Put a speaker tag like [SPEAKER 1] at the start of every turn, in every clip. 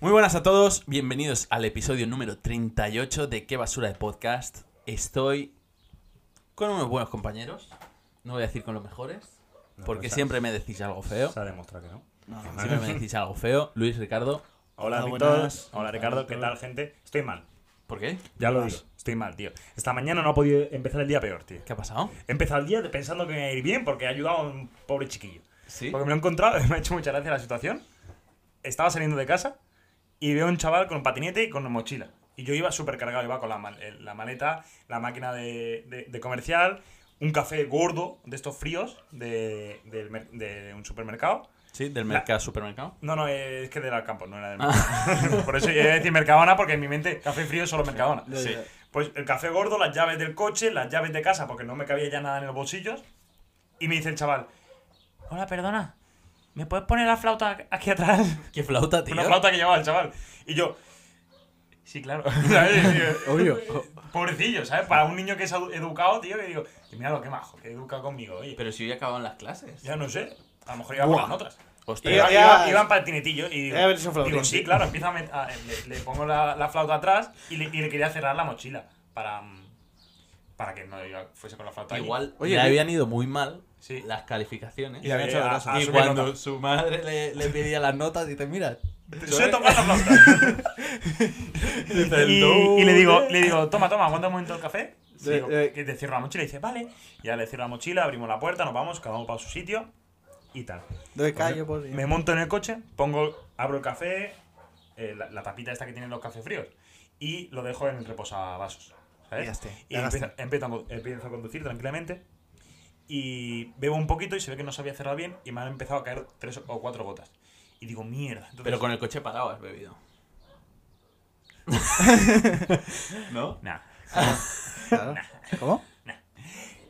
[SPEAKER 1] Muy buenas a todos, bienvenidos al episodio número 38 de Qué Basura de Podcast. Estoy con unos buenos compañeros, no voy a decir con los mejores,
[SPEAKER 2] No,
[SPEAKER 1] porque
[SPEAKER 2] pues,
[SPEAKER 1] siempre me decís algo feo.
[SPEAKER 2] Se ha demostrado que no.
[SPEAKER 1] Siempre me decís algo feo. Luis, Ricardo,
[SPEAKER 2] Hola,
[SPEAKER 3] Hola,
[SPEAKER 2] Víctor.
[SPEAKER 3] buenas.
[SPEAKER 2] Hola, Ricardo. ¿Qué tal, gente? Estoy mal.
[SPEAKER 1] ¿por qué?
[SPEAKER 2] Ya lo digo. Estoy mal, tío. Esta mañana no ha podido empezar el día peor, tío.
[SPEAKER 1] ¿Qué ha pasado?
[SPEAKER 2] He empezado el día pensando que me iba a ir bien porque he ayudado a un pobre chiquillo.
[SPEAKER 1] Sí.
[SPEAKER 2] Porque me lo he encontrado, me ha hecho mucha gracia la situación. Estaba saliendo de casa y veo a un chaval con un patinete y con una mochila. Y yo iba súper cargado, iba con la, mal- eh, la maleta, la máquina de, de- de comercial, un café gordo de estos fríos de, del mer- de un supermercado.
[SPEAKER 1] Sí, del mercado, supermercado.
[SPEAKER 2] No, no, eh, es que del campo, no era del
[SPEAKER 1] Ah.
[SPEAKER 2] Mercadona. Por eso iba a decir Mercadona, porque en mi mente café frío es solo Mercadona.
[SPEAKER 3] Lo digo.
[SPEAKER 2] Pues el café gordo, las llaves del coche, las llaves de casa, porque no me cabía ya nada en los bolsillos. Y me dice el chaval, hola, perdona, ¿me puedes poner la flauta aquí atrás?
[SPEAKER 1] ¿Qué flauta, tío?
[SPEAKER 2] Una flauta que llevaba el chaval. Y yo, sí, claro. ¿Sabes? Y yo,
[SPEAKER 3] Obvio.
[SPEAKER 2] Pobrecillo, ¿sabes? Para un niño que es edu- educado, tío, que digo, y mira lo que majo, que educa conmigo, oye.
[SPEAKER 1] Pero si yo ya acabado en las clases.
[SPEAKER 2] Ya no sé, a lo mejor iba por
[SPEAKER 3] Buah.
[SPEAKER 2] las notas.
[SPEAKER 1] Ostras.
[SPEAKER 2] Iba,
[SPEAKER 3] Ya-
[SPEAKER 2] iba,
[SPEAKER 3] ya-
[SPEAKER 2] iba en patinetillo y digo,
[SPEAKER 3] Ya habría sido flautín,
[SPEAKER 2] digo, sí,
[SPEAKER 3] sí.
[SPEAKER 2] claro, empieza a met- a- eh, le, le pongo la, la flauta atrás y le, y le quería cerrar la mochila para, mm, para que no iba- fuese con la flauta. allí.
[SPEAKER 1] Igual
[SPEAKER 3] Oye,
[SPEAKER 1] le
[SPEAKER 3] ¿qué?
[SPEAKER 1] habían ido muy mal
[SPEAKER 2] Sí.
[SPEAKER 1] las calificaciones.
[SPEAKER 3] Y la
[SPEAKER 2] Eh,
[SPEAKER 3] habían hecho de
[SPEAKER 2] a-
[SPEAKER 3] grasa.
[SPEAKER 2] a-
[SPEAKER 1] Y
[SPEAKER 2] subir
[SPEAKER 1] cuando
[SPEAKER 2] nota.
[SPEAKER 1] su madre le, le pedía las notas y te mira.
[SPEAKER 2] Sé tocar la flauta. y, y le digo, le digo, toma, toma, aguanta un momento el café. Le
[SPEAKER 3] Eh,
[SPEAKER 2] digo,
[SPEAKER 3] eh.
[SPEAKER 2] que te cierro la mochila y dice, vale. Ya le cierro la mochila, abrimos la puerta, nos vamos, cada uno para su sitio y tal.
[SPEAKER 3] Doy callo, pues, por
[SPEAKER 2] Me monto en el coche, pongo, abro el café, eh, la, la tapita esta que tienen los cafés fríos, y lo dejo en el reposavasos. ¿sabes?
[SPEAKER 3] Ya está,
[SPEAKER 2] y
[SPEAKER 3] ya
[SPEAKER 2] empiezo,
[SPEAKER 3] está.
[SPEAKER 2] empiezo a, con- empiezo a conducir tranquilamente. Y bebo un poquito y se ve que no se había cerrado bien y me han empezado a caer tres o cuatro gotas. Y digo, mierda. Entonces-
[SPEAKER 1] Pero con el coche parado has bebido. ¿No?
[SPEAKER 2] Nah,
[SPEAKER 3] Claro. ¿Cómo?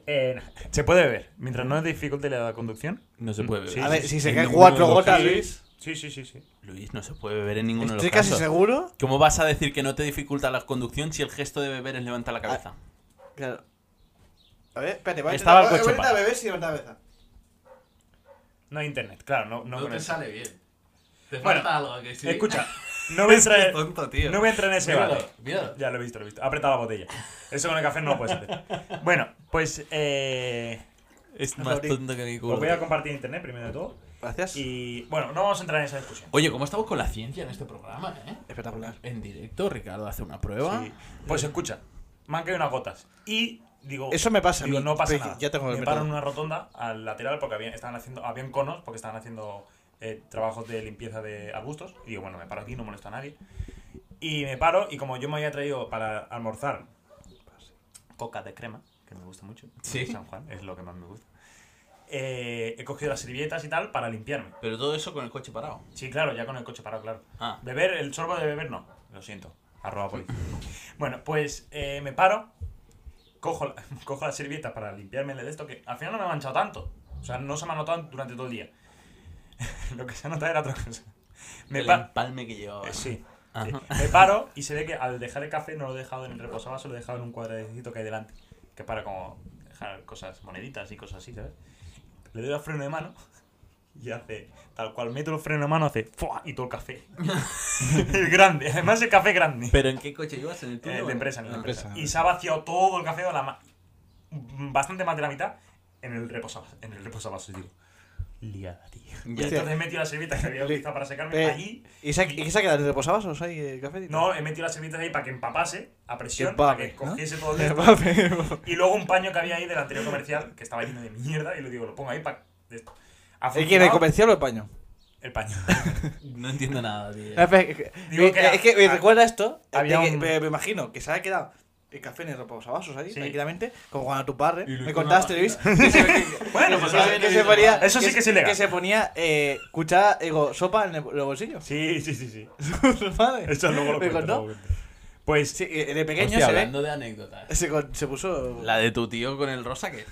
[SPEAKER 2] eh, nah. Se puede beber. Mientras no es dificulte la conducción.
[SPEAKER 1] No se puede beber.
[SPEAKER 2] Sí,
[SPEAKER 3] A ver, si se
[SPEAKER 2] en
[SPEAKER 3] caen
[SPEAKER 2] ninguno de
[SPEAKER 3] cuatro
[SPEAKER 2] los
[SPEAKER 3] gotas,
[SPEAKER 2] dos.
[SPEAKER 3] Luis.
[SPEAKER 2] Sí, sí, sí, sí.
[SPEAKER 1] Luis, no se puede beber en ninguno de
[SPEAKER 3] Estoy
[SPEAKER 1] los
[SPEAKER 3] casi
[SPEAKER 1] casos.
[SPEAKER 3] seguro.
[SPEAKER 1] ¿Cómo vas a decir que no te dificulta la conducción si el gesto de beber es levantar la cabeza?
[SPEAKER 3] Ah, Claro. A ver, espérate, voy a
[SPEAKER 1] Estaba el
[SPEAKER 3] intentar-
[SPEAKER 1] coche
[SPEAKER 3] voy a intentar
[SPEAKER 1] parado.
[SPEAKER 3] beber si levanta la cabeza.
[SPEAKER 2] No hay internet, claro. No, no con eso.
[SPEAKER 1] bien. Te
[SPEAKER 2] Bueno, falta
[SPEAKER 1] algo que
[SPEAKER 2] Escucha, no voy a entrar,
[SPEAKER 1] tonto, tío.
[SPEAKER 2] no voy a entrar en ese
[SPEAKER 1] Míralo,
[SPEAKER 2] debate.
[SPEAKER 1] míralo.
[SPEAKER 2] Ya lo he visto, lo he visto. Ha apretado la botella. Eso con el café no lo puedes hacer. Bueno, pues eh,
[SPEAKER 1] Es
[SPEAKER 3] No,
[SPEAKER 1] más
[SPEAKER 3] Gabriel.
[SPEAKER 1] tonto que mi culo.
[SPEAKER 2] os voy a compartir internet primero de todo.
[SPEAKER 3] Gracias.
[SPEAKER 2] Y bueno, no vamos a entrar en esa discusión.
[SPEAKER 1] Oye, ¿cómo estamos con la ciencia en este programa, eh?
[SPEAKER 3] Espectacular.
[SPEAKER 1] En directo, Ricardo hace una prueba.
[SPEAKER 2] Sí. Pues escucha, me han caído unas gotas. Y digo,
[SPEAKER 3] Eso me pasa a
[SPEAKER 2] digo,
[SPEAKER 3] mí,
[SPEAKER 2] no pasa
[SPEAKER 3] pero
[SPEAKER 2] nada.
[SPEAKER 3] ya tengo que
[SPEAKER 2] me
[SPEAKER 3] ver
[SPEAKER 2] paro
[SPEAKER 3] todo.
[SPEAKER 2] en una rotonda al lateral porque habían, estaban haciendo, habían conos porque estaban haciendo eh, trabajos de limpieza de arbustos. Y digo, bueno, me paro aquí, no molesto a nadie. Y me paro y como yo me había traído para almorzar coca de crema, que me gusta mucho,
[SPEAKER 1] Sí.
[SPEAKER 2] San Juan, es lo que más me gusta. eh, he cogido las servilletas y tal para limpiarme.
[SPEAKER 1] Pero todo eso con el coche parado.
[SPEAKER 2] Sí, claro, ya con el coche parado, claro.
[SPEAKER 1] Ah.
[SPEAKER 2] Beber, el sorbo de beber no. Lo siento. Arroba policía. bueno, pues eh, me paro, cojo la, cojo la servilleta para limpiarme el de esto, que al final no me ha manchado tanto. O sea, no se me ha notado durante todo el día. Lo que se ha notado era otra cosa. Me
[SPEAKER 1] el
[SPEAKER 2] paro.
[SPEAKER 1] empalme que llevaba.
[SPEAKER 2] Eh, sí. sí.
[SPEAKER 1] Ah. Ajá.
[SPEAKER 2] Me paro y se ve que al dejar el café no lo he dejado en el reposavasos, lo he dejado en un cuadradito que hay delante. Que para como dejar cosas, moneditas y cosas así, ¿sabes? Le doy al freno de mano y hace, tal cual meto el freno de mano, hace ¡fua! y todo el café. el grande, además el café grande.
[SPEAKER 1] ¿Pero en qué coche llevas? ¿En el tuyo?
[SPEAKER 2] Eh,
[SPEAKER 1] o
[SPEAKER 2] de
[SPEAKER 1] en-
[SPEAKER 2] empresa, en la
[SPEAKER 1] Ah.
[SPEAKER 2] empresa.
[SPEAKER 3] empresa.
[SPEAKER 2] Y se ha vaciado todo el café, o la ma- bastante más de la mitad, en el reposavasos. En el reposavasos, digo. Liada, tío. Y
[SPEAKER 1] Ya.
[SPEAKER 2] entonces he metido la servilleta que había utilizado para secarme
[SPEAKER 3] Eh,
[SPEAKER 2] allí.
[SPEAKER 3] ¿Y se ha y se ha quedado en el reposavasos ahí el eh, café?
[SPEAKER 2] No, he metido las servilleta ahí para que empapase a presión,
[SPEAKER 3] Que empape,
[SPEAKER 2] para que
[SPEAKER 3] ¿no?
[SPEAKER 2] cogiese todo el dedo.
[SPEAKER 3] Es
[SPEAKER 2] Y luego un paño que había ahí del anterior comercial, que estaba lleno de mierda, y lo digo, lo pongo ahí para.
[SPEAKER 3] que en el comercial o el paño.
[SPEAKER 2] El paño.
[SPEAKER 1] No entiendo nada, tío.
[SPEAKER 3] No, espera, que-
[SPEAKER 2] Digo
[SPEAKER 3] eh,
[SPEAKER 2] que
[SPEAKER 3] eh, es que me
[SPEAKER 2] ha-
[SPEAKER 3] recuerda esto. de
[SPEAKER 2] había
[SPEAKER 3] que-
[SPEAKER 2] un-
[SPEAKER 3] me, me imagino que se ha quedado el café en el reposavasos ahí,
[SPEAKER 2] Sí.
[SPEAKER 3] tranquilamente, como cuando tu padre
[SPEAKER 1] Y lo
[SPEAKER 3] me
[SPEAKER 1] hizo
[SPEAKER 3] contaste,
[SPEAKER 1] una
[SPEAKER 3] Luis.
[SPEAKER 2] Bueno, pues
[SPEAKER 3] que
[SPEAKER 1] lo
[SPEAKER 3] se-
[SPEAKER 1] había
[SPEAKER 3] que se
[SPEAKER 1] visto,
[SPEAKER 3] ponía-
[SPEAKER 2] ¿no? Eso sí que es ilegal.
[SPEAKER 3] Que se ponía eh, cuchara, digo, sopa en el, en el bolsillo.
[SPEAKER 2] Sí, sí, sí, sí.
[SPEAKER 3] Madre.
[SPEAKER 2] Eso luego lo
[SPEAKER 3] Me
[SPEAKER 2] cuento.
[SPEAKER 3] contó.
[SPEAKER 2] luego lo cuento. Pues
[SPEAKER 3] Sí, eh, de pequeño
[SPEAKER 1] Hostia,
[SPEAKER 3] se ve-
[SPEAKER 1] hablando de anécdotas.
[SPEAKER 3] Se, con- se puso.
[SPEAKER 1] La de tu tío con el rosa, ¿qué?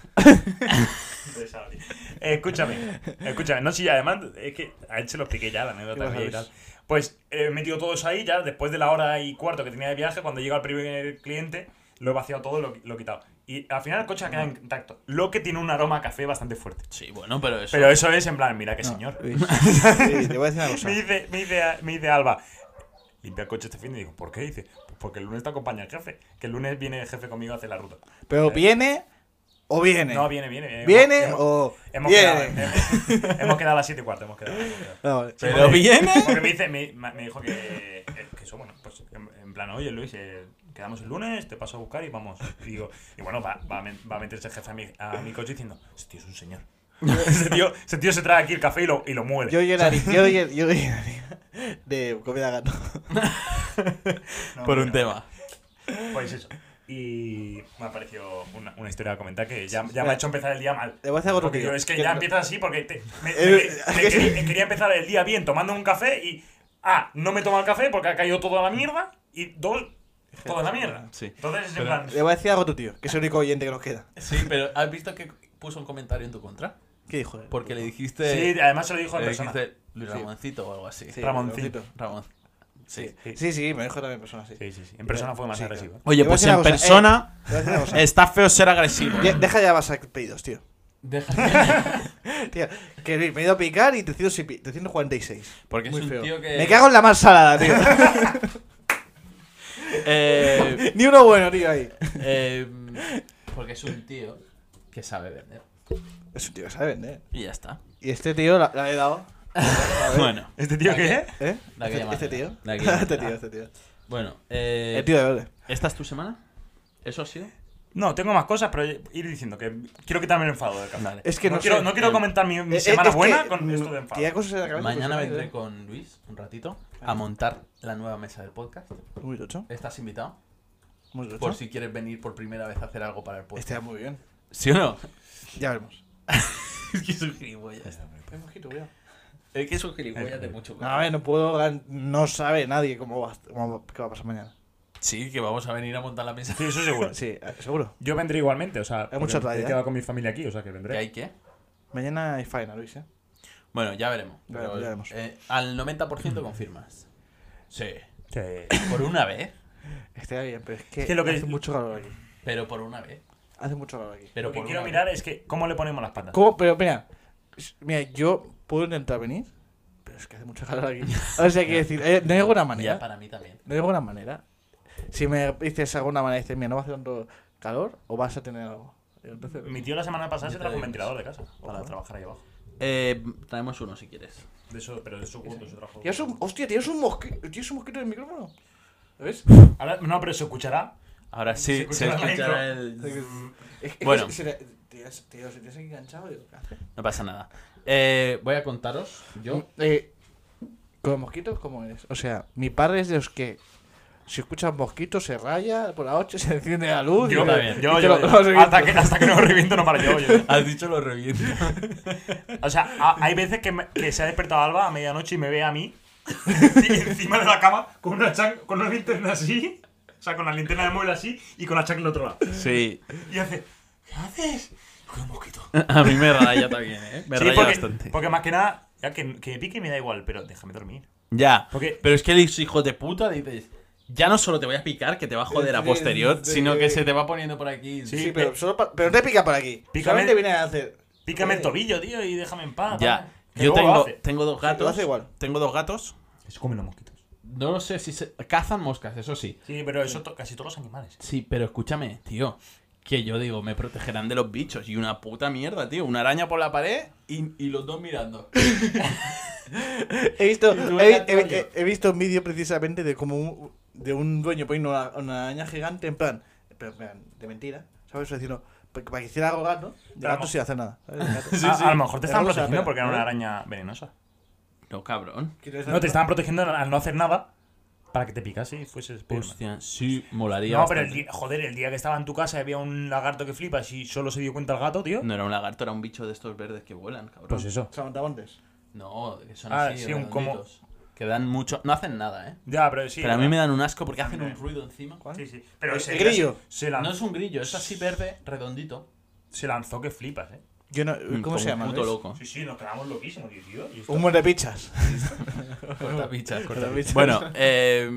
[SPEAKER 2] Interesado, tío. Eh, escúchame, escúchame. No, si además, es que a él se lo expliqué ya la anécdota
[SPEAKER 3] ¿Qué
[SPEAKER 2] que
[SPEAKER 3] pasa,
[SPEAKER 2] y tal.
[SPEAKER 3] Luis?
[SPEAKER 2] Pues he metido todo eso ahí ya, después de la hora y cuarto que tenía de viaje, cuando llega el primer cliente, lo he vaciado todo, lo, lo he quitado. Y al final el coche ha quedado intacto. Lo que tiene un aroma a café bastante fuerte.
[SPEAKER 1] Sí, bueno, pero eso.
[SPEAKER 2] Pero eso es en plan, mira qué
[SPEAKER 3] No,
[SPEAKER 2] señor.
[SPEAKER 3] Luis, sí, te voy a decir una cosa.
[SPEAKER 2] Me dice, me, dice, me dice Alba, limpiar coche este fin y digo, ¿por qué? dice, pues porque el lunes te acompaña el jefe. Que el lunes viene el jefe conmigo a hacer la ruta.
[SPEAKER 3] Pero viene o viene.
[SPEAKER 2] Eh. No, viene, viene. Viene,
[SPEAKER 3] ¿Viene
[SPEAKER 2] Hemos-
[SPEAKER 3] o
[SPEAKER 2] Hemos quedado,
[SPEAKER 3] viene?
[SPEAKER 2] hemos, hemos quedado a las 7 y cuarto, hemos quedado. hemos quedado.
[SPEAKER 3] No, vale.
[SPEAKER 1] Pero viene.
[SPEAKER 2] Porque me, dice, me, me dijo que, que eso, bueno, pues en, en plan, oye Luis, eh, quedamos el lunes, te paso a buscar y vamos. Y, digo, y bueno, va, va, a men- va a meterse el jefe a mi, a mi coche diciendo, ese tío es un señor. ese, tío, ese tío se trae aquí el café y lo, y lo mueve.
[SPEAKER 3] Yo llenaría, yo, lle- yo llenaría de comida gato.
[SPEAKER 1] Por un tema.
[SPEAKER 2] Pues eso. Y me ha parecido una, una historia a comentar que ya, ya me ha hecho empezar el día mal.
[SPEAKER 3] Te voy a hacer algo
[SPEAKER 2] Porque
[SPEAKER 3] rápido.
[SPEAKER 2] yo, es que
[SPEAKER 3] Que
[SPEAKER 2] ya
[SPEAKER 3] no-
[SPEAKER 2] empiezas así porque te- me-
[SPEAKER 3] Eh,
[SPEAKER 2] me-
[SPEAKER 3] eh,
[SPEAKER 2] me
[SPEAKER 3] que sí.
[SPEAKER 2] quería, quería empezar el día bien tomando un café y. Ah, no me toma el café porque ha caído toda la mierda. Y dos, toda la mierda.
[SPEAKER 1] Sí.
[SPEAKER 2] Entonces, en
[SPEAKER 1] Pero-
[SPEAKER 2] plan.
[SPEAKER 3] Le voy a decir algo a tu tío, que es el único oyente que nos queda.
[SPEAKER 1] Sí, pero ¿has visto que puso un comentario en tu contra?
[SPEAKER 3] ¿Qué dijo?
[SPEAKER 2] Pues
[SPEAKER 3] él?
[SPEAKER 1] Porque le dijiste.
[SPEAKER 2] Sí, además se lo dijo en
[SPEAKER 1] le
[SPEAKER 2] persona.
[SPEAKER 1] dijiste Luis
[SPEAKER 3] Sí.
[SPEAKER 1] Ramoncito o algo así.
[SPEAKER 3] Sí,
[SPEAKER 2] Ramoncito.
[SPEAKER 3] Ramoncito.
[SPEAKER 1] Ramón. Sí.
[SPEAKER 3] Sí. sí, sí, me dijo también en persona, sí.
[SPEAKER 2] Sí, sí, sí. En persona fue más
[SPEAKER 3] Sí,
[SPEAKER 2] agresivo.
[SPEAKER 1] Oye,
[SPEAKER 3] Te voy a
[SPEAKER 1] pues
[SPEAKER 3] decir
[SPEAKER 1] en
[SPEAKER 3] una cosa,
[SPEAKER 1] persona
[SPEAKER 3] Te voy a decir una cosa.
[SPEAKER 1] está feo ser agresivo.
[SPEAKER 3] Ya- Eh, Deja ya vas a pedidos, tío.
[SPEAKER 1] Deja-
[SPEAKER 3] Tío, que me he ido a picar y 300 y pi- 346.
[SPEAKER 1] Porque es
[SPEAKER 3] Muy
[SPEAKER 1] un
[SPEAKER 3] feo.
[SPEAKER 1] tío que.
[SPEAKER 3] Me cago en la más salada, tío.
[SPEAKER 1] Eh,
[SPEAKER 3] Ni uno bueno, tío, ahí.
[SPEAKER 1] eh, porque es un tío que sabe vender.
[SPEAKER 3] Es un tío que sabe vender.
[SPEAKER 1] Y ya está.
[SPEAKER 3] Y este tío la, la he dado.
[SPEAKER 1] Bueno.
[SPEAKER 2] ¿Este tío
[SPEAKER 1] ¿La
[SPEAKER 2] qué?
[SPEAKER 3] ¿Eh?
[SPEAKER 1] De aquella
[SPEAKER 3] Este, este
[SPEAKER 1] manera.
[SPEAKER 3] tío.
[SPEAKER 1] De aquella
[SPEAKER 3] este tío,
[SPEAKER 1] manera.
[SPEAKER 3] este tío.
[SPEAKER 1] Bueno, eh,
[SPEAKER 3] El tío de verde.
[SPEAKER 1] ¿esta es tu semana? ¿Eso ha sido?
[SPEAKER 2] No, tengo más cosas, pero ir diciendo que quiero quitarme el enfado del café.
[SPEAKER 1] Vale.
[SPEAKER 3] Es que no,
[SPEAKER 2] no, quiero,
[SPEAKER 3] sé.
[SPEAKER 2] no quiero
[SPEAKER 1] Eh,
[SPEAKER 2] comentar mi, mi
[SPEAKER 3] Eh, eh,
[SPEAKER 2] semana
[SPEAKER 3] es que,
[SPEAKER 2] buena con
[SPEAKER 3] mm,
[SPEAKER 2] esto de enfado.
[SPEAKER 3] tenía cosas en la cabeza,
[SPEAKER 1] Mañana
[SPEAKER 3] pues,
[SPEAKER 1] vendré
[SPEAKER 3] eh.
[SPEAKER 1] con Luis un ratito a montar la nueva mesa del podcast.
[SPEAKER 3] Muy tocho.
[SPEAKER 1] Estás invitado.
[SPEAKER 3] Muy tocho.
[SPEAKER 1] Por si quieres venir por primera vez a hacer algo para el podcast.
[SPEAKER 3] Está muy bien.
[SPEAKER 1] Este- ¿Sí o no?
[SPEAKER 3] Ya veremos.
[SPEAKER 1] es que es un gilipollas. Eh, Es que es un gilipollas de mucho
[SPEAKER 3] No, a ver, no puedo. gan- No sabe nadie cómo va, cómo va- qué va a pasar mañana.
[SPEAKER 1] Sí, que vamos a venir a montar la mesa.
[SPEAKER 2] Sí, eso seguro.
[SPEAKER 3] Sí, eh, seguro.
[SPEAKER 2] Yo vendré igualmente, o sea, porque
[SPEAKER 3] mucha tralla,
[SPEAKER 2] He
[SPEAKER 3] ¿eh?
[SPEAKER 2] quedado con mi familia aquí, o sea, que
[SPEAKER 1] ¿Qué
[SPEAKER 2] vendré.
[SPEAKER 1] hay qué?
[SPEAKER 3] Mañana hay faena, Luis, ¿eh?
[SPEAKER 1] Bueno, ya veremos.
[SPEAKER 3] Ya- ya veremos.
[SPEAKER 1] eh, al 90% confirmas. Sí.
[SPEAKER 2] Sí.
[SPEAKER 1] Por una vez.
[SPEAKER 3] Está bien, pero es que,
[SPEAKER 2] Es que lo que-
[SPEAKER 3] hace mucho calor aquí.
[SPEAKER 1] Pero por una vez.
[SPEAKER 3] Hace mucho calor aquí.
[SPEAKER 1] Pero
[SPEAKER 2] Lo que
[SPEAKER 1] por
[SPEAKER 2] quiero
[SPEAKER 1] una vez.
[SPEAKER 2] mirar es que cómo le ponemos las patas.
[SPEAKER 3] ¿Cómo? Pero mira, s- mira, yo puedo intentar venir, pero es que hace mucho calor aquí. O sea, quiero decir, eh, no hay alguna
[SPEAKER 1] Ya
[SPEAKER 3] manera.
[SPEAKER 1] para mí también.
[SPEAKER 3] No hay alguna manera. Si me dices alguna manera, dices, mira, no va a hacer tanto calor o vas a tener algo. Y Entonces,
[SPEAKER 2] Mi tío la semana pasada se
[SPEAKER 1] Yo te
[SPEAKER 2] trajo un
[SPEAKER 1] digo.
[SPEAKER 2] ventilador de casa para
[SPEAKER 3] Ojo.
[SPEAKER 2] trabajar ahí abajo.
[SPEAKER 1] Eh, traemos uno si quieres.
[SPEAKER 2] De eso, pero de su cuarto se trajo.
[SPEAKER 3] ¿Tienes un, hostia, tienes un mosquito, tienes un mosquito en el micrófono. ¿Lo ves?
[SPEAKER 2] Ahora, no, pero se escuchará.
[SPEAKER 1] Ahora sí,
[SPEAKER 2] Se
[SPEAKER 1] se
[SPEAKER 2] escucha la
[SPEAKER 1] escuchará
[SPEAKER 3] Es que-
[SPEAKER 1] el.
[SPEAKER 3] es que
[SPEAKER 1] Bueno.
[SPEAKER 3] se le- Tienes, tío, si tienes aquí enganchado, digo, ¿qué haces?
[SPEAKER 1] No pasa nada. Eh, voy a contaros. Yo.
[SPEAKER 3] Eh, ¿Con los mosquitos cómo eres? O sea, mi padre es de los que si escuchan mosquitos se raya por la noche, se enciende la luz.
[SPEAKER 1] Yo
[SPEAKER 3] y-
[SPEAKER 1] también,
[SPEAKER 3] y
[SPEAKER 2] Yo,
[SPEAKER 3] te
[SPEAKER 2] yo,
[SPEAKER 3] lo- lo
[SPEAKER 2] yo.
[SPEAKER 3] reviento.
[SPEAKER 2] Hasta que, hasta que no reviento no para yo. yo.
[SPEAKER 1] Has dicho lo reviento.
[SPEAKER 2] O sea, a- hay veces que, me- que se ha despertado Alba a medianoche y me ve a mí encima de la cama con una, chan- con una linterna así. O sea, con la linterna de móvil así y con la chancla al otro lado.
[SPEAKER 1] Sí.
[SPEAKER 2] Y hace, ¿qué haces? Con un mosquito.
[SPEAKER 1] A mí me raya también, ¿eh? Me
[SPEAKER 2] Sí,
[SPEAKER 1] raya
[SPEAKER 2] porque,
[SPEAKER 1] bastante.
[SPEAKER 2] porque más que nada, ya que, que me pique me da igual, pero déjame dormir.
[SPEAKER 1] Ya.
[SPEAKER 2] Porque-
[SPEAKER 1] Pero es que los hijos de puta dices. Ya no solo te voy a picar, que te va a joder a
[SPEAKER 3] Sí,
[SPEAKER 1] posterior,
[SPEAKER 3] sí.
[SPEAKER 1] sino que se te va poniendo por aquí.
[SPEAKER 2] Sí.
[SPEAKER 3] Sí, pero, solo pa- pero no te pica por aquí.
[SPEAKER 2] Pícame-
[SPEAKER 3] Solamente viene a hacer.
[SPEAKER 2] Pícame el tobillo, tío, y déjame en paz.
[SPEAKER 1] Ya.
[SPEAKER 2] ¿vale? Que
[SPEAKER 1] Yo
[SPEAKER 2] luego lo
[SPEAKER 1] tengo,
[SPEAKER 2] hace.
[SPEAKER 1] tengo dos gatos.
[SPEAKER 3] hace igual.
[SPEAKER 1] Tengo dos gatos.
[SPEAKER 2] Se comen los mosquitos.
[SPEAKER 1] No lo sé si se... cazan moscas, eso sí.
[SPEAKER 2] Sí, pero eso to- casi todos los animales.
[SPEAKER 1] Sí, pero escúchame, tío. Que yo digo, me protegerán de los bichos. Y una puta mierda, tío. Una araña por la pared y, y los dos mirando.
[SPEAKER 3] He visto,
[SPEAKER 1] Y tú
[SPEAKER 3] he,
[SPEAKER 1] venga,
[SPEAKER 3] he-
[SPEAKER 1] tío.
[SPEAKER 3] he- he visto un vídeo precisamente de como un, de un dueño poniendo una, una araña gigante en plan, pero en plan, de mentira, ¿sabes? O sea, diciendo, pa- para que hiciera algo gato, y el gato
[SPEAKER 2] Vamos.
[SPEAKER 3] sin hacer nada. ¿sabes? El gato.
[SPEAKER 1] Sí,
[SPEAKER 2] a,
[SPEAKER 1] sí.
[SPEAKER 2] a lo mejor te
[SPEAKER 3] Pero
[SPEAKER 2] estaban
[SPEAKER 3] vamos a la
[SPEAKER 2] protegiendo
[SPEAKER 3] pena,
[SPEAKER 2] porque era una
[SPEAKER 3] ¿eh?
[SPEAKER 2] araña venenosa.
[SPEAKER 1] No, cabrón.
[SPEAKER 2] No, te estaban protegiendo al no hacer nada para que te picase y fueses Spiderman.
[SPEAKER 1] Hostia, sí, molaría.
[SPEAKER 2] No, pero el
[SPEAKER 1] bastante.
[SPEAKER 2] día, joder, el día que estaba en tu casa y había un lagarto que flipas y solo se dio cuenta el gato, tío.
[SPEAKER 1] No era un lagarto, era un bicho de estos verdes que vuelan, cabrón.
[SPEAKER 2] Pues eso.
[SPEAKER 3] Salmontamontes.
[SPEAKER 1] No, que son
[SPEAKER 2] Ah,
[SPEAKER 1] así,
[SPEAKER 2] sí, un como-
[SPEAKER 1] redonditos. Que dan mucho. No hacen nada, ¿eh?
[SPEAKER 2] Ya, pero sí.
[SPEAKER 1] pero a mí
[SPEAKER 2] ya.
[SPEAKER 1] me dan un asco porque hacen un
[SPEAKER 2] También.
[SPEAKER 1] ruido encima.
[SPEAKER 3] ¿Cuál?
[SPEAKER 2] Sí, sí. Pero
[SPEAKER 3] El-
[SPEAKER 2] ese
[SPEAKER 3] el
[SPEAKER 2] día
[SPEAKER 3] grillo.
[SPEAKER 2] Se, se
[SPEAKER 1] No
[SPEAKER 2] lanzó,
[SPEAKER 1] es un grillo, es así verde, redondito.
[SPEAKER 2] se lanzó que flipas, eh.
[SPEAKER 3] Yo no,
[SPEAKER 1] Mm, Como
[SPEAKER 3] ¿Cómo se
[SPEAKER 1] un
[SPEAKER 3] llama?
[SPEAKER 1] Puto
[SPEAKER 3] Luis?
[SPEAKER 1] loco.
[SPEAKER 2] Sí, sí, nos quedamos loquísimos, tío, tío. Y esto-
[SPEAKER 3] Un buen de pichas.
[SPEAKER 1] Cortapichas.
[SPEAKER 3] Cortapichas.
[SPEAKER 1] Bueno, eh,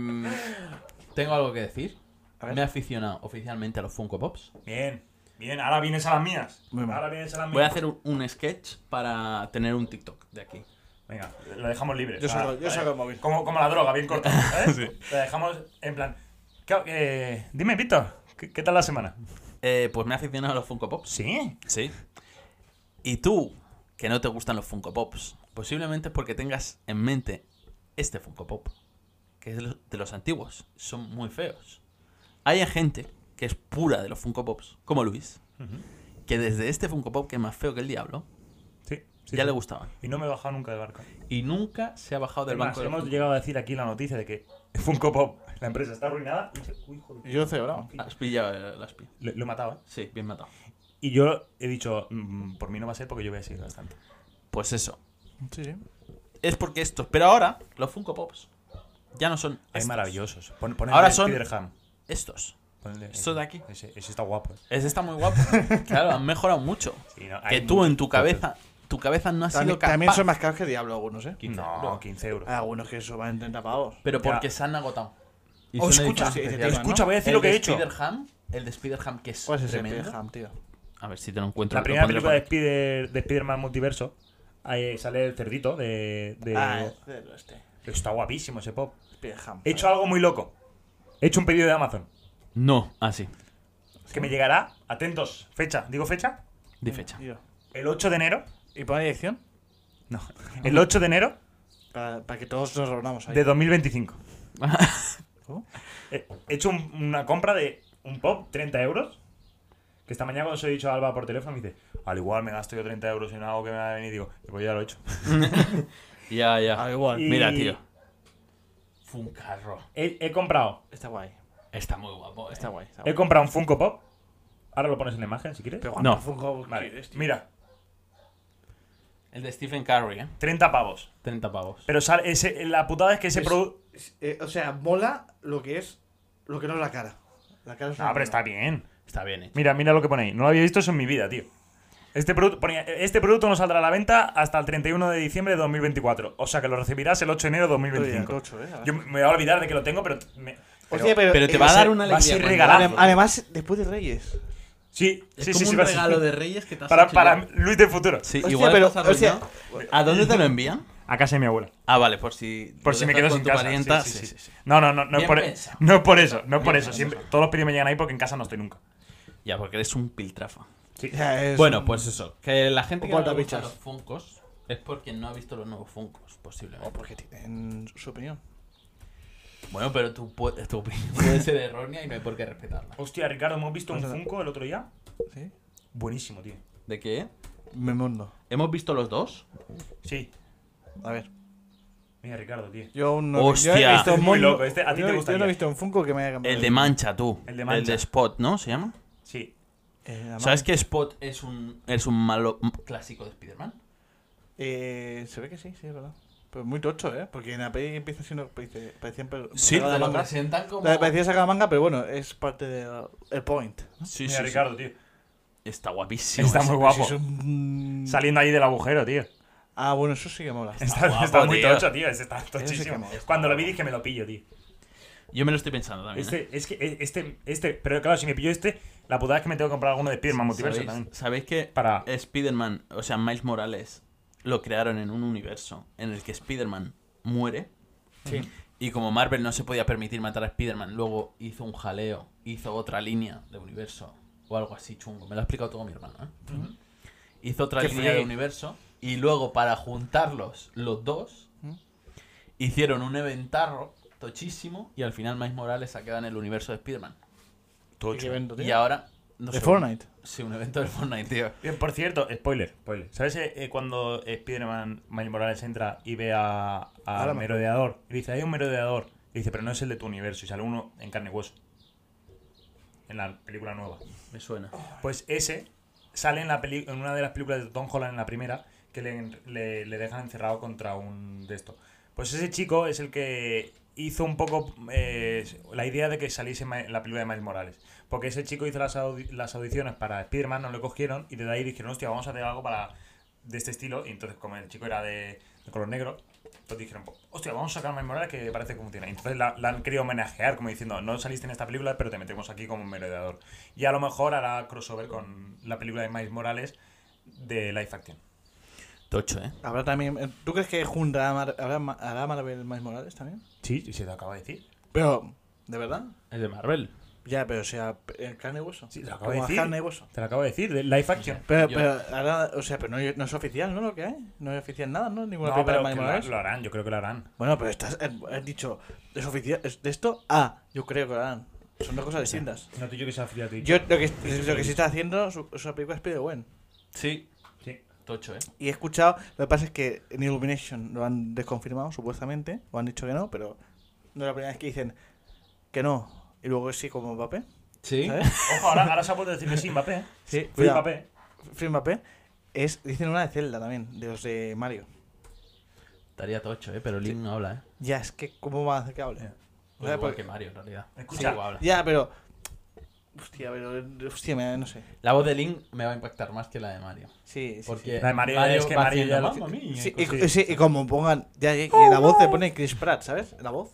[SPEAKER 1] tengo algo que decir.
[SPEAKER 3] A ver.
[SPEAKER 1] Me he aficionado oficialmente a los Funko Pops.
[SPEAKER 2] Bien, bien, ahora vienes a las mías.
[SPEAKER 3] Muy mal.
[SPEAKER 2] Ahora vienes a las mías.
[SPEAKER 1] Voy a hacer un, un sketch para tener un TikTok de aquí.
[SPEAKER 2] Venga, lo dejamos libre.
[SPEAKER 3] Yo
[SPEAKER 2] o sea,
[SPEAKER 3] saco- yo saco el móvil.
[SPEAKER 2] Como, como la droga, bien corta. ¿sabes?
[SPEAKER 1] Sí.
[SPEAKER 2] Lo dejamos en plan. ¿qué- eh, dime, Víctor, ¿qué, qué tal la semana?
[SPEAKER 1] Eh, pues me he aficionado a los Funko Pops.
[SPEAKER 2] Sí.
[SPEAKER 1] Sí. Y tú, que no te gustan los Funko Pops, posiblemente es porque tengas en mente este Funko Pop, que es de los, de los antiguos. Son muy feos. Hay gente que es pura de los Funko Pops, como Luis, que desde este Funko Pop, que es más feo que el diablo,
[SPEAKER 2] Sí. sí,
[SPEAKER 1] ya
[SPEAKER 2] sí.
[SPEAKER 1] le gustaban.
[SPEAKER 2] Y no me he bajado nunca del barco.
[SPEAKER 1] Y nunca se ha bajado del
[SPEAKER 2] Además,
[SPEAKER 1] banco de los
[SPEAKER 2] hemos
[SPEAKER 1] Funko
[SPEAKER 2] llegado a decir aquí la noticia de que Funko Pop, la empresa, está arruinada. Uy, joder. Ah,
[SPEAKER 3] Yo lo he celebrado.
[SPEAKER 1] Pop. Has pillado el- las pi-
[SPEAKER 2] Lo, lo mataba.
[SPEAKER 1] Sí, bien matado.
[SPEAKER 2] Y yo he dicho, mm, por mí no va a ser porque yo voy a seguir bastante.
[SPEAKER 1] Pues eso.
[SPEAKER 3] Sí, sí.
[SPEAKER 1] Es porque estos. Pero ahora, los Funko Pops ya no son.
[SPEAKER 2] Es
[SPEAKER 1] estos.
[SPEAKER 2] maravillosos. Pon, ponle
[SPEAKER 1] Ahora
[SPEAKER 2] el
[SPEAKER 1] son-
[SPEAKER 2] Spider-Ham.
[SPEAKER 1] Estos.
[SPEAKER 2] Ponle
[SPEAKER 1] Esto
[SPEAKER 2] ese.
[SPEAKER 1] de aquí.
[SPEAKER 2] Ese, ese está guapo. eh.
[SPEAKER 1] Ese está muy guapo. claro, han mejorado mucho.
[SPEAKER 2] Sí, no,
[SPEAKER 1] que
[SPEAKER 2] hay
[SPEAKER 1] tú en tu
[SPEAKER 2] muchos.
[SPEAKER 1] cabeza, tu cabeza no ha sido
[SPEAKER 3] También,
[SPEAKER 1] capaz.
[SPEAKER 3] también son más caros que Diablo algunos, ¿eh?
[SPEAKER 2] No, 15 euros.
[SPEAKER 1] Ah,
[SPEAKER 3] Hay algunos que eso van en 30 pavos.
[SPEAKER 1] Pero
[SPEAKER 2] Ya.
[SPEAKER 1] porque se han agotado. Y
[SPEAKER 2] Oh,
[SPEAKER 1] son
[SPEAKER 2] escucha,
[SPEAKER 1] ediciones
[SPEAKER 3] sí, te- te-
[SPEAKER 1] especiales.
[SPEAKER 2] Escucha, voy a decir
[SPEAKER 1] El
[SPEAKER 2] lo que
[SPEAKER 1] de
[SPEAKER 2] he hecho.
[SPEAKER 1] Spider-Ham, el de Spider-Ham que es,
[SPEAKER 3] ¿Cuál es Pues ese
[SPEAKER 1] tremendo.
[SPEAKER 3] Spider-Ham, tío?
[SPEAKER 1] A ver si te lo encuentro.
[SPEAKER 2] La
[SPEAKER 1] lo
[SPEAKER 2] primera
[SPEAKER 1] pondré
[SPEAKER 2] película de
[SPEAKER 1] por
[SPEAKER 2] Spider de Spider-Man Multiverso ahí sale el cerdito de,
[SPEAKER 1] Eh,
[SPEAKER 2] de-
[SPEAKER 3] Ah, es del oeste.
[SPEAKER 2] Está guapísimo ese pop.
[SPEAKER 3] Spider-Ham.
[SPEAKER 2] He hecho algo muy loco. He hecho un pedido de Amazon.
[SPEAKER 1] aquí. No, ah, así.
[SPEAKER 2] Que me llegará, atentos, fecha, digo fecha,
[SPEAKER 1] de fecha.
[SPEAKER 3] Tío.
[SPEAKER 2] el 8 de enero.
[SPEAKER 3] ¿Y pon la dirección?
[SPEAKER 2] No, el 8 de enero
[SPEAKER 3] Para, para que todos nos reunamos ahí.
[SPEAKER 2] de 2025.
[SPEAKER 3] ¿Cómo?
[SPEAKER 2] He he hecho un- una compra de un pop, 30 euros. Que esta mañana cuando se lo he dicho a Alba por teléfono me dice, al igual me gasto yo 30 euros en algo que me va a venir. Digo, pues ya lo he hecho.
[SPEAKER 1] Ya, ya.
[SPEAKER 3] Ah, igual.
[SPEAKER 2] Y-
[SPEAKER 1] Mira, tío. Funcarro.
[SPEAKER 2] He, he comprado,
[SPEAKER 3] Está guay.
[SPEAKER 1] Está muy guapo. eh.
[SPEAKER 3] Está guay. Está
[SPEAKER 2] he
[SPEAKER 3] guay.
[SPEAKER 2] comprado un Funko Pop. Ahora lo pones en la imagen si quieres.
[SPEAKER 3] Pero ¿cuánto
[SPEAKER 1] No.
[SPEAKER 3] Funko
[SPEAKER 2] Vale,
[SPEAKER 3] quieres, tío?
[SPEAKER 2] mira,
[SPEAKER 1] El de Stephen Curry, ¿eh?
[SPEAKER 2] 30 pavos.
[SPEAKER 1] 30 pavos.
[SPEAKER 2] Pero sale ese, la putada es que ese
[SPEAKER 3] Es-
[SPEAKER 2] producto...
[SPEAKER 3] Eh, o sea, mola lo que es. Lo que no es la cara. La cara es
[SPEAKER 2] No,
[SPEAKER 3] una
[SPEAKER 2] Ah, pero
[SPEAKER 3] mierda.
[SPEAKER 2] está bien.
[SPEAKER 1] Está bien hecho.
[SPEAKER 2] Mira, mira lo que pone ahí. No lo había visto eso en mi vida, tío. Este producto, ponía, este producto no saldrá a la venta hasta el 31 de diciembre de 2024. O sea que lo recibirás el 8 de enero de
[SPEAKER 3] Estoy de
[SPEAKER 2] 2025.
[SPEAKER 3] tocho, eh, a ver.
[SPEAKER 2] Yo me voy a olvidar de que lo tengo, pero. me- pero-
[SPEAKER 3] Hostia,
[SPEAKER 1] Pero te
[SPEAKER 3] eh,
[SPEAKER 1] va a
[SPEAKER 3] o sea,
[SPEAKER 1] dar una
[SPEAKER 2] va a
[SPEAKER 1] alegría.
[SPEAKER 2] ser
[SPEAKER 1] cuando
[SPEAKER 2] regalado.
[SPEAKER 1] abras-
[SPEAKER 3] Además, después de Reyes.
[SPEAKER 2] sí,
[SPEAKER 1] Es
[SPEAKER 2] sí,
[SPEAKER 1] como
[SPEAKER 2] sí, sí,
[SPEAKER 1] un
[SPEAKER 2] va a ser-
[SPEAKER 1] regalo de Reyes que te has
[SPEAKER 2] Para,
[SPEAKER 1] hecho
[SPEAKER 2] para
[SPEAKER 1] ya.
[SPEAKER 2] Luis del futuro.
[SPEAKER 1] Sí,
[SPEAKER 3] Hostia,
[SPEAKER 1] igual
[SPEAKER 3] pero-
[SPEAKER 1] estás arruinado.
[SPEAKER 3] hostia,
[SPEAKER 1] ¿A dónde te lo envían?
[SPEAKER 2] A casa de mi abuela.
[SPEAKER 1] Pues, Ah, vale, por si.
[SPEAKER 2] Por
[SPEAKER 1] lo
[SPEAKER 2] si me
[SPEAKER 1] dejas
[SPEAKER 2] quedo
[SPEAKER 1] con
[SPEAKER 2] sin
[SPEAKER 1] tu
[SPEAKER 2] casa.
[SPEAKER 1] parienta.
[SPEAKER 2] Sí, sí,
[SPEAKER 1] sí,
[SPEAKER 2] sí, sí. No, no, no, no es
[SPEAKER 1] Bien
[SPEAKER 2] por, e
[SPEAKER 1] pensado.
[SPEAKER 2] no es por eso. No es por
[SPEAKER 1] Bien
[SPEAKER 2] eso.
[SPEAKER 1] pensado.
[SPEAKER 2] Siempre- todos los pedidos me llegan ahí porque en casa no estoy nunca.
[SPEAKER 1] sí. Ya, porque eres un piltrafa.
[SPEAKER 2] Sí.
[SPEAKER 3] Ya, es
[SPEAKER 1] bueno,
[SPEAKER 3] un-
[SPEAKER 1] pues eso. Que la gente
[SPEAKER 3] Un
[SPEAKER 1] que no le
[SPEAKER 3] guardapichas.
[SPEAKER 1] gusta los Funkos es porque no ha visto los nuevos Funkos,
[SPEAKER 3] O
[SPEAKER 1] posiblemente.
[SPEAKER 3] porque tienen su opinión.
[SPEAKER 1] Bueno, pero tu, pu- tu opinión puede ser errónea y no hay por qué respetarla.
[SPEAKER 2] Hostia, Ricardo, hemos visto un
[SPEAKER 3] Vamos a-
[SPEAKER 2] Funko el otro día.
[SPEAKER 3] ¿Sí?
[SPEAKER 2] Buenísimo, tío.
[SPEAKER 1] ¿De qué?
[SPEAKER 3] Me mundo.
[SPEAKER 1] ¿Hemos visto los dos?
[SPEAKER 2] Sí.
[SPEAKER 3] A ver.
[SPEAKER 2] Mira, Ricardo, tío.
[SPEAKER 3] Yo aún no
[SPEAKER 1] Hostia.
[SPEAKER 3] yo he visto
[SPEAKER 2] Este es muy
[SPEAKER 3] Mondo-
[SPEAKER 2] loco, este a ti
[SPEAKER 3] yo-
[SPEAKER 2] te
[SPEAKER 3] Yo no
[SPEAKER 2] gustaría.
[SPEAKER 3] he visto un Funko que me haya cambiado.
[SPEAKER 1] El de Mancha, tú.
[SPEAKER 2] El de Mancha.
[SPEAKER 1] El de Spot, ¿no? ¿Se llama?
[SPEAKER 2] Sí.
[SPEAKER 3] Eh, además,
[SPEAKER 1] ¿Sabes que Spot es un, es un malo un clásico de Spider-Man?
[SPEAKER 3] Eh, se ve que sí, sí, es verdad. Pero muy tocho, ¿eh? Porque en la peli empieza siendo. parece- Parecía, pero-
[SPEAKER 1] Te
[SPEAKER 3] sacada de
[SPEAKER 1] lo
[SPEAKER 3] manga.
[SPEAKER 1] presentan como.
[SPEAKER 3] La- Parecía sacada de manga, pero bueno, es parte del el point.
[SPEAKER 1] Sí,
[SPEAKER 2] Mira,
[SPEAKER 1] sí, sí.
[SPEAKER 2] Ricardo, tío.
[SPEAKER 1] Está guapísimo.
[SPEAKER 2] Está
[SPEAKER 1] ese.
[SPEAKER 2] muy
[SPEAKER 3] Pero si
[SPEAKER 2] guapo.
[SPEAKER 3] es un-
[SPEAKER 2] Saliendo ahí del agujero, tío.
[SPEAKER 3] Ah, bueno, eso sí que mola.
[SPEAKER 2] Está,
[SPEAKER 1] guapo,
[SPEAKER 2] está muy
[SPEAKER 1] tío.
[SPEAKER 2] tocho, tío. Ese está tochísimo.
[SPEAKER 3] mola.
[SPEAKER 2] Cuando lo vi dije, me lo pillo, tío.
[SPEAKER 1] Yo me lo estoy pensando también. ¿eh?
[SPEAKER 2] Este, es que eh, este, este, pero claro, si me pillo este, la putada es que me tengo que comprar alguno de Spiderman multiverso
[SPEAKER 1] ¿Sabéis,
[SPEAKER 2] también.
[SPEAKER 1] sabéis que
[SPEAKER 2] Para-
[SPEAKER 1] Spider-Man, o sea, Miles Morales, lo crearon en un universo en el que Spider-Man muere?
[SPEAKER 3] Sí.
[SPEAKER 1] Y como Marvel no se podía permitir matar a Spider-Man, luego hizo un jaleo, hizo otra línea de universo o algo así chungo. Me lo ha explicado todo mi hermano, ¿eh? Hizo otra
[SPEAKER 2] Qué
[SPEAKER 1] línea
[SPEAKER 2] friki.
[SPEAKER 1] de universo y luego para juntarlos los dos,
[SPEAKER 3] ¿Mm?
[SPEAKER 1] hicieron un eventarro tochísimo y al final Miles Morales se queda en el universo de Spider-Man.
[SPEAKER 3] ¿Qué evento, tío?
[SPEAKER 1] Y ahora... No
[SPEAKER 3] de
[SPEAKER 1] sé,
[SPEAKER 3] Fortnite.
[SPEAKER 1] Sí, un evento del Fortnite, tío.
[SPEAKER 2] Bien, Por cierto, spoiler, spoiler. ¿Sabes eh, cuando Spider-Man, Miles Morales entra y ve a, a
[SPEAKER 3] Ahora me-
[SPEAKER 2] merodeador? Y dice, hay un merodeador. Y dice, pero no es el de tu universo. Y sale uno en carne y hueso. En la película nueva.
[SPEAKER 1] Me suena.
[SPEAKER 2] Pues ese sale en, la peli- en una de las películas de Tom Holland en la primera, que le, le- le dejan encerrado contra un de esto. Pues ese chico es el que hizo un poco eh, la idea de que saliese Ma- la película de Miles Morales. Porque ese chico hizo las, audi- las audiciones para Spider-Man, no le cogieron, y desde ahí dijeron, hostia, vamos a hacer algo para de este estilo. Y entonces, como el chico era de, de color negro, pues dijeron, hostia, vamos a sacar a Miles Morales que parece que funciona. Y entonces la, la han querido homenajear, como diciendo, no saliste en esta película, pero te metemos aquí como un merodeador. Y a lo mejor hará crossover con la película de Miles Morales de Life Action.
[SPEAKER 1] Tocho, ¿eh?
[SPEAKER 3] Habrá también. ¿Tú crees que Junta hará, Mar- hará Marvel Miles Morales también?
[SPEAKER 2] Sí, sí, se lo acabo de decir.
[SPEAKER 3] Pero, ¿de verdad?
[SPEAKER 1] Es de Marvel.
[SPEAKER 3] Ya, pero o sea, en carne y hueso.
[SPEAKER 2] Sí, lo acabo
[SPEAKER 3] Como
[SPEAKER 2] de
[SPEAKER 3] a
[SPEAKER 2] decir.
[SPEAKER 3] carne y hueso.
[SPEAKER 2] Te lo acabo de decir, de Life Action.
[SPEAKER 3] Pero,
[SPEAKER 1] Yo-
[SPEAKER 3] pero ahora, o sea, pero no, no es oficial, ¿no? Lo que hay. No es oficial nada, ¿no? Ninguna
[SPEAKER 2] No,
[SPEAKER 3] película
[SPEAKER 2] pero que
[SPEAKER 3] de Miles
[SPEAKER 2] lo,
[SPEAKER 3] Morales.
[SPEAKER 2] lo harán, yo creo que lo harán.
[SPEAKER 3] Bueno, pero estás, eh, has dicho, es oficial, es de esto Ah, yo creo que lo harán. Son dos cosas distintas.
[SPEAKER 2] No te yo que sea afiliado
[SPEAKER 3] Yo lo que, lo que sí está haciendo su- es una película de Spider-Man.
[SPEAKER 1] Sí,
[SPEAKER 2] Sí.
[SPEAKER 1] tocho, ¿eh?
[SPEAKER 3] Y he escuchado, lo que pasa es que en Illumination lo han desconfirmado, supuestamente, o han dicho que no, pero no es la primera vez que dicen que no, y luego sí como Mbappé,
[SPEAKER 1] Sí.
[SPEAKER 3] ¿sabes?
[SPEAKER 2] Ojo, ahora, ahora se ha puesto a decirme sin Mbappé. ¿eh?
[SPEAKER 3] Sí,
[SPEAKER 2] Sin
[SPEAKER 3] cuidado.
[SPEAKER 2] Mbappé.
[SPEAKER 3] Free Mbappé, es, dicen una de Zelda también, de los de Mario.
[SPEAKER 1] Estaría tocho, ¿eh? Pero Link no habla, ¿eh?
[SPEAKER 3] Ya, es que, ¿cómo va a hacer que hable?
[SPEAKER 2] Ya.
[SPEAKER 1] O
[SPEAKER 3] Ya,
[SPEAKER 1] igual
[SPEAKER 3] porque-
[SPEAKER 1] que Mario, en realidad.
[SPEAKER 2] Escucha.
[SPEAKER 1] Sí, o habla.
[SPEAKER 3] pues, Ya, pero... Hostia, pero... Hostia, me- no sé.
[SPEAKER 1] La voz de Link me va a impactar más que la de Mario.
[SPEAKER 3] Sí, sí, sí.
[SPEAKER 1] Porque
[SPEAKER 2] La de Mario es que
[SPEAKER 1] va
[SPEAKER 2] Mario
[SPEAKER 1] haciendo,
[SPEAKER 2] ya lo-
[SPEAKER 1] "Mamma mía",
[SPEAKER 3] Sí,
[SPEAKER 1] y
[SPEAKER 3] y,
[SPEAKER 1] cosas
[SPEAKER 3] y sí, y como pongan. Ya, que- que la voz te pone Chris Pratt, ¿sabes? La voz.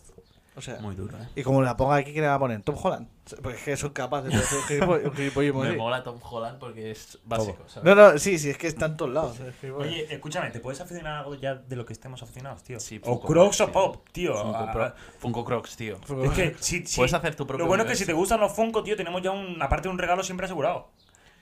[SPEAKER 3] O sea.
[SPEAKER 1] así. Muy duro, ¿eh?
[SPEAKER 3] Y como la ponga aquí, ¿quién la va a poner? Tom Holland. Porque es que son capaces de hacer un gilipo- un gilipollas
[SPEAKER 1] Me
[SPEAKER 3] así.
[SPEAKER 1] mola Tom Holland porque es básico, ¿sabes?
[SPEAKER 3] No, no, sí, sí, es que está en todos lados. ¿eh? es que, bueno.
[SPEAKER 2] Oye, escúchame, ¿te puedes aficionar a algo ya de lo que estemos aficionados, tío?
[SPEAKER 1] Sí,
[SPEAKER 2] o
[SPEAKER 1] Funko
[SPEAKER 2] Crocs o
[SPEAKER 1] Pop,
[SPEAKER 2] Pop, tío.
[SPEAKER 1] Funko,
[SPEAKER 2] Ah,
[SPEAKER 1] Pro- Funko Crocs, tío.
[SPEAKER 2] Es que sí, sí.
[SPEAKER 1] Puedes hacer tu propio
[SPEAKER 2] Lo bueno es que
[SPEAKER 1] universo.
[SPEAKER 2] si te gustan los Funko, tío, tenemos ya un, aparte un regalo siempre asegurado.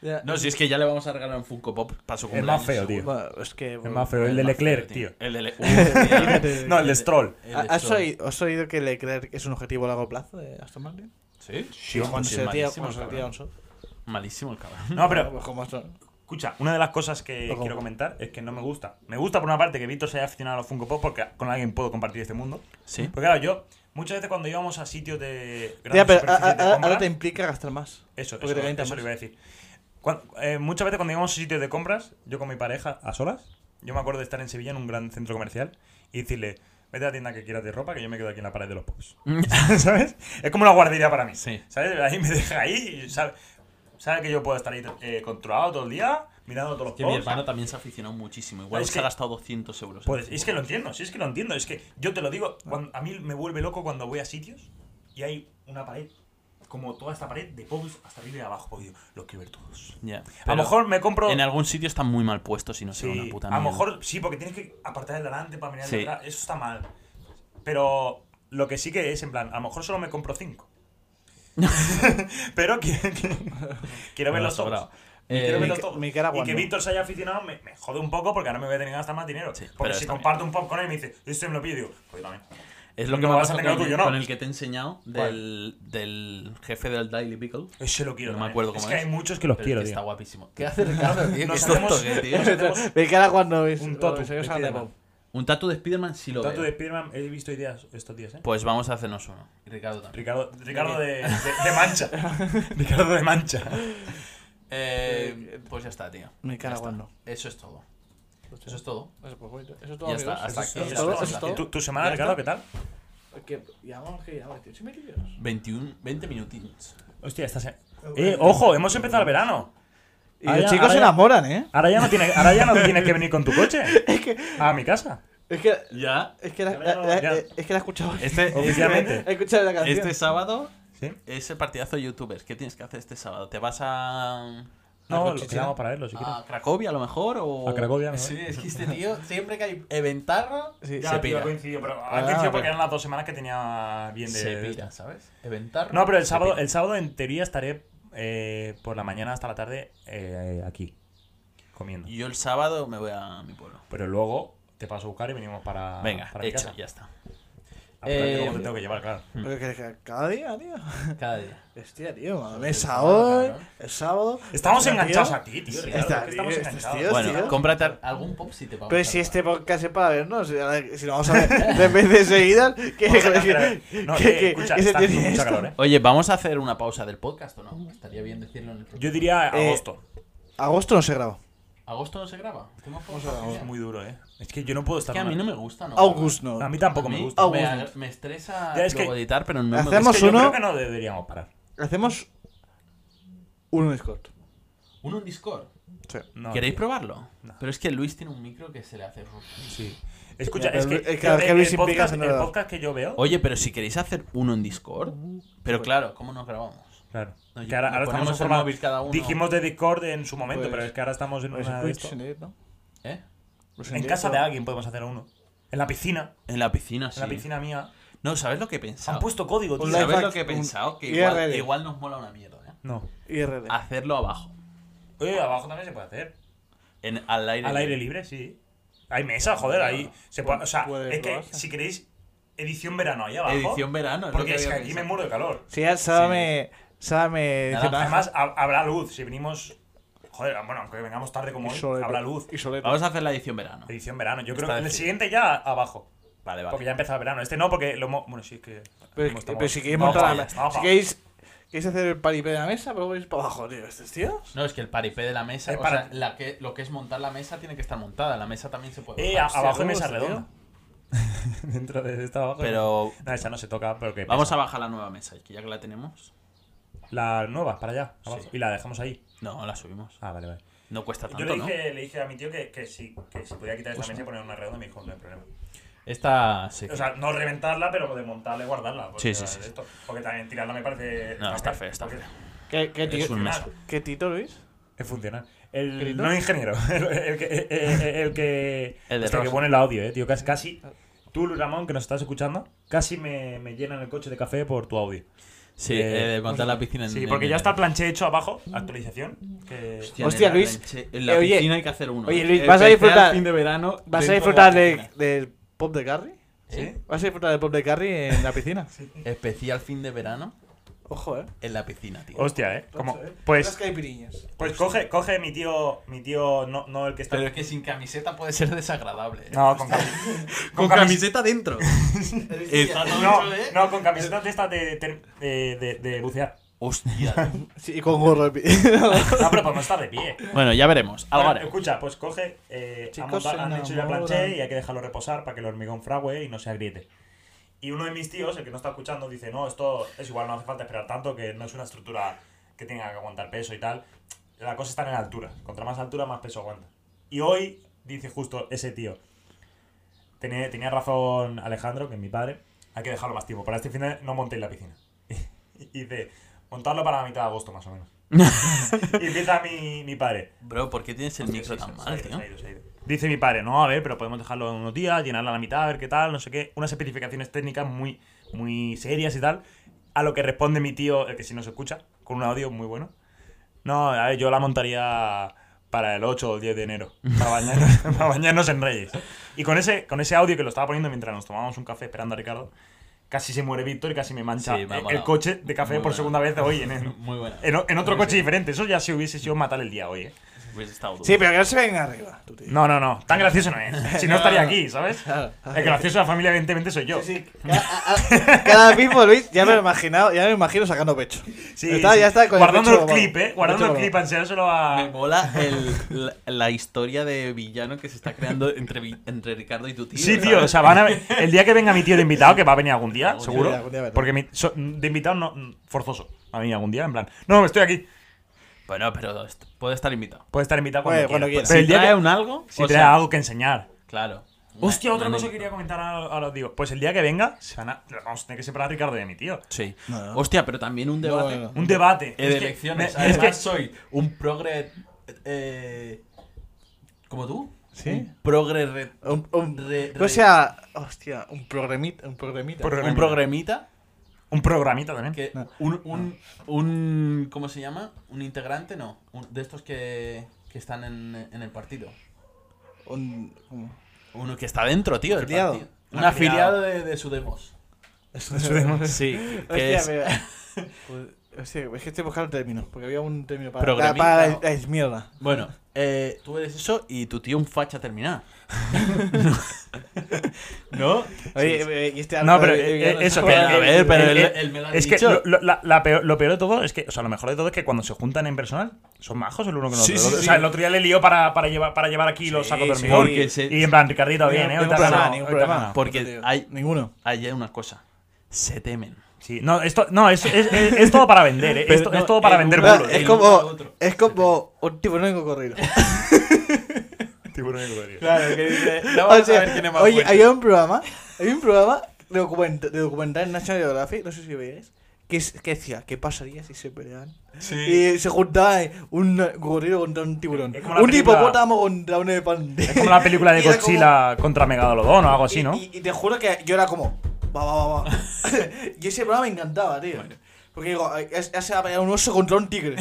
[SPEAKER 3] Ya.
[SPEAKER 1] No, si es que ya le vamos a regalar un Funko Pop para su
[SPEAKER 2] El
[SPEAKER 1] cumpleaños.
[SPEAKER 2] más feo, tío.
[SPEAKER 3] Bueno, es que.
[SPEAKER 2] El más feo, el de
[SPEAKER 1] más
[SPEAKER 2] Leclerc,
[SPEAKER 1] feo,
[SPEAKER 2] tío.
[SPEAKER 1] El de Leclerc.
[SPEAKER 2] No, el de Stroll.
[SPEAKER 3] ¿Has oído, ¿Has oído que le creer que es un objetivo a largo plazo de Aston Martin?
[SPEAKER 1] Sí.
[SPEAKER 2] Sí,
[SPEAKER 3] cuando
[SPEAKER 1] sí,
[SPEAKER 3] se retira,
[SPEAKER 1] malísimo,
[SPEAKER 3] cuando se retira
[SPEAKER 1] cabrón.
[SPEAKER 3] Alonso.
[SPEAKER 1] Malísimo el cabrón.
[SPEAKER 2] No, pero
[SPEAKER 3] Pues como Aston.
[SPEAKER 2] escucha, una de las cosas que
[SPEAKER 3] Ojo.
[SPEAKER 2] quiero comentar es que no me gusta. Me gusta por una parte que Víctor se haya aficionado a los Funko Pop porque con alguien puedo compartir este mundo.
[SPEAKER 1] Sí.
[SPEAKER 2] Porque claro, yo muchas veces cuando íbamos a sitios de
[SPEAKER 3] Ya,
[SPEAKER 2] grandes
[SPEAKER 3] pero a- a-
[SPEAKER 2] superficies de
[SPEAKER 3] ahora-
[SPEAKER 2] compra-
[SPEAKER 3] ahora te implica gastar más.
[SPEAKER 2] Eso,
[SPEAKER 3] Porque
[SPEAKER 2] eso,
[SPEAKER 3] te calientas
[SPEAKER 2] eso lo
[SPEAKER 3] más.
[SPEAKER 2] iba a decir. Cuan- eh, muchas veces cuando íbamos a sitios de compras, yo con mi pareja a solas, yo me acuerdo de estar en Sevilla en un gran centro comercial y decirle, vete a la tienda que quieras de ropa que yo me quedo aquí en la pared de los pocos. ¿Sabes? Es como una guardería para mí.
[SPEAKER 1] Sí.
[SPEAKER 2] ¿Sabes? Ahí me deja ahí y sabe, sabe que yo puedo estar ahí eh, controlado todo el día, mirando todos los
[SPEAKER 1] Que mi
[SPEAKER 2] posts.
[SPEAKER 1] hermano también se ha aficionado muchísimo. Igual
[SPEAKER 2] Es
[SPEAKER 1] se
[SPEAKER 2] que-
[SPEAKER 1] ha gastado 200 euros.
[SPEAKER 2] Pues es que lo entiendo, sí, es que lo entiendo. Es que yo te lo digo, cuan- a mí me vuelve loco cuando voy a sitios y hay una pared, como toda esta pared, de posts hasta arriba y abajo. porque digo, los quiero ver todos.
[SPEAKER 1] Ya,
[SPEAKER 2] a
[SPEAKER 1] pero
[SPEAKER 2] lo mejor me compro.
[SPEAKER 1] En algún sitio están muy mal puestos y no se
[SPEAKER 2] Sí,
[SPEAKER 1] ve una puta
[SPEAKER 2] a lo
[SPEAKER 1] mierda.
[SPEAKER 2] mejor sí, porque tienes que apartar el de delante para mirar el de
[SPEAKER 1] Sí.
[SPEAKER 2] atrás. Eso está mal. Pero lo que sí que es, en plan, a lo mejor solo me compro cinco. Pero que- que- quiero
[SPEAKER 1] Me lo
[SPEAKER 2] verlos
[SPEAKER 1] has
[SPEAKER 2] todos.
[SPEAKER 1] sobrado.
[SPEAKER 2] Quiero
[SPEAKER 1] Eh,
[SPEAKER 2] verlos
[SPEAKER 3] Nic-
[SPEAKER 2] todos.
[SPEAKER 3] Nicaragua,
[SPEAKER 2] y que
[SPEAKER 3] no.
[SPEAKER 2] Víctor se haya aficionado me, me jode un poco porque ahora me voy a tener que gastar más dinero.
[SPEAKER 1] Sí,
[SPEAKER 2] porque
[SPEAKER 1] pero
[SPEAKER 2] si
[SPEAKER 1] está
[SPEAKER 2] comparto un pop con él y me dice, esto me lo pido, digo, pues yo también.
[SPEAKER 1] es lo que
[SPEAKER 2] no
[SPEAKER 1] me
[SPEAKER 2] vas a
[SPEAKER 1] pasa
[SPEAKER 2] tener
[SPEAKER 1] con,
[SPEAKER 2] tú, yo
[SPEAKER 1] el-
[SPEAKER 2] no.
[SPEAKER 1] con el que te he enseñado del, del jefe del Daily Pickle.
[SPEAKER 2] Ese lo quiero.
[SPEAKER 1] No me
[SPEAKER 2] también.
[SPEAKER 1] acuerdo
[SPEAKER 2] es
[SPEAKER 1] cómo
[SPEAKER 2] que
[SPEAKER 1] es.
[SPEAKER 2] hay muchos que los
[SPEAKER 1] Pero
[SPEAKER 2] quiero,
[SPEAKER 1] es que está
[SPEAKER 2] tío.
[SPEAKER 1] guapísimo. ¿Qué hace Ricardo, tío?
[SPEAKER 2] Nos
[SPEAKER 1] Qué
[SPEAKER 2] hacemos-
[SPEAKER 1] tonto que, tío.
[SPEAKER 2] nos hacemos
[SPEAKER 3] Nicaragua no es.
[SPEAKER 2] Un tatu
[SPEAKER 3] los diseños
[SPEAKER 2] de
[SPEAKER 3] son de
[SPEAKER 2] Spiderman.
[SPEAKER 3] Bob.
[SPEAKER 1] Un tatu de Spiderman sí lo
[SPEAKER 2] Tanto de
[SPEAKER 1] veo.
[SPEAKER 2] Spiderman he visto ideas estos días, ¿eh?
[SPEAKER 1] Pues vamos a hacernos uno. Y Ricardo también.
[SPEAKER 2] Ricardo, Ricardo de, de- de Mancha. Ricardo de Mancha.
[SPEAKER 1] Eh, pues ya está, tío.
[SPEAKER 3] Nicaragua
[SPEAKER 1] Ya
[SPEAKER 3] no.
[SPEAKER 1] está. Eso es todo. Eso es todo.
[SPEAKER 3] Eso, pues, bueno, eso es todo.
[SPEAKER 1] Ya
[SPEAKER 3] amigos.
[SPEAKER 1] está, hasta
[SPEAKER 3] Eso
[SPEAKER 1] aquí
[SPEAKER 3] es
[SPEAKER 1] la
[SPEAKER 3] todo, eso es
[SPEAKER 1] presentación.
[SPEAKER 3] todo.
[SPEAKER 2] ¿Y ¿Tu, tu semana,
[SPEAKER 1] Ya
[SPEAKER 2] Ricardo,
[SPEAKER 1] está.
[SPEAKER 2] qué tal?
[SPEAKER 3] Que llamamos, que llamamos, tío. Sí, me líos.
[SPEAKER 1] 21, 20 minutitos.
[SPEAKER 2] Hostia, estás. Eh, ojo, hemos empezado el verano.
[SPEAKER 3] Y
[SPEAKER 2] Ahora ya-
[SPEAKER 3] los chicos
[SPEAKER 2] ahora
[SPEAKER 3] se
[SPEAKER 2] ya-
[SPEAKER 3] enamoran, ¿eh?
[SPEAKER 2] Ahora ya no tienes, ahora ya no tienes que venir con tu coche
[SPEAKER 3] Es que.
[SPEAKER 2] a mi casa.
[SPEAKER 3] Es que.
[SPEAKER 1] Ya.
[SPEAKER 3] Es que la,
[SPEAKER 2] Ya,
[SPEAKER 3] la- la-
[SPEAKER 2] ya.
[SPEAKER 3] es que la he escuchado.
[SPEAKER 1] Este,
[SPEAKER 2] Oficialmente.
[SPEAKER 1] este-
[SPEAKER 3] He escuchado la canción.
[SPEAKER 1] este sábado
[SPEAKER 2] ¿Sí?
[SPEAKER 1] es el partidazo de youtubers. ¿Qué tienes que hacer este sábado? ¿Te vas a,
[SPEAKER 2] No,
[SPEAKER 3] coche,
[SPEAKER 2] lo
[SPEAKER 3] sí. Ah,
[SPEAKER 2] quedamos para verlo si quieres.
[SPEAKER 1] a Cracovia a lo mejor? O...
[SPEAKER 2] A Cracovia, ¿no?
[SPEAKER 1] Sí, es que este tío, siempre que hay eventarro,
[SPEAKER 3] Sí.
[SPEAKER 1] se pira.
[SPEAKER 2] coincidido, pero
[SPEAKER 3] Ah,
[SPEAKER 2] ha coincidido porque
[SPEAKER 3] pero-
[SPEAKER 2] eran las dos semanas que tenía bien de.
[SPEAKER 1] Se pira, ¿sabes? Eventarro.
[SPEAKER 2] No, pero el
[SPEAKER 1] se
[SPEAKER 2] sábado,
[SPEAKER 1] pira.
[SPEAKER 2] el sábado en teoría estaré eh, por la mañana hasta la tarde eh, aquí, comiendo.
[SPEAKER 1] Yo el sábado me voy a mi pueblo.
[SPEAKER 2] Pero luego te paso a buscar y venimos para,
[SPEAKER 1] Venga,
[SPEAKER 2] Ah, para mi
[SPEAKER 1] hecho,
[SPEAKER 2] casa.
[SPEAKER 1] ya está.
[SPEAKER 2] Ah, pero
[SPEAKER 1] Eh,
[SPEAKER 2] luego te tengo que llevar, claro.
[SPEAKER 3] Pero que- que cada día, tío.
[SPEAKER 2] Este
[SPEAKER 1] Cada día.
[SPEAKER 3] Hostia, tío. madre mía, Es
[SPEAKER 1] el sábado,
[SPEAKER 3] hoy,
[SPEAKER 1] cabrón.
[SPEAKER 3] el sábado.
[SPEAKER 2] Estamos
[SPEAKER 3] Hostia,
[SPEAKER 2] enganchados
[SPEAKER 3] tío.
[SPEAKER 2] a ti, tío.
[SPEAKER 3] Sí,
[SPEAKER 2] Ricardo,
[SPEAKER 3] está,
[SPEAKER 2] es que estamos
[SPEAKER 3] tío,
[SPEAKER 2] enganchados.
[SPEAKER 3] tío,
[SPEAKER 1] bueno,
[SPEAKER 3] tío.
[SPEAKER 1] cómprate al- algún pop si te vamos
[SPEAKER 3] Pero
[SPEAKER 1] a
[SPEAKER 3] si
[SPEAKER 1] dar.
[SPEAKER 3] este podcast es para vernos, si lo vamos a ver tres veces seguidas, que, que,
[SPEAKER 2] Vamos a cambiar.
[SPEAKER 3] que-
[SPEAKER 2] No,
[SPEAKER 3] que-
[SPEAKER 2] eh,
[SPEAKER 3] que-
[SPEAKER 2] escucha,
[SPEAKER 3] que se
[SPEAKER 2] está
[SPEAKER 3] tiene
[SPEAKER 2] haciendo mucho
[SPEAKER 3] esto.
[SPEAKER 2] calor, eh.
[SPEAKER 1] Oye, vamos a hacer una pausa del podcast, ¿o no? Estaría bien decirlo en el
[SPEAKER 2] Yo diría
[SPEAKER 3] Eh,
[SPEAKER 2] agosto.
[SPEAKER 3] Agosto no se graba.
[SPEAKER 1] ¿Agosto no se graba? ¿Cómo podemos hacer
[SPEAKER 2] Es
[SPEAKER 1] eso?
[SPEAKER 2] muy duro, ¿eh? Es que yo no puedo
[SPEAKER 1] Es
[SPEAKER 2] estar.
[SPEAKER 1] que a mí
[SPEAKER 2] una-
[SPEAKER 1] no me gusta, ¿no?
[SPEAKER 3] August no.
[SPEAKER 2] A mí tampoco
[SPEAKER 1] A mí
[SPEAKER 2] me gusta.
[SPEAKER 1] Me,
[SPEAKER 3] August.
[SPEAKER 1] ag- me estresa
[SPEAKER 2] Ya, es que-
[SPEAKER 1] luego editar, pero no me
[SPEAKER 3] Hacemos
[SPEAKER 1] gusta.
[SPEAKER 2] Es que yo
[SPEAKER 3] uno-
[SPEAKER 2] creo que no deberíamos parar.
[SPEAKER 3] Hacemos uno en Discord. Pues
[SPEAKER 1] Uno en Discord.
[SPEAKER 3] Sí.
[SPEAKER 2] No.
[SPEAKER 1] ¿Queréis probarlo?
[SPEAKER 2] No.
[SPEAKER 1] Pero es que Luis tiene un micro que se le hace...
[SPEAKER 2] Sí. Escucha,
[SPEAKER 3] Ya, pero
[SPEAKER 2] es que,
[SPEAKER 3] Lu- eh, claro, que Luis
[SPEAKER 2] el,
[SPEAKER 3] implica
[SPEAKER 2] podcast,
[SPEAKER 3] hacer
[SPEAKER 2] el
[SPEAKER 3] nada.
[SPEAKER 2] podcast que yo veo.
[SPEAKER 1] Oye, pero si queréis hacer uno en Discord...
[SPEAKER 2] Uh,
[SPEAKER 1] Pero
[SPEAKER 2] pues
[SPEAKER 1] claro, ¿cómo nos grabamos?
[SPEAKER 2] Claro.
[SPEAKER 1] No, yo-
[SPEAKER 2] que ahora,
[SPEAKER 1] nos
[SPEAKER 2] ahora estamos
[SPEAKER 1] ponemos
[SPEAKER 2] en
[SPEAKER 1] el
[SPEAKER 2] forma-
[SPEAKER 1] móvil cada uno.
[SPEAKER 2] Dijimos de Discord en su momento,
[SPEAKER 3] Pues-
[SPEAKER 2] pero es que ahora estamos en
[SPEAKER 3] Pues
[SPEAKER 2] una
[SPEAKER 3] en
[SPEAKER 2] de
[SPEAKER 3] Twitch,
[SPEAKER 2] esto.
[SPEAKER 3] en directo.
[SPEAKER 1] ¿Eh?
[SPEAKER 3] Los
[SPEAKER 2] En casa de alguien podemos hacer uno. En la piscina.
[SPEAKER 1] En la piscina, sí. Ah. Pues
[SPEAKER 2] En la piscina mía.
[SPEAKER 1] No, ¿sabes lo que he
[SPEAKER 2] Han
[SPEAKER 1] pensado?
[SPEAKER 2] puesto código, tío.
[SPEAKER 3] Un live
[SPEAKER 1] ¿Sabes lo
[SPEAKER 3] hack,
[SPEAKER 1] que he
[SPEAKER 3] un
[SPEAKER 1] pensado? Que
[SPEAKER 3] IRL.
[SPEAKER 1] igual, igual nos mola una mierda, ¿eh?
[SPEAKER 2] No.
[SPEAKER 3] IRL.
[SPEAKER 2] Ah,
[SPEAKER 1] Hacerlo abajo.
[SPEAKER 2] Oye, abajo también se puede hacer.
[SPEAKER 1] En, al aire.
[SPEAKER 2] Al aire libre, sí. Hay mesa, joder, ahí. Se puede, o sea,
[SPEAKER 3] Puede
[SPEAKER 2] es que
[SPEAKER 3] probarse.
[SPEAKER 2] si queréis edición verano ahí abajo.
[SPEAKER 1] Edición verano. lo
[SPEAKER 2] Porque es que
[SPEAKER 1] había
[SPEAKER 2] aquí me
[SPEAKER 1] pensado.
[SPEAKER 2] muero de calor.
[SPEAKER 3] Sí, ya Saba me. Saba me
[SPEAKER 1] Nada,
[SPEAKER 3] dice "Ah, nada.
[SPEAKER 2] Además, ha- habrá luz. Si venimos. Joder, bueno, aunque vengamos tarde como hoy,
[SPEAKER 3] solero.
[SPEAKER 2] habrá luz.
[SPEAKER 3] Y solero.
[SPEAKER 1] Vamos a hacer la edición verano.
[SPEAKER 2] Edición verano. Yo creo
[SPEAKER 1] Está
[SPEAKER 2] que en el
[SPEAKER 1] decidido.
[SPEAKER 2] siguiente ya abajo.
[SPEAKER 1] Vale,
[SPEAKER 2] Porque
[SPEAKER 1] vale.
[SPEAKER 2] ya empieza el verano. Este no, porque lo. mo- Bueno, sí, es que.
[SPEAKER 3] Pero,
[SPEAKER 2] como estamos-
[SPEAKER 3] pero si queréis
[SPEAKER 2] Vamos
[SPEAKER 3] montar
[SPEAKER 2] para
[SPEAKER 3] la
[SPEAKER 2] allá, vamos
[SPEAKER 3] Si
[SPEAKER 2] para allá.
[SPEAKER 3] queréis, queréis hacer el paripé de la mesa, pero luego vais para abajo, tío. ¿Estos tíos?
[SPEAKER 1] No, es que el paripé de la mesa,
[SPEAKER 2] Es
[SPEAKER 1] o
[SPEAKER 2] para-
[SPEAKER 1] sea, la que, lo que es montar la mesa tiene que estar montada. La mesa también se puede.
[SPEAKER 2] Eh,
[SPEAKER 1] bajar.
[SPEAKER 2] a- abajo hay
[SPEAKER 3] huevos,
[SPEAKER 2] mesa
[SPEAKER 3] tío.
[SPEAKER 2] redonda. Dentro de esta abajo.
[SPEAKER 1] Pero
[SPEAKER 2] No, esa no se toca, pero que.
[SPEAKER 1] vamos a bajar la nueva mesa, que ya que la tenemos.
[SPEAKER 2] La nueva, para allá.
[SPEAKER 1] Sí.
[SPEAKER 2] abajo. Y la dejamos ahí.
[SPEAKER 1] No, la subimos.
[SPEAKER 2] Ah, vale, vale.
[SPEAKER 1] No cuesta
[SPEAKER 2] Yo
[SPEAKER 1] tanto,
[SPEAKER 2] le
[SPEAKER 1] ¿no? Pues
[SPEAKER 2] dije, le dije a mi tío que, que, si, que si podía quitar esta mesa y poner una redonda, me dijo, no hay problema.
[SPEAKER 1] Esta sí.
[SPEAKER 2] O sea, no reventarla, pero desmontarla y guardarla. porque
[SPEAKER 1] Sí, sí, sí,
[SPEAKER 2] esto- Porque también tirarla me parece.
[SPEAKER 1] No, está feo, está
[SPEAKER 2] porque-
[SPEAKER 1] feo.
[SPEAKER 3] ¿Qué, qué,
[SPEAKER 1] Es
[SPEAKER 3] tío,
[SPEAKER 1] un mesa.
[SPEAKER 3] ¿Qué tito, Luis?
[SPEAKER 2] Es funcional. El
[SPEAKER 3] ¿Grito?
[SPEAKER 2] no ingeniero. El, el que. eh, eh, El que,
[SPEAKER 1] El de
[SPEAKER 2] hostia, que
[SPEAKER 1] rosa.
[SPEAKER 2] pone el audio, eh, tío. Casi. casi tú, Ramón, que nos estás escuchando, casi me, me llenan el coche de café por tu audio.
[SPEAKER 1] Sí,
[SPEAKER 2] Eh,
[SPEAKER 1] eh, de montar la piscina en
[SPEAKER 2] Sí, porque
[SPEAKER 1] en-
[SPEAKER 2] ya está el planche hecho abajo. Actualización. Que...
[SPEAKER 1] Hostia,
[SPEAKER 3] Hostia,
[SPEAKER 1] en la
[SPEAKER 3] Luis.
[SPEAKER 1] planche- En la
[SPEAKER 3] Eh, oye,
[SPEAKER 1] piscina hay que hacer uno.
[SPEAKER 3] oye,
[SPEAKER 1] ¿eh?
[SPEAKER 3] Luis,
[SPEAKER 1] El
[SPEAKER 3] ¿vas a
[SPEAKER 1] especial
[SPEAKER 3] disfrutar-
[SPEAKER 1] fin de verano.
[SPEAKER 3] ¿Vas a
[SPEAKER 1] dentro
[SPEAKER 3] disfrutar
[SPEAKER 1] la
[SPEAKER 3] de-
[SPEAKER 1] piscina.
[SPEAKER 3] del pop de Carrie?
[SPEAKER 2] ¿Sí?
[SPEAKER 3] ¿Vas a disfrutar del pop de Carrie en la piscina?
[SPEAKER 1] Especial fin de verano
[SPEAKER 3] Ojo, eh.
[SPEAKER 1] en la piscina, tío.
[SPEAKER 2] Hostia, eh. Como, pues
[SPEAKER 3] caipiriñas.
[SPEAKER 2] pues coge, coge mi tío. Mi tío, no, no el que está.
[SPEAKER 1] Pero es que sin camiseta puede ser desagradable. ¿eh?
[SPEAKER 2] No, con, cami-
[SPEAKER 1] Con
[SPEAKER 2] camis-
[SPEAKER 1] camiseta dentro. Está todo
[SPEAKER 2] No,
[SPEAKER 1] hecho ¿eh? de-
[SPEAKER 2] no, con camisetas de estas de, ter- de, de, de bucear.
[SPEAKER 1] Hostia.
[SPEAKER 3] Sí, y con gorro. de pi-
[SPEAKER 2] No, pero podemos estar de pie.
[SPEAKER 1] bueno, ya veremos.
[SPEAKER 3] Ah.
[SPEAKER 1] Algo
[SPEAKER 2] Bueno,
[SPEAKER 1] haremos.
[SPEAKER 2] escucha, pues coge, eh,
[SPEAKER 3] Chicos,
[SPEAKER 2] han, montado-
[SPEAKER 3] se
[SPEAKER 2] han hecho ya
[SPEAKER 3] enamoran.
[SPEAKER 2] planché y hay que dejarlo reposar para que el hormigón frague y no se agriete. Y uno de mis tíos, el que no está escuchando, dice, no, esto es igual, no hace falta esperar tanto, que no es una estructura que tenga que aguantar peso y tal. La cosa está en altura. Contra más altura, más peso aguanta. Y hoy, dice justo ese tío, tenía, tenía razón Alejandro, que es mi padre, hay que dejarlo más tiempo. Para este final no montéis la piscina. Y dice, montarlo para la mitad de agosto, más o menos. y empieza mi, mi padre.
[SPEAKER 1] Bro, ¿por qué tienes el micro tan mal, tío?
[SPEAKER 2] Dice mi padre, no, a ver, pero podemos dejarlo unos días, llenarla a la mitad, a ver qué tal, no sé qué. Unas especificaciones técnicas muy, muy serias y tal. A lo que responde mi tío, el que si nos escucha, con un audio muy bueno. No, a ver, yo la montaría para el 8 o 10 de enero, para bañarnos, para bañarnos en Reyes. Y con ese, con ese audio que lo estaba poniendo mientras nos tomábamos un café esperando a Ricardo, casi se muere Víctor y casi me mancha eh,
[SPEAKER 1] Sí, me ha
[SPEAKER 2] el- el
[SPEAKER 1] molado.
[SPEAKER 2] coche de café
[SPEAKER 1] Muy
[SPEAKER 2] por
[SPEAKER 1] bueno.
[SPEAKER 2] segunda vez hoy en, en-
[SPEAKER 1] Muy buena.
[SPEAKER 2] en o- en otro coche diferente. Eso ya si hubiese sido matar el día hoy, ¿eh?
[SPEAKER 1] Hubiese estado Pues duro.
[SPEAKER 3] Sí, pero que no se venga arriba. tú, tío.
[SPEAKER 2] No, no, no. Tan gracioso no es. Si no estaría aquí, ¿sabes?
[SPEAKER 3] Claro.
[SPEAKER 2] El gracioso de la familia, evidentemente, soy yo.
[SPEAKER 3] Sí, cada, a- a- cada mismo Luis ya me lo he imaginado, ya me lo imagino sacando pecho.
[SPEAKER 2] Sí,
[SPEAKER 3] está,
[SPEAKER 2] sí.
[SPEAKER 3] Ya está con
[SPEAKER 2] Guardando
[SPEAKER 3] el,
[SPEAKER 2] el, clip, ¿eh? Guardando el clip,
[SPEAKER 3] Al...
[SPEAKER 2] enseñárselo
[SPEAKER 1] Me
[SPEAKER 2] a...
[SPEAKER 1] mola el- la, la historia de villano que se está creando entre, vi- entre Ricardo y tu tío.
[SPEAKER 2] Sí, tío,
[SPEAKER 1] ¿sabes?
[SPEAKER 2] o sea, van a ver- el día que venga mi tío de invitado, que va a venir algún día,
[SPEAKER 1] Algún día,
[SPEAKER 2] seguro.
[SPEAKER 3] algún día vendrá.
[SPEAKER 2] porque mi- so- de invitado no, mm, forzoso. Va a venir algún día, en plan, no, estoy aquí.
[SPEAKER 1] Bueno, pero est- puede estar invitado.
[SPEAKER 2] Puede estar invitado
[SPEAKER 3] Bueno,
[SPEAKER 2] cuando,
[SPEAKER 3] cuando
[SPEAKER 2] quiera.
[SPEAKER 3] quiera.
[SPEAKER 2] Pero
[SPEAKER 1] Si
[SPEAKER 2] el día
[SPEAKER 1] trae
[SPEAKER 2] que-
[SPEAKER 1] un algo,
[SPEAKER 2] si
[SPEAKER 1] o
[SPEAKER 2] trae
[SPEAKER 1] sea,
[SPEAKER 2] algo que enseñar.
[SPEAKER 1] Claro.
[SPEAKER 2] Hostia,
[SPEAKER 1] Una-
[SPEAKER 2] otra
[SPEAKER 1] una
[SPEAKER 2] cosa que
[SPEAKER 1] anécdota.
[SPEAKER 2] quería comentar ahora, ahora os digo. Pues el día que venga, se van a- vamos a tener que separar a Ricardo de mi tío.
[SPEAKER 1] Sí.
[SPEAKER 3] No, no.
[SPEAKER 1] Hostia, pero también un debate.
[SPEAKER 3] No, no, no.
[SPEAKER 2] Un debate. este,
[SPEAKER 1] Eh,
[SPEAKER 2] Es
[SPEAKER 1] de
[SPEAKER 2] que-
[SPEAKER 1] elecciones.
[SPEAKER 2] me-
[SPEAKER 1] Además,
[SPEAKER 2] es que-
[SPEAKER 1] soy un progre. eh, ¿Como tú?
[SPEAKER 3] Sí.
[SPEAKER 1] Un progre. re-
[SPEAKER 3] Un, un-
[SPEAKER 1] Re-
[SPEAKER 3] o
[SPEAKER 1] re-
[SPEAKER 3] sea, hostia, un programita. Un programita.
[SPEAKER 2] Pro-
[SPEAKER 1] un programita.
[SPEAKER 2] Un programita también.
[SPEAKER 1] Que
[SPEAKER 3] No.
[SPEAKER 1] un, un, un- ¿Cómo se llama? Un integrante, no. un- de estos que, que están en, en el partido.
[SPEAKER 3] Un, ¿cómo?
[SPEAKER 1] Uno que está dentro, tío. Del
[SPEAKER 3] Afiliado.
[SPEAKER 1] partido. Un
[SPEAKER 2] Un afiliado.
[SPEAKER 1] afiliado de, de Sudemos. Sí. Que
[SPEAKER 3] Hostia,
[SPEAKER 1] es
[SPEAKER 3] pero- Pues, hostia, es que estoy buscando un término, porque había un término para, para,
[SPEAKER 1] Programita,
[SPEAKER 3] para
[SPEAKER 1] ¿no?
[SPEAKER 3] la, la mierda.
[SPEAKER 1] Bueno, eh, tú eres eso y tu tío un facha terminada. ¿No?
[SPEAKER 3] Oye, eh, y este
[SPEAKER 2] No,
[SPEAKER 3] árbol
[SPEAKER 2] pero
[SPEAKER 3] de-
[SPEAKER 2] eh,
[SPEAKER 3] de-
[SPEAKER 2] eh, eso,
[SPEAKER 1] Pero,
[SPEAKER 2] que-
[SPEAKER 1] a
[SPEAKER 2] eh,
[SPEAKER 1] ver, pero
[SPEAKER 2] eh,
[SPEAKER 1] él-
[SPEAKER 2] eh,
[SPEAKER 1] él me lo ha
[SPEAKER 2] es que
[SPEAKER 1] dicho.
[SPEAKER 2] lo, lo- la- la peor, lo peor de todo es que, o sea, lo mejor de todo es que cuando se juntan en personal, son majos el uno con el
[SPEAKER 1] Sí,
[SPEAKER 2] otro.
[SPEAKER 1] sí,
[SPEAKER 2] o
[SPEAKER 1] sí.
[SPEAKER 2] sea, el otro día le lió para, para, llevar, para llevar aquí los
[SPEAKER 3] Sí,
[SPEAKER 2] sacos de
[SPEAKER 3] sí,
[SPEAKER 2] hormigón.
[SPEAKER 1] porque se-
[SPEAKER 2] y en plan, Ricardito, bien, ¿eh? Hoy
[SPEAKER 3] Ningún
[SPEAKER 2] te has
[SPEAKER 3] problema,
[SPEAKER 2] ganado,
[SPEAKER 3] ningún
[SPEAKER 2] hoy te has
[SPEAKER 3] problema.
[SPEAKER 2] ganado.
[SPEAKER 1] Porque
[SPEAKER 3] Tío,
[SPEAKER 1] hay-
[SPEAKER 3] Ninguno.
[SPEAKER 1] Hay una cosa. Se temen.
[SPEAKER 2] Sí, no, esto, no es, es, es- es todo para vender, ¿eh?
[SPEAKER 1] Pero
[SPEAKER 2] Esto-
[SPEAKER 1] no,
[SPEAKER 2] es todo para
[SPEAKER 1] el
[SPEAKER 2] vender
[SPEAKER 1] uno-
[SPEAKER 2] bolos.
[SPEAKER 1] el
[SPEAKER 3] es
[SPEAKER 1] uno al
[SPEAKER 3] como,
[SPEAKER 1] otro.
[SPEAKER 3] es como un tiburón en cocodrilo.
[SPEAKER 1] Claro, que dice. No
[SPEAKER 3] O sea, oye, había un programa, había un programa de, document- de documental en National Geographic, no sé si veis, ¿Qué, es- qué decía? ¿Qué pasaría si se pelean?
[SPEAKER 2] Sí.
[SPEAKER 3] Y se juntaba eh, un gorila contra un tiburón.
[SPEAKER 2] Es como la
[SPEAKER 3] un
[SPEAKER 2] película-
[SPEAKER 3] hipopótamo contra un elefante.
[SPEAKER 2] Es como la película de
[SPEAKER 3] Y era como-
[SPEAKER 2] Godzilla contra Megalodon o algo así,
[SPEAKER 3] Y-
[SPEAKER 2] ¿no?
[SPEAKER 3] Y, y te juro que yo era como, va, va, va, va. y ese programa me encantaba, tío. Porque digo, "Ay, ya ya se va a pelear un oso contra un tigre.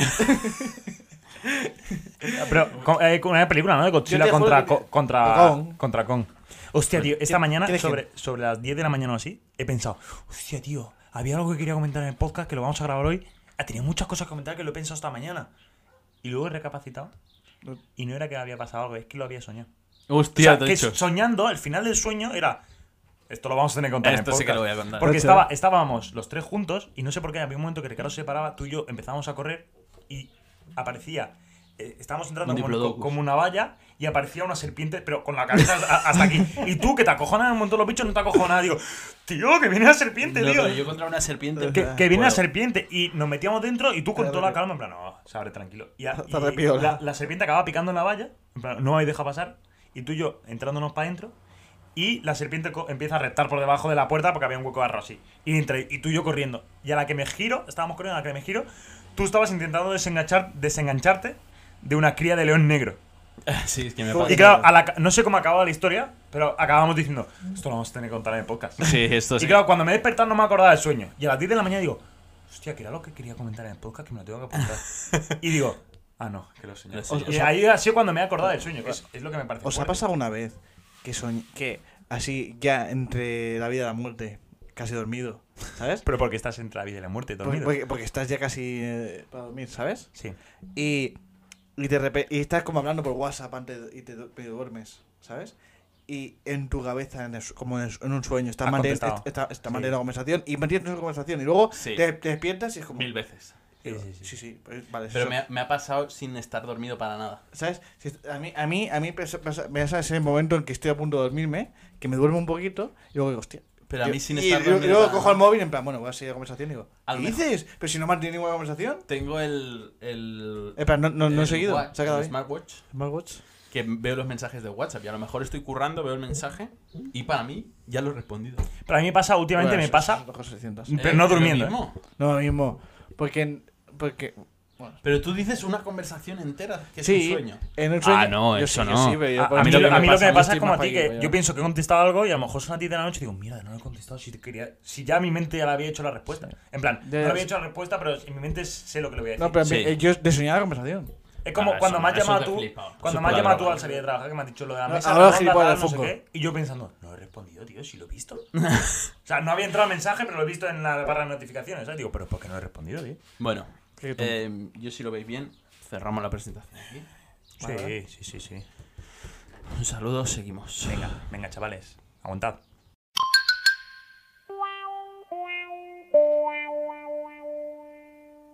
[SPEAKER 2] Pero con- eh, con una película, ¿no? De Godzilla
[SPEAKER 3] Yo te juro
[SPEAKER 2] contra,
[SPEAKER 3] que-
[SPEAKER 2] co- contra,
[SPEAKER 3] Kong.
[SPEAKER 2] contra Kong. Hostia, tío, esta
[SPEAKER 3] ¿Qué-
[SPEAKER 2] mañana,
[SPEAKER 3] qué
[SPEAKER 2] sobre, sobre las 10 de la mañana o así, he pensado, hostia, tío, había algo que quería comentar en el podcast que lo vamos a grabar hoy. Ha tenido muchas cosas que comentar que lo he pensado esta mañana. Y luego he recapacitado.
[SPEAKER 3] No.
[SPEAKER 2] Y no era que había pasado algo, es que lo había soñado.
[SPEAKER 1] Hostia,
[SPEAKER 2] o sea,
[SPEAKER 1] te he
[SPEAKER 2] que
[SPEAKER 1] dicho.
[SPEAKER 2] soñando, al final del sueño era. Esto lo vamos a tener que contar. en el
[SPEAKER 1] Esto sí que
[SPEAKER 2] podcast".
[SPEAKER 1] lo voy a contar.
[SPEAKER 2] Porque
[SPEAKER 3] Ocho.
[SPEAKER 2] estaba, estábamos los tres juntos y no sé por qué había un momento que Ricardo se separaba, tú y yo empezábamos a correr y aparecía. eh, estábamos entrando
[SPEAKER 1] Un
[SPEAKER 2] como,
[SPEAKER 1] diplodocus.
[SPEAKER 2] como una valla y aparecía una serpiente, pero con la cabeza a- hasta aquí. Y tú, que te acojonas un montón los bichos, no te acojonas. Digo, tío, que viene la serpiente,
[SPEAKER 1] No,
[SPEAKER 2] tío.
[SPEAKER 1] pero yo contra una serpiente.
[SPEAKER 2] Que, que viene
[SPEAKER 1] Bueno,
[SPEAKER 2] la serpiente y nos metíamos dentro y tú con
[SPEAKER 3] Te
[SPEAKER 2] toda la
[SPEAKER 3] arrepio.
[SPEAKER 2] calma, en plan, no, se abre tranquilo. Y, a-
[SPEAKER 3] Te
[SPEAKER 2] y
[SPEAKER 3] arrepio,
[SPEAKER 2] la,
[SPEAKER 3] la-
[SPEAKER 2] la serpiente acaba picando en la valla, en plan, no hay deja pasar, y tú y yo entrándonos para adentro, y la serpiente co- empieza a reptar por debajo de la puerta porque había un hueco de arroz así. Y, entre, y tú y yo corriendo. Y a la que me giro, estábamos corriendo, a la que me giro, tú estabas intentando desenganchar, desengancharte de una cría de león negro.
[SPEAKER 1] Sí, es que me
[SPEAKER 3] Y
[SPEAKER 1] pasa.
[SPEAKER 2] Y claro, a la ca- no sé cómo acababa la historia, pero acabamos diciendo, esto lo vamos a tener que contar en el podcast.
[SPEAKER 1] Sí, esto sí.
[SPEAKER 2] Y claro, cuando me he despertado no me acordaba del sueño. Y a las 10 de la mañana digo, hostia, que era lo que quería comentar en el podcast, que me lo tengo que apuntar. y digo, ah, no, que lo sueño.
[SPEAKER 1] Lo sueño.
[SPEAKER 2] Y ahí ha sido cuando me he acordado del sueño, que es, es lo que me parece.
[SPEAKER 3] ¿Os ha
[SPEAKER 2] fuerte.
[SPEAKER 3] pasado una vez que soñ que así ya entre la vida y la muerte, casi dormido, ¿sabes?
[SPEAKER 2] Pero porque estás entre la vida y la muerte,
[SPEAKER 3] Porque,
[SPEAKER 2] dormido.
[SPEAKER 3] porque- porque estás ya casi eh, para dormir, ¿sabes?
[SPEAKER 2] Sí.
[SPEAKER 3] Y, y, de repe- y estás como hablando por WhatsApp antes de- y te, du- te duermes, ¿sabes? Y en tu cabeza, en el su- como en, el su- en un sueño, estás
[SPEAKER 2] Ha
[SPEAKER 3] manteniendo
[SPEAKER 2] contestado.
[SPEAKER 3] esta, esta
[SPEAKER 2] Sí.
[SPEAKER 3] manteniendo la conversación y mantienes una conversación y luego
[SPEAKER 1] Sí.
[SPEAKER 3] te, te despiertas y es como...
[SPEAKER 1] Mil veces.
[SPEAKER 3] digo,
[SPEAKER 2] Sí, sí, sí.
[SPEAKER 3] Sí, sí, pues, vale.
[SPEAKER 1] Pero
[SPEAKER 3] eso-
[SPEAKER 1] me ha, me ha pasado sin estar dormido para nada.
[SPEAKER 3] ¿Sabes? Si est- a mí, a mí, a mí pasa- pasa- me pasa ese momento en que estoy a punto de dormirme, que me duermo un poquito y luego digo, hostia.
[SPEAKER 1] Pero a
[SPEAKER 3] Yo-
[SPEAKER 1] mí sin
[SPEAKER 3] y
[SPEAKER 1] estar
[SPEAKER 3] yo-
[SPEAKER 1] dormido.
[SPEAKER 3] Y luego
[SPEAKER 1] para
[SPEAKER 3] cojo el
[SPEAKER 1] nada.
[SPEAKER 3] móvil en plan, bueno, voy a seguir la conversación y digo,
[SPEAKER 1] A lo
[SPEAKER 3] ¿qué
[SPEAKER 1] mejor.
[SPEAKER 3] dices? Pero si no mantiene ninguna conversación.
[SPEAKER 1] Tengo el. el
[SPEAKER 3] En plan, Eh, no, no, no he
[SPEAKER 1] el
[SPEAKER 3] seguido.
[SPEAKER 1] wa-
[SPEAKER 3] Se ha quedado
[SPEAKER 1] Eh, el
[SPEAKER 3] ahí.
[SPEAKER 1] smartwatch.
[SPEAKER 3] Smartwatch.
[SPEAKER 1] Que veo los mensajes de WhatsApp. Y a lo mejor estoy currando, veo el mensaje. Y para mí, ya lo he respondido.
[SPEAKER 2] Pero a mí me pasa, últimamente
[SPEAKER 3] Bueno,
[SPEAKER 2] me pasa,
[SPEAKER 3] son dos cosas distintas.
[SPEAKER 2] Pero no
[SPEAKER 1] es lo
[SPEAKER 2] durmiendo, ¿eh?
[SPEAKER 1] mismo.
[SPEAKER 3] No, lo mismo. Porque. Porque.
[SPEAKER 1] Pero tú dices una conversación entera, que es
[SPEAKER 3] sí,
[SPEAKER 1] un sueño.
[SPEAKER 3] en un sueño.
[SPEAKER 1] Ah, no,
[SPEAKER 3] yo
[SPEAKER 1] eso
[SPEAKER 3] sí, yo
[SPEAKER 1] no.
[SPEAKER 3] sí, pero yo
[SPEAKER 2] A,
[SPEAKER 3] por
[SPEAKER 2] a mí,
[SPEAKER 3] ejemplo,
[SPEAKER 2] lo, a mí lo que me
[SPEAKER 3] yo
[SPEAKER 2] pasa es
[SPEAKER 3] estoy
[SPEAKER 2] como a
[SPEAKER 3] más
[SPEAKER 2] ti,
[SPEAKER 3] paquillo,
[SPEAKER 2] que yo pienso que he contestado algo y a lo mejor son las 10 de la noche y digo, mierda, no lo he contestado si, te quería, si ya mi mente ya le había hecho la respuesta. En plan,
[SPEAKER 3] De-
[SPEAKER 2] no le había hecho la respuesta, pero en mi mente sé lo que le voy a decir.
[SPEAKER 3] No, pero a mí-
[SPEAKER 1] Sí.
[SPEAKER 3] eh, yo he soñado la conversación.
[SPEAKER 2] Es como
[SPEAKER 1] Ah, eso
[SPEAKER 2] cuando me has
[SPEAKER 1] no, eso
[SPEAKER 2] llamado
[SPEAKER 1] te
[SPEAKER 2] tú,
[SPEAKER 1] flipa. Eso
[SPEAKER 2] cuando
[SPEAKER 1] es
[SPEAKER 2] me has
[SPEAKER 1] palabra
[SPEAKER 2] llamado tú
[SPEAKER 1] loca.
[SPEAKER 2] al salir de trabajar que me has dicho lo de la
[SPEAKER 3] No,
[SPEAKER 2] mesa,
[SPEAKER 3] ahora
[SPEAKER 2] no,
[SPEAKER 3] gilipollas
[SPEAKER 2] tal,
[SPEAKER 3] de
[SPEAKER 2] no sé
[SPEAKER 3] Funko.
[SPEAKER 2] qué, y yo pensando, no he respondido, tío, si lo he visto. o sea, no había entrado el mensaje, pero lo he visto en la barra de notificaciones, ¿sabes? Digo, pero ¿por qué no he respondido, tío?
[SPEAKER 1] Bueno,
[SPEAKER 3] Qué tonto.
[SPEAKER 1] eh, yo si lo veis bien, cerramos la presentación aquí.
[SPEAKER 2] Sí, sí, sí, sí.
[SPEAKER 1] Un saludo, seguimos.
[SPEAKER 2] Venga, venga, chavales, aguantad.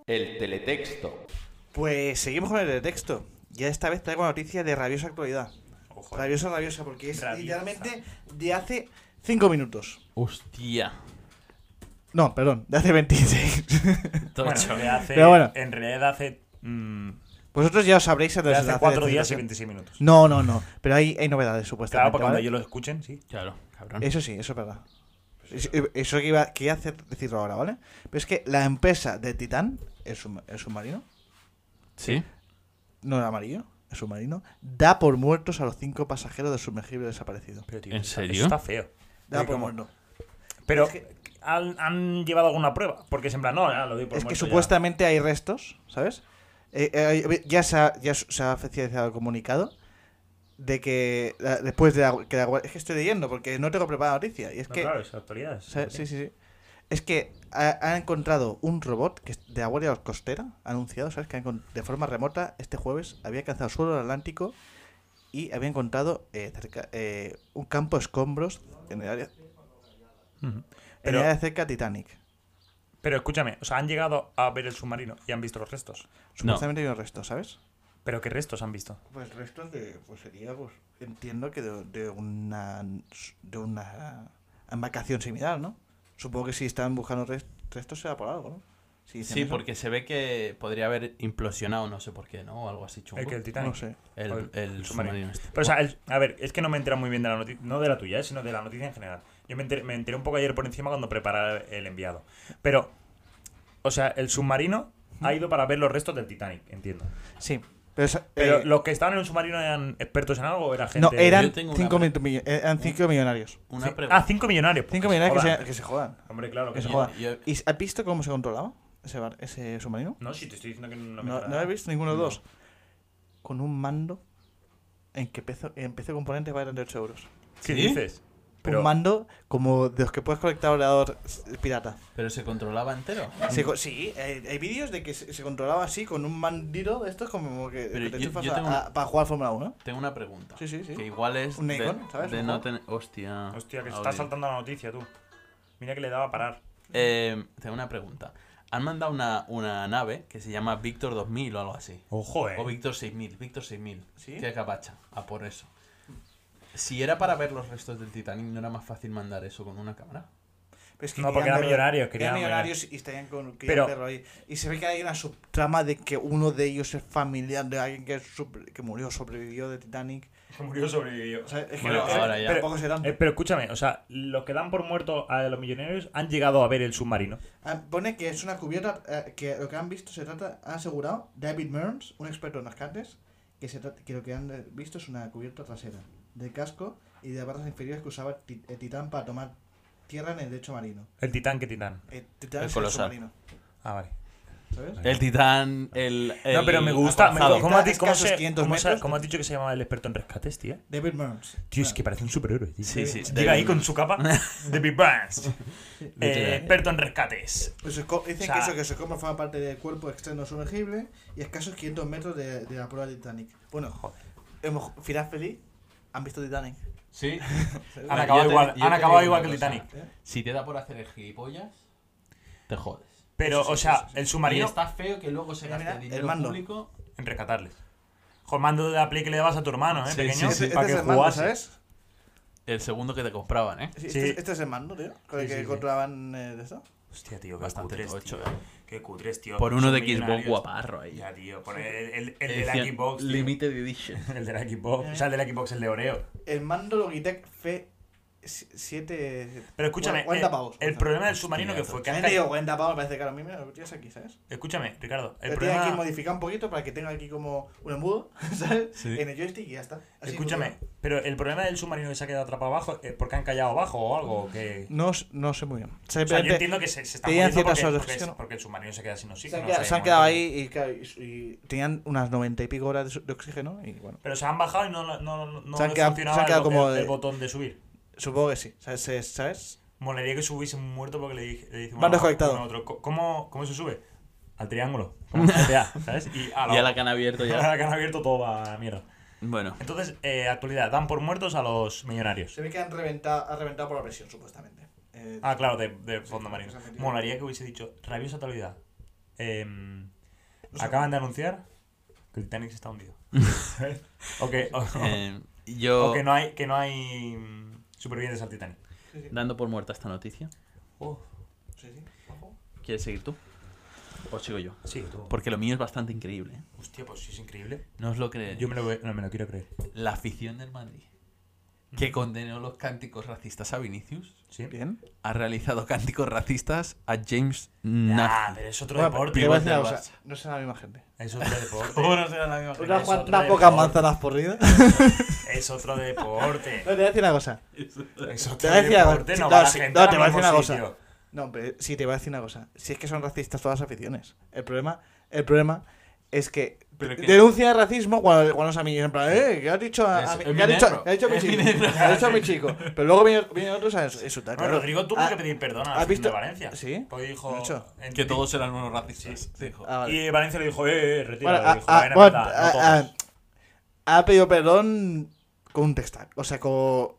[SPEAKER 4] El teletexto.
[SPEAKER 3] Pues seguimos con el de texto. Ya esta vez traigo una noticia de rabiosa actualidad.
[SPEAKER 2] Ojo. eh.
[SPEAKER 3] Rabiosa, rabiosa, porque es
[SPEAKER 2] Rabiosa.
[SPEAKER 3] literalmente de hace 5 minutos.
[SPEAKER 1] Hostia.
[SPEAKER 3] No, perdón, de hace 26.
[SPEAKER 2] Bueno,
[SPEAKER 1] Tocho.
[SPEAKER 2] de hace-
[SPEAKER 3] Pero bueno.
[SPEAKER 2] en realidad hace, mm,
[SPEAKER 3] Vosotros ya os sabréis el
[SPEAKER 2] de hace
[SPEAKER 3] desenlace
[SPEAKER 2] cuatro
[SPEAKER 3] de
[SPEAKER 2] días y
[SPEAKER 3] situación.
[SPEAKER 2] 26 minutos.
[SPEAKER 3] No, no, no. Pero hay, hay novedades,
[SPEAKER 2] Claro,
[SPEAKER 3] supuestamente.
[SPEAKER 2] para cuando
[SPEAKER 3] ¿vale?
[SPEAKER 2] ellos lo escuchen, sí.
[SPEAKER 1] claro, cabrón.
[SPEAKER 3] Eso sí, eso es verdad. Eso- Eso que iba, que iba a hacer, decirlo ahora, ¿vale? Pero es que la empresa de Titán, el, sub- el submarino,
[SPEAKER 1] Sí.
[SPEAKER 3] no era amarillo, el submarino, da por muertos a los cinco pasajeros del sumergible desaparecido.
[SPEAKER 2] Pero, tío,
[SPEAKER 1] ¿En
[SPEAKER 2] eso-
[SPEAKER 1] serio?
[SPEAKER 2] Eso está feo.
[SPEAKER 3] Da
[SPEAKER 2] Porque
[SPEAKER 3] por
[SPEAKER 2] como-
[SPEAKER 3] muerto.
[SPEAKER 2] Pero,
[SPEAKER 3] pues Es que-
[SPEAKER 2] ¿han, han llevado alguna prueba? Porque es en plan, no, ya lo doy por
[SPEAKER 3] es que
[SPEAKER 2] muerto ya.
[SPEAKER 3] supuestamente hay restos, ¿sabes? Eh, eh, ya se ha, ya se ha oficializado el comunicado de que la- después de la, que la guar- Es que estoy leyendo porque no tengo preparada la noticia. Y es
[SPEAKER 2] No,
[SPEAKER 3] que
[SPEAKER 2] claro, es autoridades.
[SPEAKER 3] O sea, sí, sí, sí. Es que ha- han encontrado un robot que es de la Guardia Costera, anunciado, ¿sabes? Que han encon- de forma remota este jueves había alcanzado el suelo atlántico y había encontrado eh, cerca, eh, un campo de escombros en el área, en
[SPEAKER 2] Ujú.
[SPEAKER 3] el
[SPEAKER 2] Pero,
[SPEAKER 3] área cerca de Titanic.
[SPEAKER 2] pero escúchame, o sea, han llegado a ver el submarino y han visto los restos.
[SPEAKER 3] Supuestamente hay un resto, ¿sabes?
[SPEAKER 2] ¿Pero qué restos han visto?
[SPEAKER 3] Pues restos de, pues sería, pues, entiendo que de, de una de una embarcación similar, ¿no? Supongo que si están buscando res- restos será por algo, ¿no? Si dicen
[SPEAKER 1] Sí,
[SPEAKER 3] eso,
[SPEAKER 1] porque se ve que podría haber implosionado, no sé por qué, ¿no? O algo así chungo.
[SPEAKER 2] El que el Titanic.
[SPEAKER 3] no sé.
[SPEAKER 1] El-
[SPEAKER 2] o
[SPEAKER 1] el submarino este.
[SPEAKER 2] Pero, o sea, el- a ver, es que no me entera muy bien de la noticia, no de la tuya, eh, sino de la noticia en general. Yo me enter- me enteré, un poco ayer por encima cuando preparaba el enviado. Pero O sea, el submarino ha ido para ver los restos del Titanic, entiendo.
[SPEAKER 3] Sí. Pero, es-
[SPEAKER 2] Pero
[SPEAKER 3] eh,
[SPEAKER 2] los que estaban en un submarino eran expertos en algo o era gente.
[SPEAKER 3] no, eran
[SPEAKER 1] Yo tengo una ¿Eh?
[SPEAKER 3] 5
[SPEAKER 1] pre-
[SPEAKER 3] millonarios.
[SPEAKER 1] Una
[SPEAKER 2] Sí.
[SPEAKER 1] pregunta.
[SPEAKER 2] Ah, cinco millonarios.
[SPEAKER 3] 5 millonarios que
[SPEAKER 2] Joder.
[SPEAKER 3] se, que se jodan.
[SPEAKER 2] Hombre, claro
[SPEAKER 3] Que
[SPEAKER 2] que
[SPEAKER 3] se
[SPEAKER 2] sí.
[SPEAKER 1] Yo-
[SPEAKER 3] jodan.
[SPEAKER 1] yo-
[SPEAKER 3] ¿Y has visto cómo se controlaba ese, bar- ese submarino?
[SPEAKER 2] No, si te estoy diciendo que no
[SPEAKER 3] No,
[SPEAKER 2] me
[SPEAKER 3] no,
[SPEAKER 2] suena nada.
[SPEAKER 3] he visto ninguno de los
[SPEAKER 2] No.
[SPEAKER 3] dos. Con un mando en que peso, en precio componentes valen 8 euros.
[SPEAKER 2] ¿Qué
[SPEAKER 1] ¿Sí?
[SPEAKER 2] dices? Pero,
[SPEAKER 3] Un mando como de los que puedes conectar a ordenador eh, pirata.
[SPEAKER 1] Pero se controlaba entero.
[SPEAKER 3] Se co- sí, hay, hay vídeos de que se, se controlaba así con un mandiro de estos como que,
[SPEAKER 1] Pero
[SPEAKER 3] que te
[SPEAKER 1] yo-
[SPEAKER 3] enchufas
[SPEAKER 1] yo
[SPEAKER 3] a-
[SPEAKER 1] tengo
[SPEAKER 3] a- para jugar Fórmula 1.
[SPEAKER 1] Tengo una pregunta.
[SPEAKER 3] Sí, sí, sí.
[SPEAKER 1] Que igual es.
[SPEAKER 3] Un
[SPEAKER 1] de-
[SPEAKER 3] Nikon, ¿sabes?
[SPEAKER 1] De
[SPEAKER 3] Un
[SPEAKER 1] no
[SPEAKER 3] juego.
[SPEAKER 1] tener. Hostia.
[SPEAKER 2] hostia, que se
[SPEAKER 1] audio.
[SPEAKER 2] está saltando la noticia, tú. Mira que le daba a parar.
[SPEAKER 1] Eh, tengo una pregunta. Han mandado una, una nave que se llama Víctor 2000 o algo así.
[SPEAKER 2] Ojo, eh.
[SPEAKER 1] O Víctor 6000. Víctor 6000.
[SPEAKER 3] ¿Sí?
[SPEAKER 1] Que capacha. A por eso. Si era para ver los restos del Titanic, ¿no era más fácil mandar eso con una cámara?
[SPEAKER 3] Pero es
[SPEAKER 2] No,
[SPEAKER 3] querían
[SPEAKER 2] porque eran
[SPEAKER 3] verlo-
[SPEAKER 2] millonarios,
[SPEAKER 3] Eran
[SPEAKER 2] querían ver.
[SPEAKER 3] millonarios y estarían con querían
[SPEAKER 2] Pero-
[SPEAKER 3] verlo ahí. Y se ve que hay una subtrama de que uno de ellos es familiar de alguien que, sobre- que murió, sobrevivió de Titanic.
[SPEAKER 2] Que murió sobrevivió.
[SPEAKER 3] O sea, es que
[SPEAKER 1] Bueno,
[SPEAKER 3] no, eh,
[SPEAKER 1] ahora ya.
[SPEAKER 3] tampoco sé tanto.
[SPEAKER 2] Eh, pero escúchame, o sea, los que dan por muertos a los millonarios han llegado a ver el submarino.
[SPEAKER 3] Ah, Pone que es una cubierta eh, que lo que han visto se trata, ha asegurado David Mearns, un experto en rescates, que, se trata- que lo que han eh, visto es una cubierta trasera de casco y de barras inferiores que usaba Ti- eh, Titán para tomar tierra en el derecho marino.
[SPEAKER 2] El titán, que titán?
[SPEAKER 3] Eh, Titán
[SPEAKER 1] El
[SPEAKER 3] es
[SPEAKER 1] colosal.
[SPEAKER 3] el submarino,
[SPEAKER 2] Ah, vale.
[SPEAKER 3] ¿sabes?
[SPEAKER 1] El Titán. El,
[SPEAKER 2] no,
[SPEAKER 1] el
[SPEAKER 2] pero me gusta. Me,
[SPEAKER 1] acorazado.
[SPEAKER 2] ¿cómo, has
[SPEAKER 3] Está a
[SPEAKER 2] di- cómo se-
[SPEAKER 3] escasos 500
[SPEAKER 2] cómo se-
[SPEAKER 3] metros.
[SPEAKER 2] cómo has dicho que se llamaba el experto en rescates, tío?
[SPEAKER 3] David Mearns.
[SPEAKER 2] Tío, es que parece un superhéroe. Tío.
[SPEAKER 1] Sí, sí,
[SPEAKER 2] Llega ahí
[SPEAKER 1] David.
[SPEAKER 2] con su capa de Big Bangs.
[SPEAKER 1] Literal.
[SPEAKER 2] experto en rescates.
[SPEAKER 3] Pues se co- dicen
[SPEAKER 2] O sea-
[SPEAKER 3] que eso que se come forma parte del cuerpo externo sumergible y a escasos 500 metros de, de la prueba de Titanic. Bueno,
[SPEAKER 2] Joder.
[SPEAKER 3] hemos, final feliz, han visto Titanic.
[SPEAKER 1] Sí.
[SPEAKER 2] Han
[SPEAKER 1] Yo
[SPEAKER 2] acabado
[SPEAKER 1] te-
[SPEAKER 2] igual,
[SPEAKER 1] yo
[SPEAKER 2] han
[SPEAKER 1] te
[SPEAKER 2] acabado
[SPEAKER 1] digo
[SPEAKER 2] igual
[SPEAKER 1] una
[SPEAKER 2] que el
[SPEAKER 1] cosa.
[SPEAKER 2] Titanic.
[SPEAKER 3] ¿eh?
[SPEAKER 1] Si te da por hacer el gilipollas, te jodes.
[SPEAKER 2] Pero,
[SPEAKER 3] Sí, sí,
[SPEAKER 2] o sea,
[SPEAKER 3] sí, sí, sí.
[SPEAKER 2] el submarino.
[SPEAKER 1] Y está feo que luego se
[SPEAKER 3] Mira,
[SPEAKER 1] gaste
[SPEAKER 3] mira, el
[SPEAKER 1] dinero
[SPEAKER 3] mando.
[SPEAKER 1] público.
[SPEAKER 2] En rescatarles. Joder, mando de la play que le dabas a tu hermano, ¿eh?
[SPEAKER 1] Sí,
[SPEAKER 2] pequeño.
[SPEAKER 1] sí, sí.
[SPEAKER 2] Para
[SPEAKER 3] Este es
[SPEAKER 2] que
[SPEAKER 3] el mando,
[SPEAKER 2] jugase.
[SPEAKER 3] ¿sabes?
[SPEAKER 1] El segundo que te compraban, ¿eh?
[SPEAKER 3] Sí,
[SPEAKER 2] Sí.
[SPEAKER 3] Este, es- este es el mando, tío. Con el
[SPEAKER 2] Sí,
[SPEAKER 3] que
[SPEAKER 2] sí, sí.
[SPEAKER 3] controlaban eh, de eso.
[SPEAKER 2] Hostia, tío, qué
[SPEAKER 1] Bastante
[SPEAKER 2] cutres,
[SPEAKER 1] tocho,
[SPEAKER 2] tío.
[SPEAKER 1] eh.
[SPEAKER 2] Qué cutres, tío.
[SPEAKER 1] Por uno
[SPEAKER 2] Son
[SPEAKER 1] de Xbox
[SPEAKER 2] millonarios.
[SPEAKER 1] guaparro ahí.
[SPEAKER 2] Ya, tío. Por el, el, el de la
[SPEAKER 1] Edición
[SPEAKER 2] Xbox. tío.
[SPEAKER 1] Limited Edition.
[SPEAKER 2] El de la Xbox. O sea, el de la Xbox, el de Oreo.
[SPEAKER 3] El mando Logitech F7.
[SPEAKER 2] Pero escúchame,
[SPEAKER 3] Bueno, 40
[SPEAKER 2] el-
[SPEAKER 3] pavos,
[SPEAKER 2] el,
[SPEAKER 3] o sea.
[SPEAKER 2] problema del submarino que fue que
[SPEAKER 3] También
[SPEAKER 2] hasta-
[SPEAKER 3] te digo 40 pavos, parece que ahora mismo lo tienes aquí, ¿sabes?
[SPEAKER 2] Escúchame, Ricardo, el
[SPEAKER 3] lo tienes aquí
[SPEAKER 2] problema...
[SPEAKER 3] modificado un poquito para que tenga aquí como un embudo, ¿sabes?
[SPEAKER 1] Sí.
[SPEAKER 3] En el joystick y ya está. Así
[SPEAKER 2] Escúchame,
[SPEAKER 3] funciona.
[SPEAKER 2] pero el problema del submarino que se ha quedado atrapado abajo es porque han callado abajo o algo, o que...
[SPEAKER 3] No, s- no sé muy bien.
[SPEAKER 2] O sea, yo entiendo que se, se está
[SPEAKER 3] tenían
[SPEAKER 2] moviendo
[SPEAKER 3] ciertas
[SPEAKER 2] porque,
[SPEAKER 3] horas de
[SPEAKER 2] porque es-
[SPEAKER 3] oxígeno.
[SPEAKER 2] porque el submarino se queda sin
[SPEAKER 3] se han,
[SPEAKER 2] oxígeno.
[SPEAKER 3] quedado,
[SPEAKER 2] no sé
[SPEAKER 3] se han
[SPEAKER 2] cómo
[SPEAKER 3] quedado
[SPEAKER 2] es.
[SPEAKER 3] ahí y, claro, y- y tenían unas 90 y pico horas de, su- de oxígeno y bueno,
[SPEAKER 2] Pero se han bajado y no, no, no, no
[SPEAKER 3] Se han
[SPEAKER 2] le
[SPEAKER 3] quedado-
[SPEAKER 2] funcionaba
[SPEAKER 3] se han quedado
[SPEAKER 2] el,
[SPEAKER 3] como
[SPEAKER 2] el-
[SPEAKER 3] de-
[SPEAKER 2] el botón de subir.
[SPEAKER 3] supongo que sí, ¿sabes? Se- ¿sabes?
[SPEAKER 2] Molaría que se hubiesen muerto porque le, dije- le dice...
[SPEAKER 3] Van
[SPEAKER 2] uno a-
[SPEAKER 3] desconectados.
[SPEAKER 2] uno a otro, "Co- ¿Cómo, ¿Cómo se sube? Al triángulo, como en GTA, ¿sabes? Y a la,
[SPEAKER 1] Ya la que han abierto
[SPEAKER 2] a
[SPEAKER 1] ya.
[SPEAKER 2] la que han abierto todo va a la mierda.
[SPEAKER 1] Bueno,
[SPEAKER 2] Entonces, eh, actualidad, dan por muertos a los millonarios.
[SPEAKER 3] Se ve que han reventado, han reventado por la presión, supuestamente. Eh,
[SPEAKER 2] Ah, claro, de, de fondo marino.
[SPEAKER 3] se ha metido.
[SPEAKER 2] Molaría que hubiese dicho, rabiosa actualidad. Em,
[SPEAKER 3] No sé.
[SPEAKER 2] acaban de anunciar que el Titanic se está hundido. o que, o-
[SPEAKER 1] eh,
[SPEAKER 2] o
[SPEAKER 1] yo
[SPEAKER 2] que no hay, que no hay mm, supervivientes al Titanic.
[SPEAKER 3] sí, sí,
[SPEAKER 1] dando por muerta esta noticia.
[SPEAKER 3] sí, sí, ojo.
[SPEAKER 1] ¿Quieres seguir tú? ¿O sigo yo?
[SPEAKER 2] sí, tú.
[SPEAKER 1] Porque lo mío es bastante increíble. ¿eh?
[SPEAKER 2] Hostia, pues sí es increíble.
[SPEAKER 1] No os lo creéis.
[SPEAKER 2] Yo me lo, ve- no, me lo quiero creer.
[SPEAKER 1] La afición del Madrid,
[SPEAKER 2] Mm.
[SPEAKER 1] que condenó los cánticos racistas a Vinicius,
[SPEAKER 2] ¿Sí?
[SPEAKER 3] Bien.
[SPEAKER 1] ha realizado cánticos racistas a James
[SPEAKER 2] Ah,
[SPEAKER 1] Nagy.
[SPEAKER 2] pero es otro
[SPEAKER 3] Bueno,
[SPEAKER 2] deporte.
[SPEAKER 3] te voy a
[SPEAKER 1] igual-
[SPEAKER 3] decir una
[SPEAKER 1] del
[SPEAKER 3] cosa, no será la misma gente.
[SPEAKER 2] Es otro deporte.
[SPEAKER 3] Unas
[SPEAKER 2] Es otro
[SPEAKER 3] cuantas pocas
[SPEAKER 2] deporte.
[SPEAKER 3] manzanas porridas.
[SPEAKER 2] Es otro
[SPEAKER 3] No, te
[SPEAKER 2] deporte.
[SPEAKER 3] voy a decir una cosa.
[SPEAKER 2] Es otro
[SPEAKER 3] Te voy a decir algo.
[SPEAKER 2] deporte. No,
[SPEAKER 3] No,
[SPEAKER 2] va la
[SPEAKER 3] sí,
[SPEAKER 2] gente
[SPEAKER 3] no,
[SPEAKER 2] al
[SPEAKER 3] te voy a
[SPEAKER 2] mismo
[SPEAKER 3] decir una cosa.
[SPEAKER 2] sitio.
[SPEAKER 3] No, hombre, sí, te voy a decir una cosa. Si es que son racistas todas las aficiones. El problema, el problema es que,
[SPEAKER 1] ¿Pero qué?
[SPEAKER 3] denuncia de racismo cuando, cuando los amigos en plan, eh, ¿qué has dicho a, a
[SPEAKER 1] Es-
[SPEAKER 3] mi,
[SPEAKER 1] es
[SPEAKER 3] ¿qué has
[SPEAKER 1] mi
[SPEAKER 3] dicho,
[SPEAKER 1] negro.
[SPEAKER 3] ¿qué has dicho a mi
[SPEAKER 1] Es mi
[SPEAKER 3] chico?
[SPEAKER 1] negro.
[SPEAKER 3] ¿Qué has dicho a mi chico? Pero luego vienen viene otros a eso- insultar.
[SPEAKER 2] Bueno,
[SPEAKER 3] claro.
[SPEAKER 2] Rodrigo tuvo
[SPEAKER 3] Ah,
[SPEAKER 2] que pedir perdón a
[SPEAKER 3] ¿has
[SPEAKER 2] la gente
[SPEAKER 3] visto?
[SPEAKER 2] de Valencia.
[SPEAKER 3] ¿Sí?
[SPEAKER 2] Porque dijo.
[SPEAKER 3] Mucho.
[SPEAKER 2] en-
[SPEAKER 1] Que todos eran unos racistas. dijo.
[SPEAKER 3] ah, vale.
[SPEAKER 2] Y Valencia le dijo, eh, eh,
[SPEAKER 3] Bueno,
[SPEAKER 2] retira.
[SPEAKER 3] a- a- bueno, ah, a- a- ha pedido perdón con un textac. O sea, con,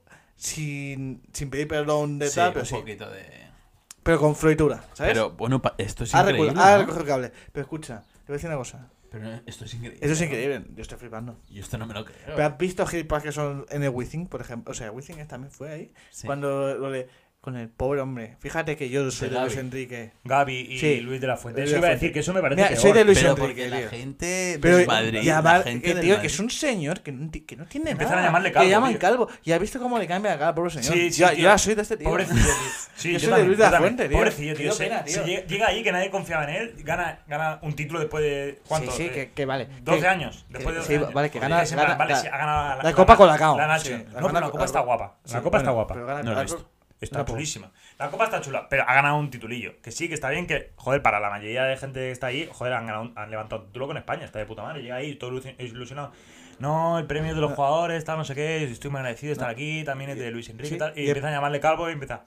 [SPEAKER 3] sin, sin pedir perdón de
[SPEAKER 1] Sí,
[SPEAKER 3] tal,
[SPEAKER 1] un
[SPEAKER 3] pero sí.
[SPEAKER 1] poquito de...
[SPEAKER 3] Pero con floritura, ¿sabes?
[SPEAKER 1] Pero bueno, pa- esto es
[SPEAKER 3] ha
[SPEAKER 1] increíble.
[SPEAKER 3] recogido, ha
[SPEAKER 1] ¿no?
[SPEAKER 3] recogido el cable. Pero escucha, te voy a decir una cosa.
[SPEAKER 1] Pero esto es increíble.
[SPEAKER 3] Eso es
[SPEAKER 1] ¿no?
[SPEAKER 3] increíble, yo estoy flipando.
[SPEAKER 1] Yo esto no me lo creo.
[SPEAKER 3] Pero has visto gilipollas que son en el Withing, por ejemplo. O sea, Withing también fue ahí.
[SPEAKER 1] Sí.
[SPEAKER 3] Cuando lo de. Con el pobre hombre. Fíjate que yo soy
[SPEAKER 1] De
[SPEAKER 3] de Luis
[SPEAKER 1] Gaby.
[SPEAKER 3] Enrique.
[SPEAKER 2] Gaby y
[SPEAKER 3] Sí.
[SPEAKER 2] Luis de la Fuente.
[SPEAKER 3] Luis
[SPEAKER 2] Eso
[SPEAKER 3] de la
[SPEAKER 2] iba a
[SPEAKER 3] Fuente.
[SPEAKER 2] decir que eso me parece
[SPEAKER 3] Mira,
[SPEAKER 2] peor.
[SPEAKER 3] soy de Luis
[SPEAKER 1] Pero
[SPEAKER 3] Enrique.
[SPEAKER 1] porque la
[SPEAKER 3] tío.
[SPEAKER 1] gente
[SPEAKER 3] Pero
[SPEAKER 1] de Madrid,
[SPEAKER 3] llamar-
[SPEAKER 1] la gente
[SPEAKER 3] que
[SPEAKER 1] del
[SPEAKER 3] digo que
[SPEAKER 1] Madrid.
[SPEAKER 3] es un señor que no, ti- que no tiene
[SPEAKER 2] Empiezan
[SPEAKER 3] nada.
[SPEAKER 2] a llamarle calvo,
[SPEAKER 3] Que llaman
[SPEAKER 2] tío.
[SPEAKER 3] calvo. Y has visto cómo le cambia la cara al pobre señor.
[SPEAKER 2] Sí, sí,
[SPEAKER 3] yo,
[SPEAKER 2] tío.
[SPEAKER 3] yo ahora soy de este tío.
[SPEAKER 2] Pobrecillo, tío. Sí,
[SPEAKER 3] Yo soy de
[SPEAKER 2] también,
[SPEAKER 3] Luis de la
[SPEAKER 2] también.
[SPEAKER 3] Fuente, tío.
[SPEAKER 2] Pobrecillo, tío.
[SPEAKER 3] Qué
[SPEAKER 2] Se-
[SPEAKER 3] pena, tío.
[SPEAKER 2] se lle- llega ahí que nadie confiaba en él, gana, gana un título después de. ¿Cuánto?
[SPEAKER 3] Sí, sí,
[SPEAKER 2] De-
[SPEAKER 3] que, que vale.
[SPEAKER 2] 12
[SPEAKER 3] Que-
[SPEAKER 2] años. Después de 12
[SPEAKER 3] sí,
[SPEAKER 2] años.
[SPEAKER 3] vale, que
[SPEAKER 2] Joder,
[SPEAKER 3] gana-
[SPEAKER 2] ese man,
[SPEAKER 3] gana-
[SPEAKER 2] vale,
[SPEAKER 3] la-
[SPEAKER 2] sí, ha ganado la,
[SPEAKER 3] la Copa Colacao.
[SPEAKER 2] La Nacho.
[SPEAKER 3] Sí, la
[SPEAKER 2] no, pero
[SPEAKER 3] gana-
[SPEAKER 2] la Copa
[SPEAKER 3] la-
[SPEAKER 2] está guapa. La
[SPEAKER 3] Sí,
[SPEAKER 2] Copa está
[SPEAKER 3] bueno,
[SPEAKER 2] guapa.
[SPEAKER 3] pero gana-
[SPEAKER 1] No lo he
[SPEAKER 3] algo-
[SPEAKER 1] visto.
[SPEAKER 2] Está
[SPEAKER 3] No, pues.
[SPEAKER 2] chulísima. La copa está chula, pero ha ganado un titulillo. Que sí, que está bien, que, joder, para la mayoría de gente que está ahí, joder, han, ganado, un- han levantado un título con España, está de puta madre. Llega ahí todo ilusi- ilusionado. No, el premio de los jugadores, está no sé qué, estoy muy agradecido de estar aquí, también es de Luis Enrique
[SPEAKER 3] Sí,
[SPEAKER 2] y tal. Y,
[SPEAKER 3] Ah. y el-
[SPEAKER 2] empiezan a llamarle calvo y empieza.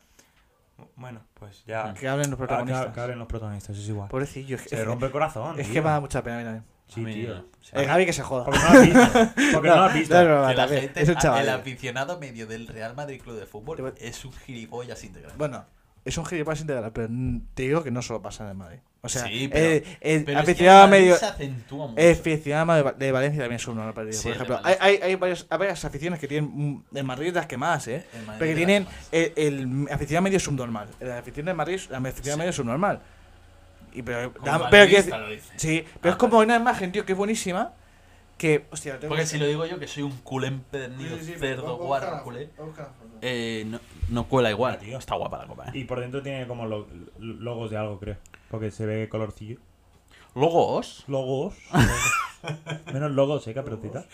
[SPEAKER 2] Bueno, pues ya.
[SPEAKER 3] Que hablen los
[SPEAKER 2] Ah,
[SPEAKER 3] protagonistas.
[SPEAKER 2] que- que hablen los protagonistas, es igual.
[SPEAKER 3] Pobrecillo. Mm. Pues es que-
[SPEAKER 2] Se rompe el corazón.
[SPEAKER 3] Es que
[SPEAKER 2] tío.
[SPEAKER 3] me da mucha pena a mí también.
[SPEAKER 1] A
[SPEAKER 2] Sí,
[SPEAKER 1] mí,
[SPEAKER 2] tío.
[SPEAKER 1] no. O sea,
[SPEAKER 3] El Gaby que se joda.
[SPEAKER 2] Porque no lo has visto. Porque no lo has visto.
[SPEAKER 3] No, no, no,
[SPEAKER 1] que la
[SPEAKER 3] también,
[SPEAKER 1] gente-
[SPEAKER 3] es un chaval. eh.
[SPEAKER 1] El aficionado medio del Real Madrid Club de Fútbol es un gilipollas integral.
[SPEAKER 3] Bueno, es un gilipollas integral, pero mm, te digo que no solo pasa en el Madrid. O sea,
[SPEAKER 1] Sí, pero-
[SPEAKER 3] el, el
[SPEAKER 1] Pero es que
[SPEAKER 3] aficionado
[SPEAKER 1] el Madrid
[SPEAKER 3] medio.
[SPEAKER 1] se acentúa mucho.
[SPEAKER 3] el aficionado de Va- de Valencia también es un honor perdido.
[SPEAKER 1] Sí,
[SPEAKER 3] por
[SPEAKER 1] el de
[SPEAKER 3] ejemplo, hay,
[SPEAKER 1] Valencia.
[SPEAKER 3] hay, hay, varios- hay varias aficiones que tienen. mm, En Madrid las que más, ¿eh?
[SPEAKER 1] El Madrid
[SPEAKER 3] Pero que
[SPEAKER 1] de las
[SPEAKER 3] tienen.
[SPEAKER 1] demás.
[SPEAKER 3] El, el aficionado medio subnormal. La afición de Madrid, la afición
[SPEAKER 1] Sí.
[SPEAKER 3] medio subnormal. Y pero,
[SPEAKER 1] Como
[SPEAKER 3] da- pero que-
[SPEAKER 1] madridista Ah, lo dice.
[SPEAKER 3] sí, pero es como una imagen, tío, que es buenísima. Que, hostia, tengo
[SPEAKER 1] Porque
[SPEAKER 3] que-
[SPEAKER 1] si lo digo yo, que soy un culé empedernido, cerdo, guarro, culé, eh, no, no cuela igual.
[SPEAKER 2] Ah, tío.
[SPEAKER 1] Está guapa la copa, ¿eh?
[SPEAKER 2] Y por dentro tiene como lo- logos de algo, creo. Porque se ve colorcillo.
[SPEAKER 1] Logos.
[SPEAKER 2] Logos. Menos logos, eh, caperucita.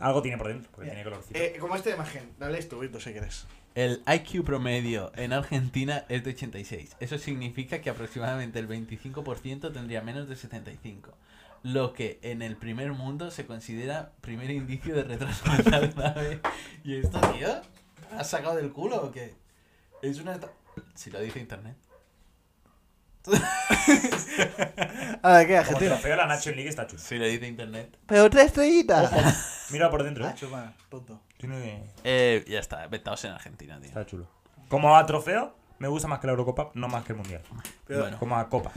[SPEAKER 2] Algo tiene por dentro, porque tiene colorcito.
[SPEAKER 3] Eh, como esta imagen, dale esto, Vito, si quieres.
[SPEAKER 1] El IQ promedio en Argentina es de 86. Eso significa que aproximadamente el 25% tendría menos de 75. Lo que en el primer mundo se considera primer indicio de retraso mental grave. ¿Y esto, tío? ¿Te lo has sacado del culo o qué? Es una... esta- Si lo dice internet.
[SPEAKER 3] A ver, ¿qué
[SPEAKER 2] Como
[SPEAKER 3] Argentina?
[SPEAKER 2] trofeo, la Nacho League está chulo.
[SPEAKER 1] Si lo dice internet.
[SPEAKER 3] Pero tres estrellitas.
[SPEAKER 2] Mira por dentro, eh.
[SPEAKER 1] Ah.
[SPEAKER 3] Chupa, tonto.
[SPEAKER 2] Tiene-
[SPEAKER 1] Eh, ya está, vetados en Argentina, tío.
[SPEAKER 2] Está chulo. Como a trofeo, me gusta más que la Eurocopa, no más que el Mundial.
[SPEAKER 3] Pero-
[SPEAKER 1] Bueno.
[SPEAKER 2] Como a Copa.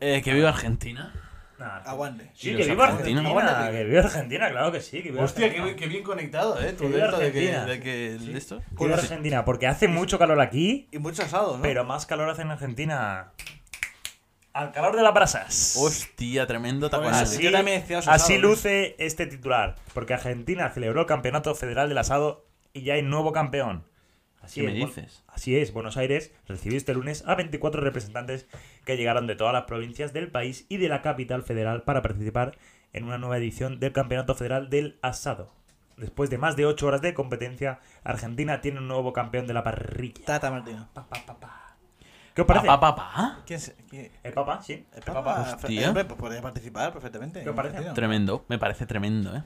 [SPEAKER 1] Eh, que viva Argentina.
[SPEAKER 2] Nada.
[SPEAKER 3] Aguante.
[SPEAKER 1] Ah, ¿Y
[SPEAKER 2] Sí, que
[SPEAKER 1] los
[SPEAKER 2] viva
[SPEAKER 1] argentinos?
[SPEAKER 2] Argentina.
[SPEAKER 3] Aguante.
[SPEAKER 2] Que viva Argentina, claro que sí. Que viva Argentina.
[SPEAKER 1] bien conectado, ¿eh?
[SPEAKER 2] Que viva Argentina.
[SPEAKER 1] que-
[SPEAKER 2] Sí.
[SPEAKER 1] de esto.
[SPEAKER 2] Que viva Argentina, porque hace mucho calor aquí,
[SPEAKER 3] Y muchos asados,
[SPEAKER 1] Ah.
[SPEAKER 3] ¿no?
[SPEAKER 2] pero más calor hace en Argentina. Al calor de las brasas.
[SPEAKER 1] Hostia, tremendo taconazo.
[SPEAKER 3] Así-
[SPEAKER 2] Así,
[SPEAKER 3] Yo también decía los
[SPEAKER 2] así
[SPEAKER 3] asados.
[SPEAKER 2] luce este titular, porque Argentina celebró el Campeonato Federal del Asado y ya hay nuevo campeón. Así
[SPEAKER 1] ¿Qué me
[SPEAKER 2] Bu-
[SPEAKER 1] dices?
[SPEAKER 2] Así es, Buenos Aires recibió este lunes a 24 representantes que llegaron de todas las provincias del país y de la capital federal para participar en una nueva edición del Campeonato Federal del Asado. Después de más de 8 horas de competencia, Argentina tiene un nuevo campeón de la parrilla.
[SPEAKER 3] Tata Martino.
[SPEAKER 2] Pa, pa, pa, pa. ¿Qué os
[SPEAKER 1] Pa,
[SPEAKER 2] parece?
[SPEAKER 1] pa, pa, pa.
[SPEAKER 3] ¿Quién es? ¿Quién?
[SPEAKER 2] El Papa, sí.
[SPEAKER 3] El Papa.
[SPEAKER 1] Hostia.
[SPEAKER 3] El hombre, pues podría participar perfectamente.
[SPEAKER 2] ¿Qué os parece?
[SPEAKER 3] Argentina.
[SPEAKER 1] Tremendo, me parece tremendo, ¿eh?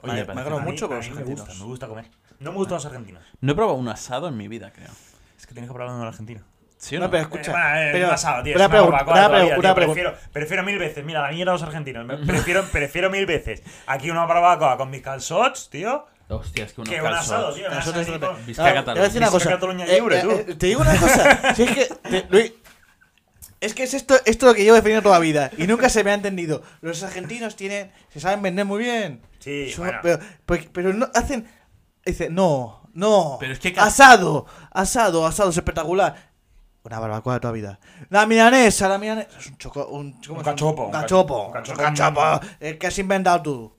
[SPEAKER 3] Oye,
[SPEAKER 1] Me
[SPEAKER 3] me
[SPEAKER 1] parece-
[SPEAKER 3] alegro
[SPEAKER 2] A mí-
[SPEAKER 3] mucho por
[SPEAKER 2] a
[SPEAKER 3] los
[SPEAKER 2] mí me gusta,
[SPEAKER 3] argentinos.
[SPEAKER 2] me gusta comer. No me gustan los argentinos.
[SPEAKER 1] No he probado un asado en mi vida, creo.
[SPEAKER 2] Es que tienes que probar uno en Argentina.
[SPEAKER 1] ¿Sí o no?
[SPEAKER 3] No, pero escucha.
[SPEAKER 2] Eh, bueno, eh,
[SPEAKER 3] pero,
[SPEAKER 2] un asado, tío,
[SPEAKER 3] una,
[SPEAKER 2] es una
[SPEAKER 3] pregunta,
[SPEAKER 2] barbacoa
[SPEAKER 3] una
[SPEAKER 2] todavía, tío,
[SPEAKER 3] pregunta, una pregunta.
[SPEAKER 2] prefiero, prefiero mil veces, mira, la mierda a los argentinos. me- Prefiero, prefiero mil veces aquí una barbacoa con mis calzots, tío,
[SPEAKER 1] Hostia, es que unos
[SPEAKER 2] que un asado,
[SPEAKER 1] calzots.
[SPEAKER 2] tío. un
[SPEAKER 3] Nosotros
[SPEAKER 2] asadito.
[SPEAKER 3] no te-
[SPEAKER 1] Vizca
[SPEAKER 3] Ahora,
[SPEAKER 1] Cataluña.
[SPEAKER 3] Te voy a decir una
[SPEAKER 2] Vizca
[SPEAKER 3] cosa. Eh,
[SPEAKER 2] Cataluña lliure, tú.
[SPEAKER 3] te digo una cosa. Si es que, te- Luis, es que es esto, esto lo que yo he definido toda la vida y nunca se me ha entendido. Los argentinos tienen, se saben vender muy bien.
[SPEAKER 2] Sí,
[SPEAKER 3] Son-
[SPEAKER 2] bueno.
[SPEAKER 3] pero, pero, pero no hacen, dice no, no.
[SPEAKER 1] Pero es que ca-
[SPEAKER 3] asado, asado, asado es espectacular. Una barbacoa de toda la vida. La milanesa, la milanesa. Es un choco. Un, ¿cómo es?
[SPEAKER 2] cachopo,
[SPEAKER 3] Un
[SPEAKER 2] un
[SPEAKER 3] cachopo. Un
[SPEAKER 2] cachopo,
[SPEAKER 3] cachopo.
[SPEAKER 2] un cachopo.
[SPEAKER 3] El que has inventado tú.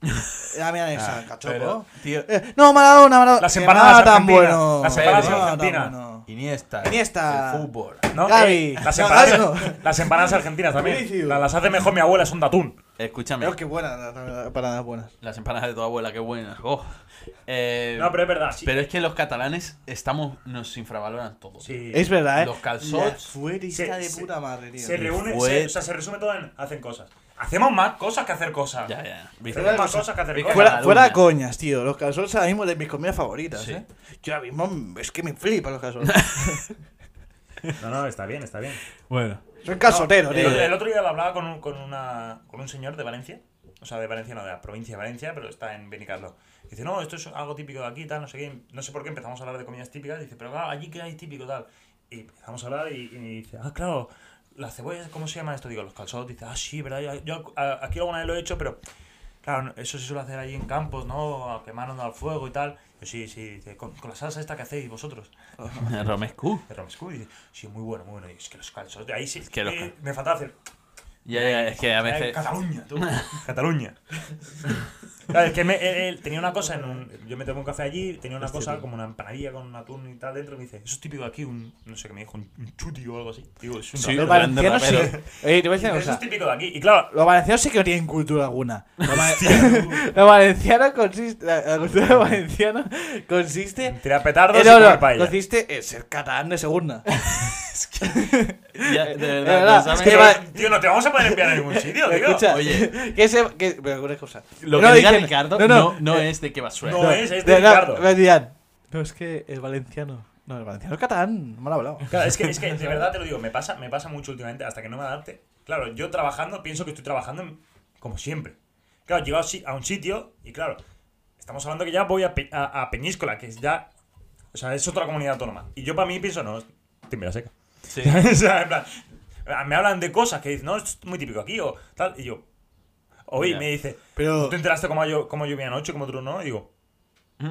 [SPEAKER 3] La milanesa, el cachopo.
[SPEAKER 1] Pero, tío,
[SPEAKER 3] Eh, no, Maradona, Maradona.
[SPEAKER 2] Las
[SPEAKER 3] Que
[SPEAKER 2] empanadas
[SPEAKER 3] nada tan
[SPEAKER 2] argentinas.
[SPEAKER 3] bueno.
[SPEAKER 2] Las empanadas
[SPEAKER 3] Que nada tan
[SPEAKER 2] argentinas.
[SPEAKER 3] bueno.
[SPEAKER 1] Iniesta.
[SPEAKER 3] Iniesta.
[SPEAKER 1] El fútbol.
[SPEAKER 2] ¿no?
[SPEAKER 3] Gaby.
[SPEAKER 2] Eh, las,
[SPEAKER 3] No,
[SPEAKER 2] empanadas,
[SPEAKER 3] Gaby no.
[SPEAKER 2] las empanadas argentinas
[SPEAKER 3] Buenísimo.
[SPEAKER 2] también. Las, las hace mejor mi abuela, es un atún.
[SPEAKER 1] Escúchame.
[SPEAKER 3] Pero qué buenas, empanadas buenas.
[SPEAKER 1] Las empanadas de tu abuela, qué buenas. Oh. Eh,
[SPEAKER 2] No, pero es verdad. sí.
[SPEAKER 1] pero es que los catalanes estamos nos infravaloran todo.
[SPEAKER 2] Sí.
[SPEAKER 3] Es verdad, eh.
[SPEAKER 1] Los calzots.
[SPEAKER 3] La fuerista
[SPEAKER 2] Se-
[SPEAKER 3] de
[SPEAKER 2] se-
[SPEAKER 3] puta madre, tío.
[SPEAKER 2] se reúne,
[SPEAKER 1] Fue-
[SPEAKER 2] se- o sea, se resume todo en hacen cosas. Hacemos más cosas que hacer cosas.
[SPEAKER 1] Ya, ya. Viste.
[SPEAKER 2] Hacemos más cosas que hacer
[SPEAKER 1] Fuera-
[SPEAKER 2] cosas.
[SPEAKER 3] Fuera,
[SPEAKER 1] Cataluña.
[SPEAKER 3] fuera coñas, tío. Los calzones ahora mismo de mis comidas favoritas,
[SPEAKER 1] Sí.
[SPEAKER 3] eh. Yo ahora mismo es que me flipan los calzones.
[SPEAKER 2] No, no, está bien, está bien.
[SPEAKER 1] Bueno.
[SPEAKER 3] Son calzoteros,
[SPEAKER 2] El,
[SPEAKER 3] tío.
[SPEAKER 2] el otro día lo hablaba con un, con, una, con un señor de Valencia. O sea, de Valencia, no, de la provincia de Valencia, pero está en Benicarló. Dice, no, esto es algo típico de aquí, tal, no sé qué. No sé por qué empezamos a hablar de comidas típicas. Dice, pero claro, allí que hay típico, tal. Y empezamos a hablar y, y dice, ah, claro, las cebollas, ¿cómo se llama esto? Digo, los calzots. Dice, ah, sí, ¿verdad? Yo, yo, a- aquí alguna vez lo he hecho, pero Claro, no- eso se suele hacer allí en campos, ¿no? A quemarnos al fuego y tal. Yo, sí, sí, dice, con, con la salsa esta que hacéis vosotros.
[SPEAKER 1] Romescu.
[SPEAKER 2] De Romscu, dice, sí, muy bueno, muy bueno. Y es que los calzos, de ahí sí.
[SPEAKER 1] Es que los
[SPEAKER 2] eh,
[SPEAKER 1] cal-
[SPEAKER 2] me faltaba hacer.
[SPEAKER 1] Ya, ya, es que a
[SPEAKER 2] "Eh,
[SPEAKER 1] veces.
[SPEAKER 2] Cataluña, tú. Cataluña. Claro, es que me- él, él tenía una cosa en un. Yo me tomé un café allí, tenía una cosa como una empanadilla con un atún y tal dentro. Y me dice, eso es típico de aquí, un. No sé qué me dijo, un, un chuti o algo así. Digo, es un
[SPEAKER 1] Sí,
[SPEAKER 2] rapero".
[SPEAKER 3] Los
[SPEAKER 1] grande
[SPEAKER 3] valencianos sí.
[SPEAKER 1] rapero.
[SPEAKER 3] Oye,
[SPEAKER 2] Dice,
[SPEAKER 3] te voy a decir
[SPEAKER 2] Eso
[SPEAKER 3] una
[SPEAKER 2] es
[SPEAKER 3] cosa.
[SPEAKER 2] típico de aquí. Y claro.
[SPEAKER 3] Los valencianos sí que no tienen cultura alguna. Los va-
[SPEAKER 2] Hostia,
[SPEAKER 3] los valencianos consiste. La, la cultura valenciana consiste.
[SPEAKER 2] Tira petardos
[SPEAKER 3] Eh,
[SPEAKER 2] y
[SPEAKER 3] no,
[SPEAKER 2] comer
[SPEAKER 3] no,
[SPEAKER 2] paella.
[SPEAKER 3] consiste en ser catalán de segunda.
[SPEAKER 1] Ya, de verdad,
[SPEAKER 3] verdad,
[SPEAKER 1] pensaba
[SPEAKER 3] es
[SPEAKER 1] que-
[SPEAKER 3] que va-
[SPEAKER 2] Tío, no te vamos a poder enviar a ningún sitio, tío.
[SPEAKER 3] Escucha,
[SPEAKER 1] Oye.
[SPEAKER 3] que se. Que, pero una cosa.
[SPEAKER 1] Lo
[SPEAKER 3] No
[SPEAKER 1] que diga
[SPEAKER 3] dicen-
[SPEAKER 1] Ricardo no, no,
[SPEAKER 3] eh,
[SPEAKER 1] es de que va
[SPEAKER 2] No, es, es de
[SPEAKER 3] no,
[SPEAKER 2] Ricardo.
[SPEAKER 3] me dirán, No, es que es valenciano. No, el valenciano es catalán. Mal hablado.
[SPEAKER 2] Claro, es que, es que de verdad te lo digo, me pasa, me pasa mucho últimamente hasta que no me adapte. Claro, yo trabajando pienso que estoy trabajando en- como siempre. Claro, llego a si- a un sitio y claro, estamos hablando que ya voy a, Pe- a- a Peñíscola, que es ya. O sea, es otra comunidad autónoma. Y yo para mí pienso, no, es Timbira seca.
[SPEAKER 1] Sí.
[SPEAKER 2] o sea, en plan, me hablan de cosas que dicen, no, esto es muy típico aquí o tal. Y yo, hoy
[SPEAKER 1] Ya.
[SPEAKER 2] me dice,
[SPEAKER 3] Pero-
[SPEAKER 2] ¿tú te enteraste cómo yo, cómo yo vi anoche, cómo tú no? Y digo, yo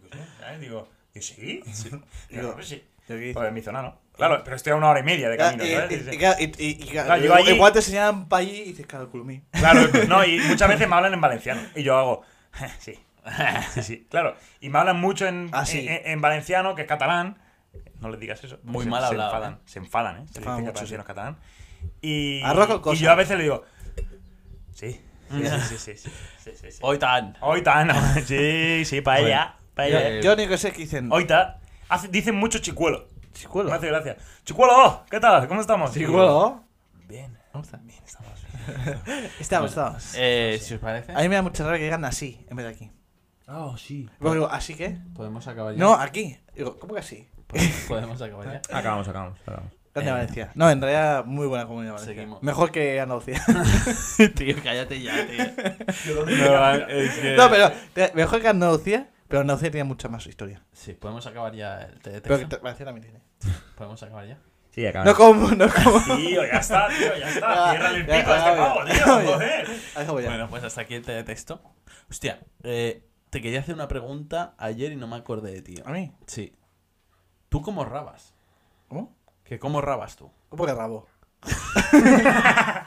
[SPEAKER 2] qué sé, ¿sabes? Digo, ¿y sí? Digo,
[SPEAKER 3] Digo,
[SPEAKER 2] "Pues sí.
[SPEAKER 3] ¿yo qué hice?
[SPEAKER 2] Pues en mi zona no. Claro, pero estoy a una hora y media de camino,
[SPEAKER 3] Ah,
[SPEAKER 2] ¿sabes?
[SPEAKER 3] y-
[SPEAKER 2] Sí,
[SPEAKER 3] y-
[SPEAKER 2] sí.
[SPEAKER 3] claro, y- y- y-
[SPEAKER 2] Claro, yo
[SPEAKER 3] igual-
[SPEAKER 2] allí-
[SPEAKER 3] Igual te enseñan para allí y dices, claro, culo mío.
[SPEAKER 2] Claro, pues no, y muchas veces me hablan en valenciano. Y yo hago, sí. Sí, sí, claro. Y me hablan mucho en,
[SPEAKER 3] Ah, sí.
[SPEAKER 2] en, en valenciano, que es catalán. No les digas eso.
[SPEAKER 1] Muy
[SPEAKER 2] se-
[SPEAKER 1] mal hablado,
[SPEAKER 2] Se enfadan,
[SPEAKER 1] ¿eh?
[SPEAKER 2] se enfadan, ¿eh? Se
[SPEAKER 3] enfadan
[SPEAKER 2] dicen que
[SPEAKER 3] mucho,
[SPEAKER 2] valenciano es catalán. Y,
[SPEAKER 3] Arroz con
[SPEAKER 2] y
[SPEAKER 3] cosas.
[SPEAKER 2] yo a veces le digo, sí. Sí, sí, sí. sí, sí, sí, sí, sí.
[SPEAKER 1] Hoy tan. Eh,
[SPEAKER 2] Hoy tan, ¿no? Sí, sí, para ella. Para
[SPEAKER 1] Yo-
[SPEAKER 2] ella.
[SPEAKER 3] Yo lo único que sé es que dicen,
[SPEAKER 2] Hoy tan. Hace- Dicen mucho chicuelo.
[SPEAKER 3] chicuelo.
[SPEAKER 2] Me hace gracia. Chicuelo, ¿qué tal? ¿Cómo estamos?
[SPEAKER 3] Chicuelo.
[SPEAKER 2] Bien. Bien, estamos bien.
[SPEAKER 3] Estamos, estamos.
[SPEAKER 1] Eh, si os parece.
[SPEAKER 3] A mí me da mucha rabia que digan así, en vez de aquí.
[SPEAKER 1] Ah, sí.
[SPEAKER 3] Luego digo, ¿así qué?
[SPEAKER 1] Podemos acabar ya.
[SPEAKER 3] No, aquí. Digo, ¿cómo que así?
[SPEAKER 1] Pod- Podemos acabar ya.
[SPEAKER 2] Acabamos, acabamos, acabamos.
[SPEAKER 3] Grande
[SPEAKER 1] Eh.
[SPEAKER 3] Valencia. No, en realidad, muy buena comunidad Valencia.
[SPEAKER 1] Seguimos.
[SPEAKER 3] Mejor que Andalucía.
[SPEAKER 1] tío, cállate ya, tío.
[SPEAKER 3] no, pero te- mejor que Andalucía, pero Andalucía tiene mucha más historia.
[SPEAKER 1] Sí, podemos acabar ya el TDT.
[SPEAKER 3] Pero que te- Valencia también tiene.
[SPEAKER 1] Podemos acabar ya.
[SPEAKER 2] Sí,
[SPEAKER 3] No
[SPEAKER 2] acabamos.
[SPEAKER 3] como, no como.
[SPEAKER 2] Tío, ya está, tío, ya
[SPEAKER 3] Ya,
[SPEAKER 2] está. Ah. Cierra el pico
[SPEAKER 3] ya,
[SPEAKER 2] a este
[SPEAKER 3] ya,
[SPEAKER 2] pavo,
[SPEAKER 3] ya.
[SPEAKER 2] tío, joder.
[SPEAKER 3] Algo ya.
[SPEAKER 1] Bueno, pues hasta aquí el TDT. esto. Hostia, eh, te quería hacer una pregunta ayer y no me acordé de tío.
[SPEAKER 3] ¿A
[SPEAKER 2] Ah.
[SPEAKER 3] mí?
[SPEAKER 1] Sí. ¿Tú cómo rabas?
[SPEAKER 3] ¿Cómo?
[SPEAKER 1] ¿Que cómo rabas tú?
[SPEAKER 3] ¿Cómo que rabo?
[SPEAKER 2] Hostia,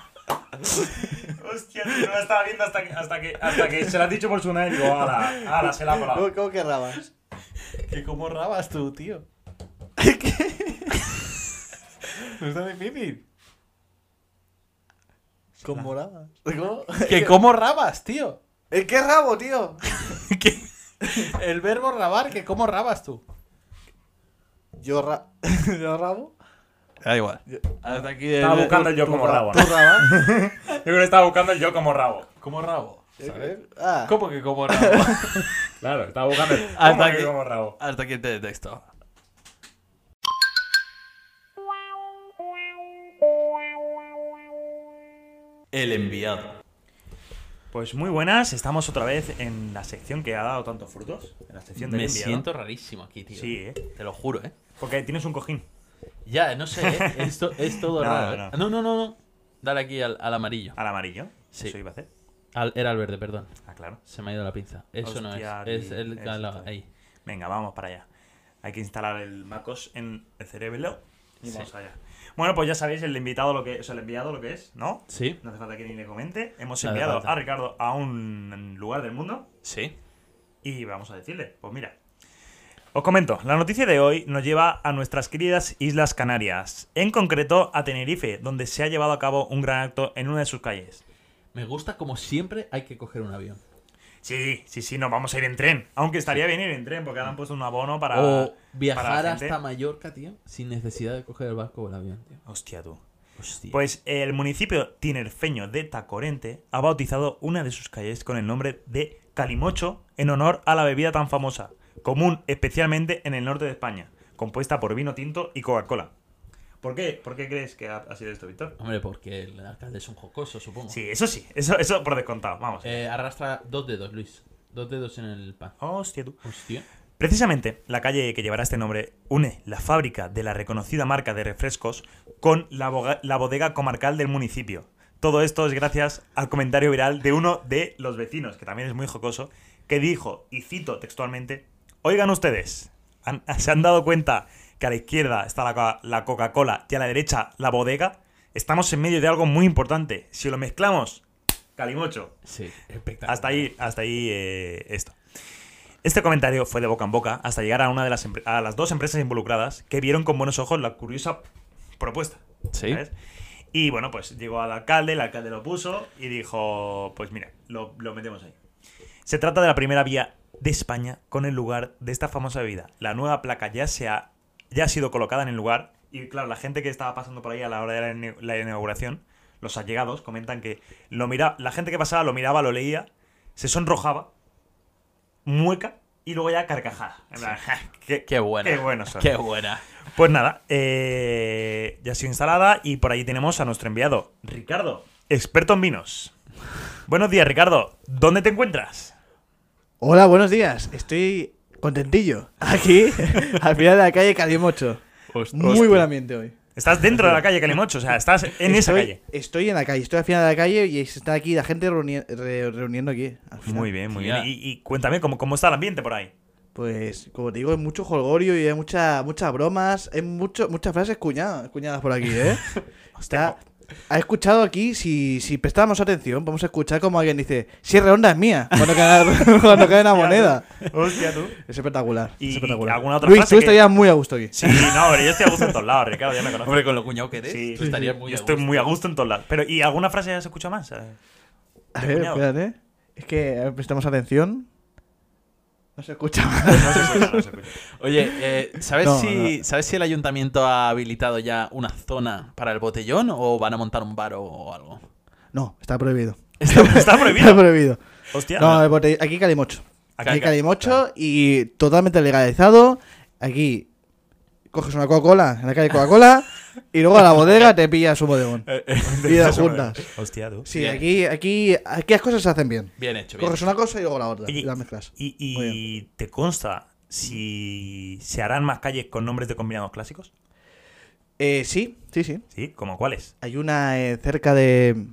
[SPEAKER 2] tío, no la estaba viendo hasta que, hasta que, hasta que se la has dicho por su nombre y digo, ala, ala, se la ha colado.
[SPEAKER 3] ¿Cómo, cómo que rabas?
[SPEAKER 1] ¿Que cómo rabas tú, tío?
[SPEAKER 3] No está difícil. Con moradas. ¿Cómo?
[SPEAKER 1] ¿Que cómo rabas, tío?
[SPEAKER 3] ¿El qué rabo, tío?
[SPEAKER 1] ¿Qué? El verbo rabar, ¿que cómo rabas tú?
[SPEAKER 3] Yo, ra... ¿Yo rabo.
[SPEAKER 1] Da igual. Hasta aquí el...
[SPEAKER 2] Estaba buscando el yo
[SPEAKER 3] Tú
[SPEAKER 2] como
[SPEAKER 3] ra-
[SPEAKER 2] rabo,
[SPEAKER 3] ¿Tú
[SPEAKER 2] ¿no?
[SPEAKER 3] rabas?
[SPEAKER 2] Yo creo que estaba buscando el yo como rabo.
[SPEAKER 1] ¿Cómo rabo? ¿sabes?
[SPEAKER 3] ¿Eh? Ah.
[SPEAKER 1] ¿Cómo que cómo rabo?
[SPEAKER 2] Claro, estaba buscando el
[SPEAKER 1] Hasta
[SPEAKER 2] ¿cómo que
[SPEAKER 1] que-
[SPEAKER 2] como rabo.
[SPEAKER 1] Hasta aquí te texto. El enviado.
[SPEAKER 2] Pues muy buenas, estamos otra vez en la sección que ha dado tantos frutos. En la sección de
[SPEAKER 1] Me siento rarísimo aquí, tío.
[SPEAKER 2] Sí, eh.
[SPEAKER 1] Te lo juro, ¿eh?
[SPEAKER 2] Porque tienes un cojín.
[SPEAKER 1] Ya, no sé, ¿eh? Esto es todo
[SPEAKER 2] No,
[SPEAKER 1] raro.
[SPEAKER 2] no.
[SPEAKER 1] ¿eh? No, no, no, no. Dale aquí al, al amarillo.
[SPEAKER 2] Al amarillo.
[SPEAKER 1] Sí.
[SPEAKER 2] Eso iba a hacer.
[SPEAKER 1] Al- era al verde, perdón.
[SPEAKER 2] Ah, claro.
[SPEAKER 1] Se me ha ido la pinza. Eso
[SPEAKER 2] Hostia,
[SPEAKER 1] no es. Es
[SPEAKER 2] tío,
[SPEAKER 1] el
[SPEAKER 2] eso
[SPEAKER 1] al-
[SPEAKER 2] está
[SPEAKER 1] ahí.
[SPEAKER 2] bien. Venga, vamos para allá. Hay que instalar el MacOS en el cerebelo. Y
[SPEAKER 1] Sí.
[SPEAKER 2] vamos allá. Bueno, pues ya sabéis el invitado lo que es, o sea, el enviado lo que es, ¿no?
[SPEAKER 1] Sí,
[SPEAKER 2] No hace falta que ni le comente. Hemos
[SPEAKER 1] No hace
[SPEAKER 2] enviado
[SPEAKER 1] falta.
[SPEAKER 2] a Ricardo a un lugar del mundo
[SPEAKER 1] sí.
[SPEAKER 2] y vamos a decirle, pues mira. Os comento, la noticia de hoy nos lleva a nuestras queridas Islas Canarias, en concreto a Tenerife, donde se ha llevado a cabo un gran acto en una de sus calles.
[SPEAKER 1] Me gusta como siempre hay que coger un avión.
[SPEAKER 2] Sí, sí, sí, nos vamos a ir en tren, aunque estaría bien ir en tren porque ahora han puesto un abono para...
[SPEAKER 1] o
[SPEAKER 2] para
[SPEAKER 1] viajar
[SPEAKER 2] la gente.
[SPEAKER 1] hasta Mallorca, tío, sin necesidad de coger el barco o el avión, tío.
[SPEAKER 2] Hostia tú.
[SPEAKER 1] Hostia.
[SPEAKER 2] Pues el municipio tinerfeño de Tacorente ha bautizado una de sus calles con el nombre de Calimocho en honor a la bebida tan famosa, común especialmente en el norte de España, compuesta por vino tinto y Coca-Cola. ¿Por qué? ¿Por qué crees que ha, ha sido esto, Víctor?
[SPEAKER 1] Hombre, porque el alcalde es un jocoso, supongo.
[SPEAKER 2] Sí, eso sí, eso, eso por descontado, vamos.
[SPEAKER 1] Eh, arrastra dos dedos, Luis. Dos dedos en el pan.
[SPEAKER 2] Hostia tú.
[SPEAKER 1] Hostia.
[SPEAKER 2] Precisamente, la calle que llevará este nombre une la fábrica de la reconocida marca de refrescos con la, boga- la bodega comarcal del municipio, Todo esto es gracias al comentario viral de uno de los vecinos, que también es muy jocoso, que dijo, y cito textualmente, oigan ustedes, ¿han- ¿se han dado cuenta que a la izquierda está la, co- la Coca-Cola y a la derecha la bodega? Estamos en medio de algo muy importante. Si lo mezclamos, calimocho.
[SPEAKER 1] Sí, espectacular.
[SPEAKER 2] Hasta ahí, hasta ahí eh, esto. Este comentario fue de boca en boca hasta llegar a una de las empre- a las dos empresas involucradas que vieron con buenos ojos la curiosa propuesta.
[SPEAKER 1] Sí.
[SPEAKER 2] ¿sabes? Y bueno, pues llegó al alcalde, el alcalde lo puso y dijo, pues mira, lo, lo metemos ahí. Se trata de la primera vía de España con el lugar de esta famosa bebida. La nueva placa ya, se ha, ya ha sido colocada en el lugar y claro, la gente que estaba pasando por ahí a la hora de la, ine- la inauguración, los allegados comentan que lo mira, la gente que pasaba lo miraba, lo leía, se sonrojaba, mueca y luego ya carcajada. En plan, qué,
[SPEAKER 1] Qué buena.
[SPEAKER 2] Qué bueno son.
[SPEAKER 1] Qué buena.
[SPEAKER 2] Pues nada, eh, ya ha sido instalada y por ahí tenemos a nuestro enviado, Ricardo, experto en vinos. Buenos días, Ricardo. ¿Dónde te encuentras?
[SPEAKER 3] Hola, buenos días. Estoy contentillo. Aquí, al final de la calle Calimocho. Muy buen ambiente hoy.
[SPEAKER 2] Estás dentro de la calle Calimocho, o sea, estás en esa
[SPEAKER 3] Estoy-
[SPEAKER 2] calle.
[SPEAKER 3] Estoy en la calle, estoy al final de la calle y está aquí la gente reuni- re- reuniendo aquí. al final.
[SPEAKER 2] Muy bien, muy
[SPEAKER 1] Tía.
[SPEAKER 2] bien. Y, y cuéntame ¿cómo, cómo está el ambiente por ahí.
[SPEAKER 3] Pues, como te digo, hay mucho jolgorio y hay mucha, muchas bromas, hay mucho, muchas frases cuñadas, cuñadas por aquí, ¿eh? Está, ha escuchado aquí, si, si prestábamos atención, vamos a escuchar como alguien dice, Sierra Honda es mía, cuando cae, cuando cae una moneda.
[SPEAKER 2] Hostia, tú.
[SPEAKER 3] Es espectacular,
[SPEAKER 2] Y-
[SPEAKER 3] es
[SPEAKER 2] y
[SPEAKER 3] espectacular.
[SPEAKER 2] alguna otra
[SPEAKER 3] Luis,
[SPEAKER 2] frase
[SPEAKER 3] tú
[SPEAKER 2] que-
[SPEAKER 3] estarías muy a gusto aquí.
[SPEAKER 2] Sí, no, pero yo estoy a gusto en todos lados, Ricardo, ya me conoces.
[SPEAKER 1] Hombre, con lo cuñado que eres,
[SPEAKER 2] Sí,
[SPEAKER 1] tú
[SPEAKER 2] sí,
[SPEAKER 1] estarías
[SPEAKER 2] Yo
[SPEAKER 1] muy a
[SPEAKER 2] estoy
[SPEAKER 1] gusto.
[SPEAKER 2] muy a gusto en todos lados. Pero, ¿y alguna frase ya se escucha más?
[SPEAKER 3] A
[SPEAKER 2] de
[SPEAKER 3] ver,
[SPEAKER 2] cuñado.
[SPEAKER 3] espérate. Es que eh, prestamos atención. No se escucha
[SPEAKER 2] No se escucha, no se escucha.
[SPEAKER 1] Oye, eh, ¿sabes,
[SPEAKER 3] No,
[SPEAKER 1] si, ¿sabes si el ayuntamiento ha habilitado ya una zona para el botellón o van a montar un bar o algo?
[SPEAKER 3] No, está prohibido.
[SPEAKER 2] Está
[SPEAKER 3] Está
[SPEAKER 2] prohibido.
[SPEAKER 3] prohibido.
[SPEAKER 2] Hostia.
[SPEAKER 3] No, eh, el botell- aquí calimocho.
[SPEAKER 2] Aquí
[SPEAKER 3] Aquí,
[SPEAKER 2] hay ca-
[SPEAKER 3] calimocho y totalmente legalizado. Aquí coges una Coca-Cola en la calle Coca-Cola y luego a la bodega te pillas un bodegón. Vidas juntas.
[SPEAKER 2] Eh, Hostia, tú.
[SPEAKER 3] Sí,
[SPEAKER 1] Bien.
[SPEAKER 3] aquí, aquí, aquí las cosas se hacen bien.
[SPEAKER 1] Bien hecho, bien.
[SPEAKER 3] Coges una cosa y luego la otra
[SPEAKER 2] Oye,
[SPEAKER 3] y las mezclas.
[SPEAKER 2] ¿Y,
[SPEAKER 3] Muy
[SPEAKER 2] y te consta si se harán más calles con nombres de combinados clásicos?
[SPEAKER 3] Eh, sí, sí, sí.
[SPEAKER 2] ¿Sí? ¿Como cuáles?
[SPEAKER 3] Hay una eh, cerca de,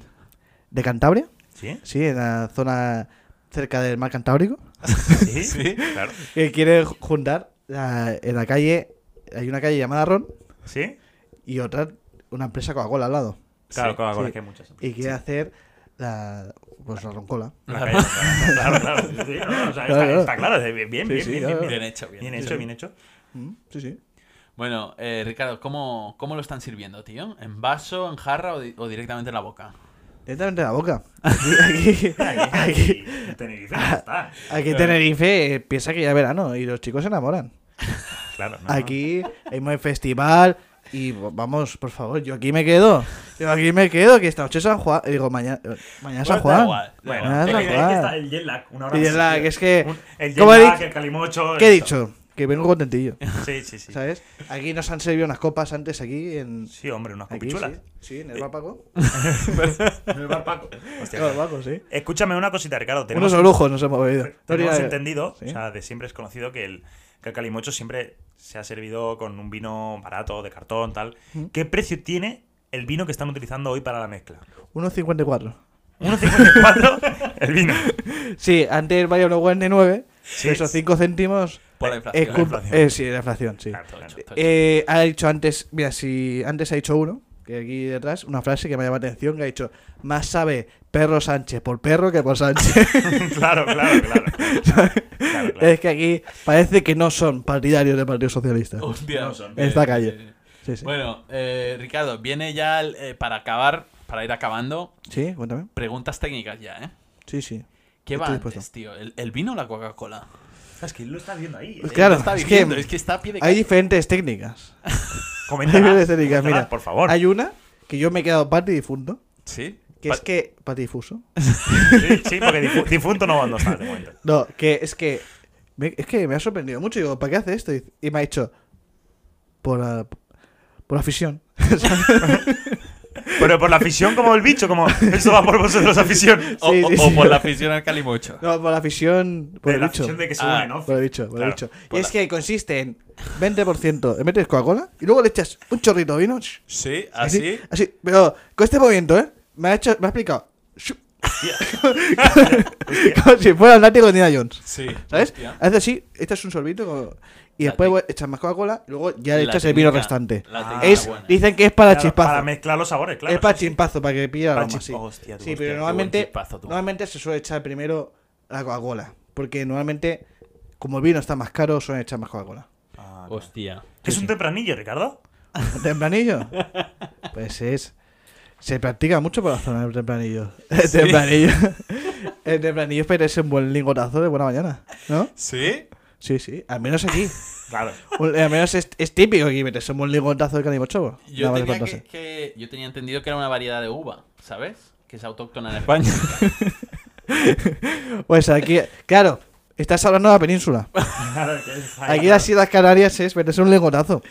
[SPEAKER 3] de Cantabria.
[SPEAKER 2] ¿Sí?
[SPEAKER 3] Sí, en la zona cerca del mar Cantábrico.
[SPEAKER 2] ¿Sí? Claro.
[SPEAKER 3] Que quiere ju- juntar la- en la calle. Hay una calle llamada Ron
[SPEAKER 2] ¿Sí?
[SPEAKER 3] y otra, una empresa Coca-Cola al lado.
[SPEAKER 2] Claro,
[SPEAKER 1] Sí,
[SPEAKER 2] Coca-Cola,
[SPEAKER 3] sí.
[SPEAKER 2] que hay muchas.
[SPEAKER 3] Y quiere hacer la, pues, la roncola.
[SPEAKER 2] La calle, claro, claro. claro. Sí, no, o sea,
[SPEAKER 3] Claro,
[SPEAKER 2] está,
[SPEAKER 3] claro.
[SPEAKER 2] está claro. Bien, bien,
[SPEAKER 3] Sí,
[SPEAKER 2] bien,
[SPEAKER 3] sí,
[SPEAKER 2] bien,
[SPEAKER 3] claro.
[SPEAKER 2] bien.
[SPEAKER 1] Bien hecho, bien,
[SPEAKER 2] Bien
[SPEAKER 1] hecho.
[SPEAKER 2] hecho, bien hecho.
[SPEAKER 3] Mm, Sí, sí.
[SPEAKER 1] Bueno, eh, Ricardo, ¿cómo, ¿cómo lo están sirviendo, tío? ¿En vaso, en jarra o, di- o directamente en la boca?
[SPEAKER 3] Directamente de la boca. Aquí, aquí,
[SPEAKER 2] Aquí, en Tenerife, ya está.
[SPEAKER 3] aquí en Tenerife eh, piensa que ya es verano y los chicos se enamoran.
[SPEAKER 2] Claro,
[SPEAKER 3] Ah.
[SPEAKER 2] no, no.
[SPEAKER 3] Aquí hay muy festival y bo- vamos, por favor, yo aquí me quedo. Yo aquí me quedo, que esta noche es San Juan. Digo, mañana, mañana es San
[SPEAKER 1] Pues da
[SPEAKER 3] Juan.
[SPEAKER 1] igual.
[SPEAKER 3] Ah,
[SPEAKER 2] Bueno,
[SPEAKER 3] Nada,
[SPEAKER 2] es que- es que
[SPEAKER 3] nada.
[SPEAKER 2] está el jet lag. Una hora
[SPEAKER 3] El jet
[SPEAKER 2] más.
[SPEAKER 3] lag, es que-
[SPEAKER 2] Un- El jet
[SPEAKER 3] ¿Cómo he
[SPEAKER 2] lag,
[SPEAKER 3] dicho?
[SPEAKER 2] el calimocho.
[SPEAKER 3] ¿Qué he
[SPEAKER 2] esto.
[SPEAKER 3] dicho? Que vengo contentillo,
[SPEAKER 2] Sí, sí, sí.
[SPEAKER 3] ¿sabes? Aquí nos han servido unas copas antes aquí en...
[SPEAKER 2] Sí, hombre, unas
[SPEAKER 3] Aquí,
[SPEAKER 2] copichuelas.
[SPEAKER 3] sí, sí,
[SPEAKER 2] Eh,
[SPEAKER 3] en el Barpaco.
[SPEAKER 2] En el bar Paco. Hostia,
[SPEAKER 3] En el Barpaco, sí.
[SPEAKER 2] Escúchame una cosita, Ricardo. Tenemos
[SPEAKER 3] Unos orujos nos hemos bebido.
[SPEAKER 2] Tenemos
[SPEAKER 3] Teoría-
[SPEAKER 2] entendido,
[SPEAKER 3] sí.
[SPEAKER 2] o sea, de siempre es conocido que el, que el calimocho siempre se ha servido con un vino barato, de cartón, tal.
[SPEAKER 3] Ujú.
[SPEAKER 2] ¿Qué precio tiene el vino que están utilizando hoy para la mezcla?
[SPEAKER 3] 1,54.
[SPEAKER 2] 1,54 el vino.
[SPEAKER 3] Sí, antes valía 1,49.
[SPEAKER 2] Sí.
[SPEAKER 3] Esos 5 céntimos
[SPEAKER 1] Por la
[SPEAKER 2] Eh,
[SPEAKER 3] es
[SPEAKER 1] inflación.
[SPEAKER 2] escu-
[SPEAKER 3] culpa.
[SPEAKER 2] inflación.
[SPEAKER 3] Eh, sí, la inflación, sí.
[SPEAKER 2] Claro, claro.
[SPEAKER 1] Estoy-
[SPEAKER 3] Eh, ha dicho antes, mira, si antes ha dicho uno, que aquí detrás, una frase que me llama la atención, que ha dicho, más sabe perro Sánchez por perro que por Sánchez.
[SPEAKER 2] Claro, claro, claro. Claro, claro.
[SPEAKER 3] es que aquí parece que no son partidarios del Partido Socialista.
[SPEAKER 1] Hostia. Eh,
[SPEAKER 2] No son.
[SPEAKER 3] Esta calle.
[SPEAKER 2] eh,
[SPEAKER 3] Sí, sí.
[SPEAKER 1] Bueno, eh, Ricardo, viene ya el- eh, para acabar, para ir acabando,
[SPEAKER 3] Sí, cuéntame.
[SPEAKER 1] preguntas técnicas ya, ¿eh?
[SPEAKER 3] Sí, sí.
[SPEAKER 1] ¿Qué
[SPEAKER 3] Estoy
[SPEAKER 1] va
[SPEAKER 3] dispuesto.
[SPEAKER 1] antes, tío? ¿El, el vino o la Coca-Cola?
[SPEAKER 2] Es que lo estás viendo ahí. eh.
[SPEAKER 3] Es que- Pues Claro,
[SPEAKER 1] Él lo está
[SPEAKER 3] es que-
[SPEAKER 1] viviendo, es que está a pie de
[SPEAKER 3] Hay
[SPEAKER 1] calle.
[SPEAKER 3] diferentes técnicas.
[SPEAKER 2] Coméntala,
[SPEAKER 3] Hay diferentes técnicas,
[SPEAKER 2] coméntala,
[SPEAKER 3] mira.
[SPEAKER 2] Ah, por favor.
[SPEAKER 3] Hay una que yo me he quedado patidifunto,
[SPEAKER 1] Sí.
[SPEAKER 3] que
[SPEAKER 1] Pa-
[SPEAKER 3] es que... Patidifuso.
[SPEAKER 2] Sí, sí, porque difu- difunto no, no estás de momento.
[SPEAKER 3] No, que es que. me- es que me ha sorprendido mucho. Digo, ¿para qué hace esto? Y, y me ha dicho. Por, ah, por afición.
[SPEAKER 2] Pero por la afición como el bicho, como esto va por vosotros afición. Oh,
[SPEAKER 1] O,
[SPEAKER 3] Sí,
[SPEAKER 1] o-
[SPEAKER 3] sí,
[SPEAKER 1] o
[SPEAKER 3] sí.
[SPEAKER 1] por la afición al calimocho.
[SPEAKER 3] No, por afición. Por
[SPEAKER 2] De
[SPEAKER 3] el
[SPEAKER 2] la
[SPEAKER 3] bicho.
[SPEAKER 2] afición de que se
[SPEAKER 1] Ah,
[SPEAKER 2] une, ¿no?
[SPEAKER 3] Por el bicho, por
[SPEAKER 2] Claro,
[SPEAKER 3] el bicho.
[SPEAKER 1] por
[SPEAKER 3] Y
[SPEAKER 1] la-
[SPEAKER 3] es que consiste en 20%. Le metes Coca-Cola y luego le echas un chorrito de vino.
[SPEAKER 1] ¿Ah, Sí, así.
[SPEAKER 3] Así. Pero con este movimiento, ¿eh? Me ha hecho, me ha explicado. Shup.
[SPEAKER 2] Hostia.
[SPEAKER 3] Como si fuera el látigo de Indiana Jones.
[SPEAKER 1] Sí.
[SPEAKER 3] ¿Sabes?
[SPEAKER 1] hostia.
[SPEAKER 3] Haces así, echas un sorbito como- y
[SPEAKER 1] La
[SPEAKER 3] después
[SPEAKER 1] tec-
[SPEAKER 3] bueno, echas más Coca-Cola y luego ya le
[SPEAKER 1] La
[SPEAKER 3] echas el vino
[SPEAKER 1] técnica-
[SPEAKER 3] restante.
[SPEAKER 1] la
[SPEAKER 2] Ah,
[SPEAKER 1] técnica
[SPEAKER 3] Es,
[SPEAKER 1] buena.
[SPEAKER 3] dicen que es para
[SPEAKER 2] Claro,
[SPEAKER 3] chispazo.
[SPEAKER 2] Para mezclar los sabores, claro.
[SPEAKER 3] es para
[SPEAKER 2] sí, sí.
[SPEAKER 3] chispazo, para que pille el
[SPEAKER 2] Para
[SPEAKER 3] aroma,
[SPEAKER 2] chisp-
[SPEAKER 3] sí.
[SPEAKER 2] Hostia, tú,
[SPEAKER 3] Sí,
[SPEAKER 2] hostia,
[SPEAKER 3] pero
[SPEAKER 2] qué
[SPEAKER 1] Qué
[SPEAKER 3] normalmente,
[SPEAKER 1] buen chispazo, tú.
[SPEAKER 3] normalmente se suele echar primero la Coca-Cola. Porque normalmente, como el vino está más caro, suelen echar más Coca-Cola.
[SPEAKER 2] Ah, claro.
[SPEAKER 1] Hostia.
[SPEAKER 2] ¿Es
[SPEAKER 3] Sí,
[SPEAKER 2] un
[SPEAKER 3] sí.
[SPEAKER 2] tempranillo, Ricardo?
[SPEAKER 3] ¿Un tempranillo? Pues es. Se practica mucho por la zona del tempranillo. El tempranillo. El tempranillo, pero es un buen lingotazo de buena mañana, ¿no?
[SPEAKER 1] ¿Sí?
[SPEAKER 3] Sí, sí. Al menos aquí.
[SPEAKER 2] Claro.
[SPEAKER 3] Un- al menos es, es típico aquí meterse un buen lingotazo de calimochobo.
[SPEAKER 1] Yo
[SPEAKER 3] Nada más
[SPEAKER 1] tenía,
[SPEAKER 3] de
[SPEAKER 1] que,
[SPEAKER 3] plantarse.
[SPEAKER 1] que- yo tenía entendido que era una variedad de uva, ¿sabes? Que es autóctona en España.
[SPEAKER 3] Pues aquí. Claro, estás hablando de la península.
[SPEAKER 2] Claro, que es-
[SPEAKER 3] Aquí las Islas Canarias es meterse un lingotazo.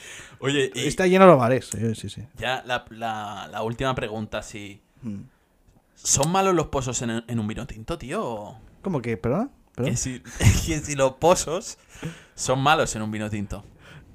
[SPEAKER 1] Oye, y
[SPEAKER 3] Está lleno de los bares. Sí, sí, sí.
[SPEAKER 1] ya la, la- la última pregunta, si...
[SPEAKER 3] Mm.
[SPEAKER 1] ¿Son malos los pozos en, en un vino tinto, tío? o-
[SPEAKER 3] ¿Cómo que? ¿Perdona? ¿Perdona?
[SPEAKER 1] Que si, que si los pozos son malos en un vino tinto.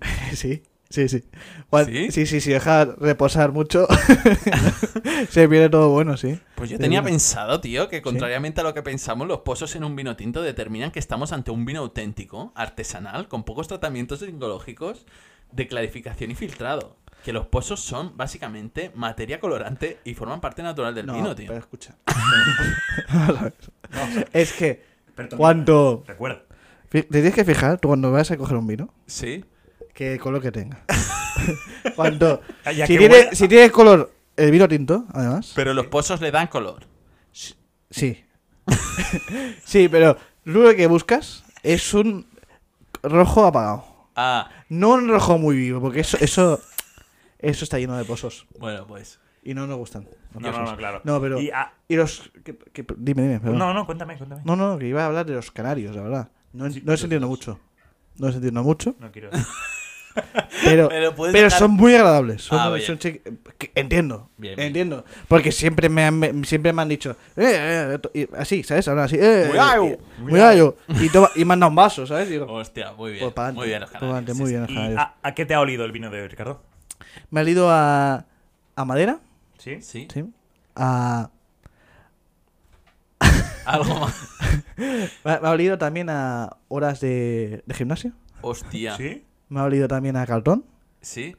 [SPEAKER 3] Sí, sí, sí. Cuan-
[SPEAKER 1] ¿Sí?
[SPEAKER 3] sí, sí, si deja reposar mucho, se viene todo bueno, sí.
[SPEAKER 1] Pues yo
[SPEAKER 3] De
[SPEAKER 1] tenía
[SPEAKER 3] vino.
[SPEAKER 1] pensado, tío, que contrariamente a lo que pensamos, los pozos en un vino tinto determinan que estamos ante un vino auténtico, artesanal, con pocos tratamientos tecnológicos de clarificación y filtrado. Que los pozos son básicamente materia colorante y forman parte natural del
[SPEAKER 3] No,
[SPEAKER 1] vino, tío.
[SPEAKER 3] pero escucha. Vamos a ver.
[SPEAKER 2] No, o sea,
[SPEAKER 3] es que
[SPEAKER 2] perdón.
[SPEAKER 3] cuando...
[SPEAKER 2] Recuerda.
[SPEAKER 3] fi- Te tienes que fijar, tú cuando vas a coger un vino,
[SPEAKER 1] Sí.
[SPEAKER 3] que el color que tenga. cuando...
[SPEAKER 2] Ah, ya
[SPEAKER 3] Si
[SPEAKER 2] que
[SPEAKER 3] tiene,
[SPEAKER 2] huele-
[SPEAKER 3] si tiene color el vino tinto, además.
[SPEAKER 1] Pero los pozos le dan color.
[SPEAKER 3] Sí. sí, pero lo que buscas es un rojo apagado.
[SPEAKER 1] Ah,
[SPEAKER 3] No un rojo muy vivo, porque eso, eso, eso está lleno de pozos.
[SPEAKER 1] bueno, pues.
[SPEAKER 3] Y no nos gustan. los
[SPEAKER 2] No, no,
[SPEAKER 3] pozos.
[SPEAKER 2] no, claro.
[SPEAKER 3] No, pero.
[SPEAKER 2] Y, ah,
[SPEAKER 3] Y los. que- que- dime, dime. perdón.
[SPEAKER 2] no, no, cuéntame, cuéntame. No,
[SPEAKER 3] No, no, que iba a hablar de los canarios, la verdad. No, en-
[SPEAKER 2] Sí,
[SPEAKER 3] no
[SPEAKER 2] los
[SPEAKER 3] se entiendo mucho. No se entiendo mucho.
[SPEAKER 2] quiero.
[SPEAKER 3] Pero,
[SPEAKER 1] Pero puedes
[SPEAKER 3] pero
[SPEAKER 1] dejar-
[SPEAKER 3] son muy agradables. Son,
[SPEAKER 1] Ah, bien.
[SPEAKER 3] son chi- que- Entiendo.
[SPEAKER 1] Bien, bien.
[SPEAKER 3] Entiendo. Porque siempre me han, me- siempre me han dicho. Eh, eh, eh, y así, ¿sabes? Ahora así. Eh,
[SPEAKER 1] Muy gallo,
[SPEAKER 3] eh,
[SPEAKER 1] muy
[SPEAKER 3] muy gallo. Y, toma, y me han dado un vaso, ¿sabes? Y digo,
[SPEAKER 1] Hostia, muy bien.
[SPEAKER 3] pues para
[SPEAKER 1] muy bien, los canarios,
[SPEAKER 3] adelante.
[SPEAKER 1] sí,
[SPEAKER 3] Muy
[SPEAKER 1] sí. ah
[SPEAKER 3] bien, los
[SPEAKER 2] ¿Y
[SPEAKER 3] canarios.
[SPEAKER 2] a, a qué te ha olido el vino de hoy, Ricardo?
[SPEAKER 3] Me han ido a, a madera.
[SPEAKER 2] ¿Sí?
[SPEAKER 1] Sí.
[SPEAKER 3] Sí. A-
[SPEAKER 1] Algo más.
[SPEAKER 3] me, ha, me ha olido también a horas de, de gimnasio.
[SPEAKER 1] Hostia. ¿Sí?
[SPEAKER 2] ¿Sí?
[SPEAKER 3] Me ha olido también a cartón.
[SPEAKER 2] ¿Sí?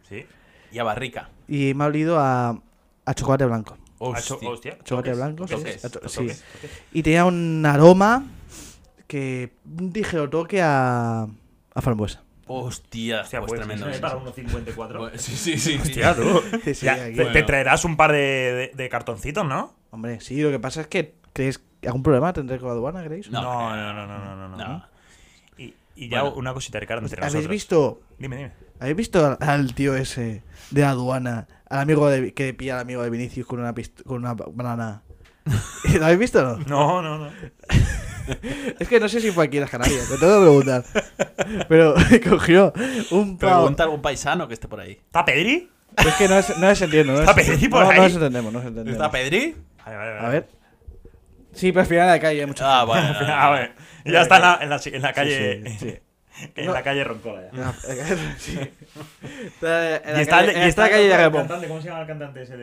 [SPEAKER 1] Y a barrica.
[SPEAKER 3] Y me ha olido a, a chocolate blanco.
[SPEAKER 2] Ah, cho-
[SPEAKER 1] Hostia.
[SPEAKER 2] Hostia.
[SPEAKER 3] Chocolate
[SPEAKER 2] toques,
[SPEAKER 3] blanco, sí,
[SPEAKER 2] toques,
[SPEAKER 3] a to-
[SPEAKER 2] toques,
[SPEAKER 3] sí.
[SPEAKER 2] toques.
[SPEAKER 3] Y tenía un aroma que dije o toque a, a frambuesa.
[SPEAKER 1] Hostia,
[SPEAKER 2] Hostia,
[SPEAKER 1] pues,
[SPEAKER 2] pues
[SPEAKER 1] tremendo.
[SPEAKER 2] sí,
[SPEAKER 1] eso.
[SPEAKER 2] para 1.54.
[SPEAKER 1] Pues, sí, sí, sí. sí.
[SPEAKER 2] Hostia, tú.
[SPEAKER 3] Sí, sí,
[SPEAKER 2] Ya, pues.
[SPEAKER 3] aquí.
[SPEAKER 2] te, te
[SPEAKER 1] Bueno.
[SPEAKER 2] traerás un par de, de- de cartoncitos, ¿no?
[SPEAKER 3] Hombre, sí, lo que pasa es que crees que algún problema tendré con la aduana, ¿creéis?
[SPEAKER 1] No,
[SPEAKER 2] no,
[SPEAKER 1] creo.
[SPEAKER 2] no, no, no, no, no,
[SPEAKER 1] No.
[SPEAKER 2] Y, y ya
[SPEAKER 1] Bueno.
[SPEAKER 2] una cosita, Ricardo, entre
[SPEAKER 3] ¿Habéis
[SPEAKER 2] nosotros.
[SPEAKER 3] visto,
[SPEAKER 2] Dime, dime.
[SPEAKER 3] ¿Habéis visto al, al tío ese de la aduana? Al amigo de, que pilla al amigo de Vinicius con una, pist- con una banana. ¿Lo habéis visto o
[SPEAKER 2] No,
[SPEAKER 3] no?
[SPEAKER 2] no, no.
[SPEAKER 3] Es que no sé si fue aquí en las Canarias, me tengo que preguntar. Pero cogió un pavo.
[SPEAKER 1] Pregunta a algún paisano que esté por ahí.
[SPEAKER 2] ¿Está Pedri?
[SPEAKER 3] Es que no es, no es entiendo. No
[SPEAKER 2] ¿Está
[SPEAKER 3] es,
[SPEAKER 2] Pedri por
[SPEAKER 3] no, no
[SPEAKER 2] ahí?
[SPEAKER 3] es entendemos, no es
[SPEAKER 1] ¿Está
[SPEAKER 3] entendemos.
[SPEAKER 1] Pedri?
[SPEAKER 2] Vale, vale, vale.
[SPEAKER 3] A ver. Sí, pero al final en la calle hay mucha
[SPEAKER 1] Ah, vale.
[SPEAKER 3] gente.
[SPEAKER 1] vale,
[SPEAKER 2] A
[SPEAKER 1] vale.
[SPEAKER 2] ver. Ya está en la, en la, en la calle.
[SPEAKER 3] Eh,
[SPEAKER 2] Mm.
[SPEAKER 3] Sí, sí, sí.
[SPEAKER 2] En la calle Roncola. Ya.
[SPEAKER 3] En la- sí. Está
[SPEAKER 2] Y
[SPEAKER 3] en la
[SPEAKER 2] está,
[SPEAKER 3] calle-
[SPEAKER 2] el-
[SPEAKER 3] en
[SPEAKER 2] y
[SPEAKER 3] esta
[SPEAKER 2] está
[SPEAKER 3] calle de
[SPEAKER 2] el
[SPEAKER 3] Japón.
[SPEAKER 2] cantante, ¿Cómo se llama el cantante ese
[SPEAKER 1] Da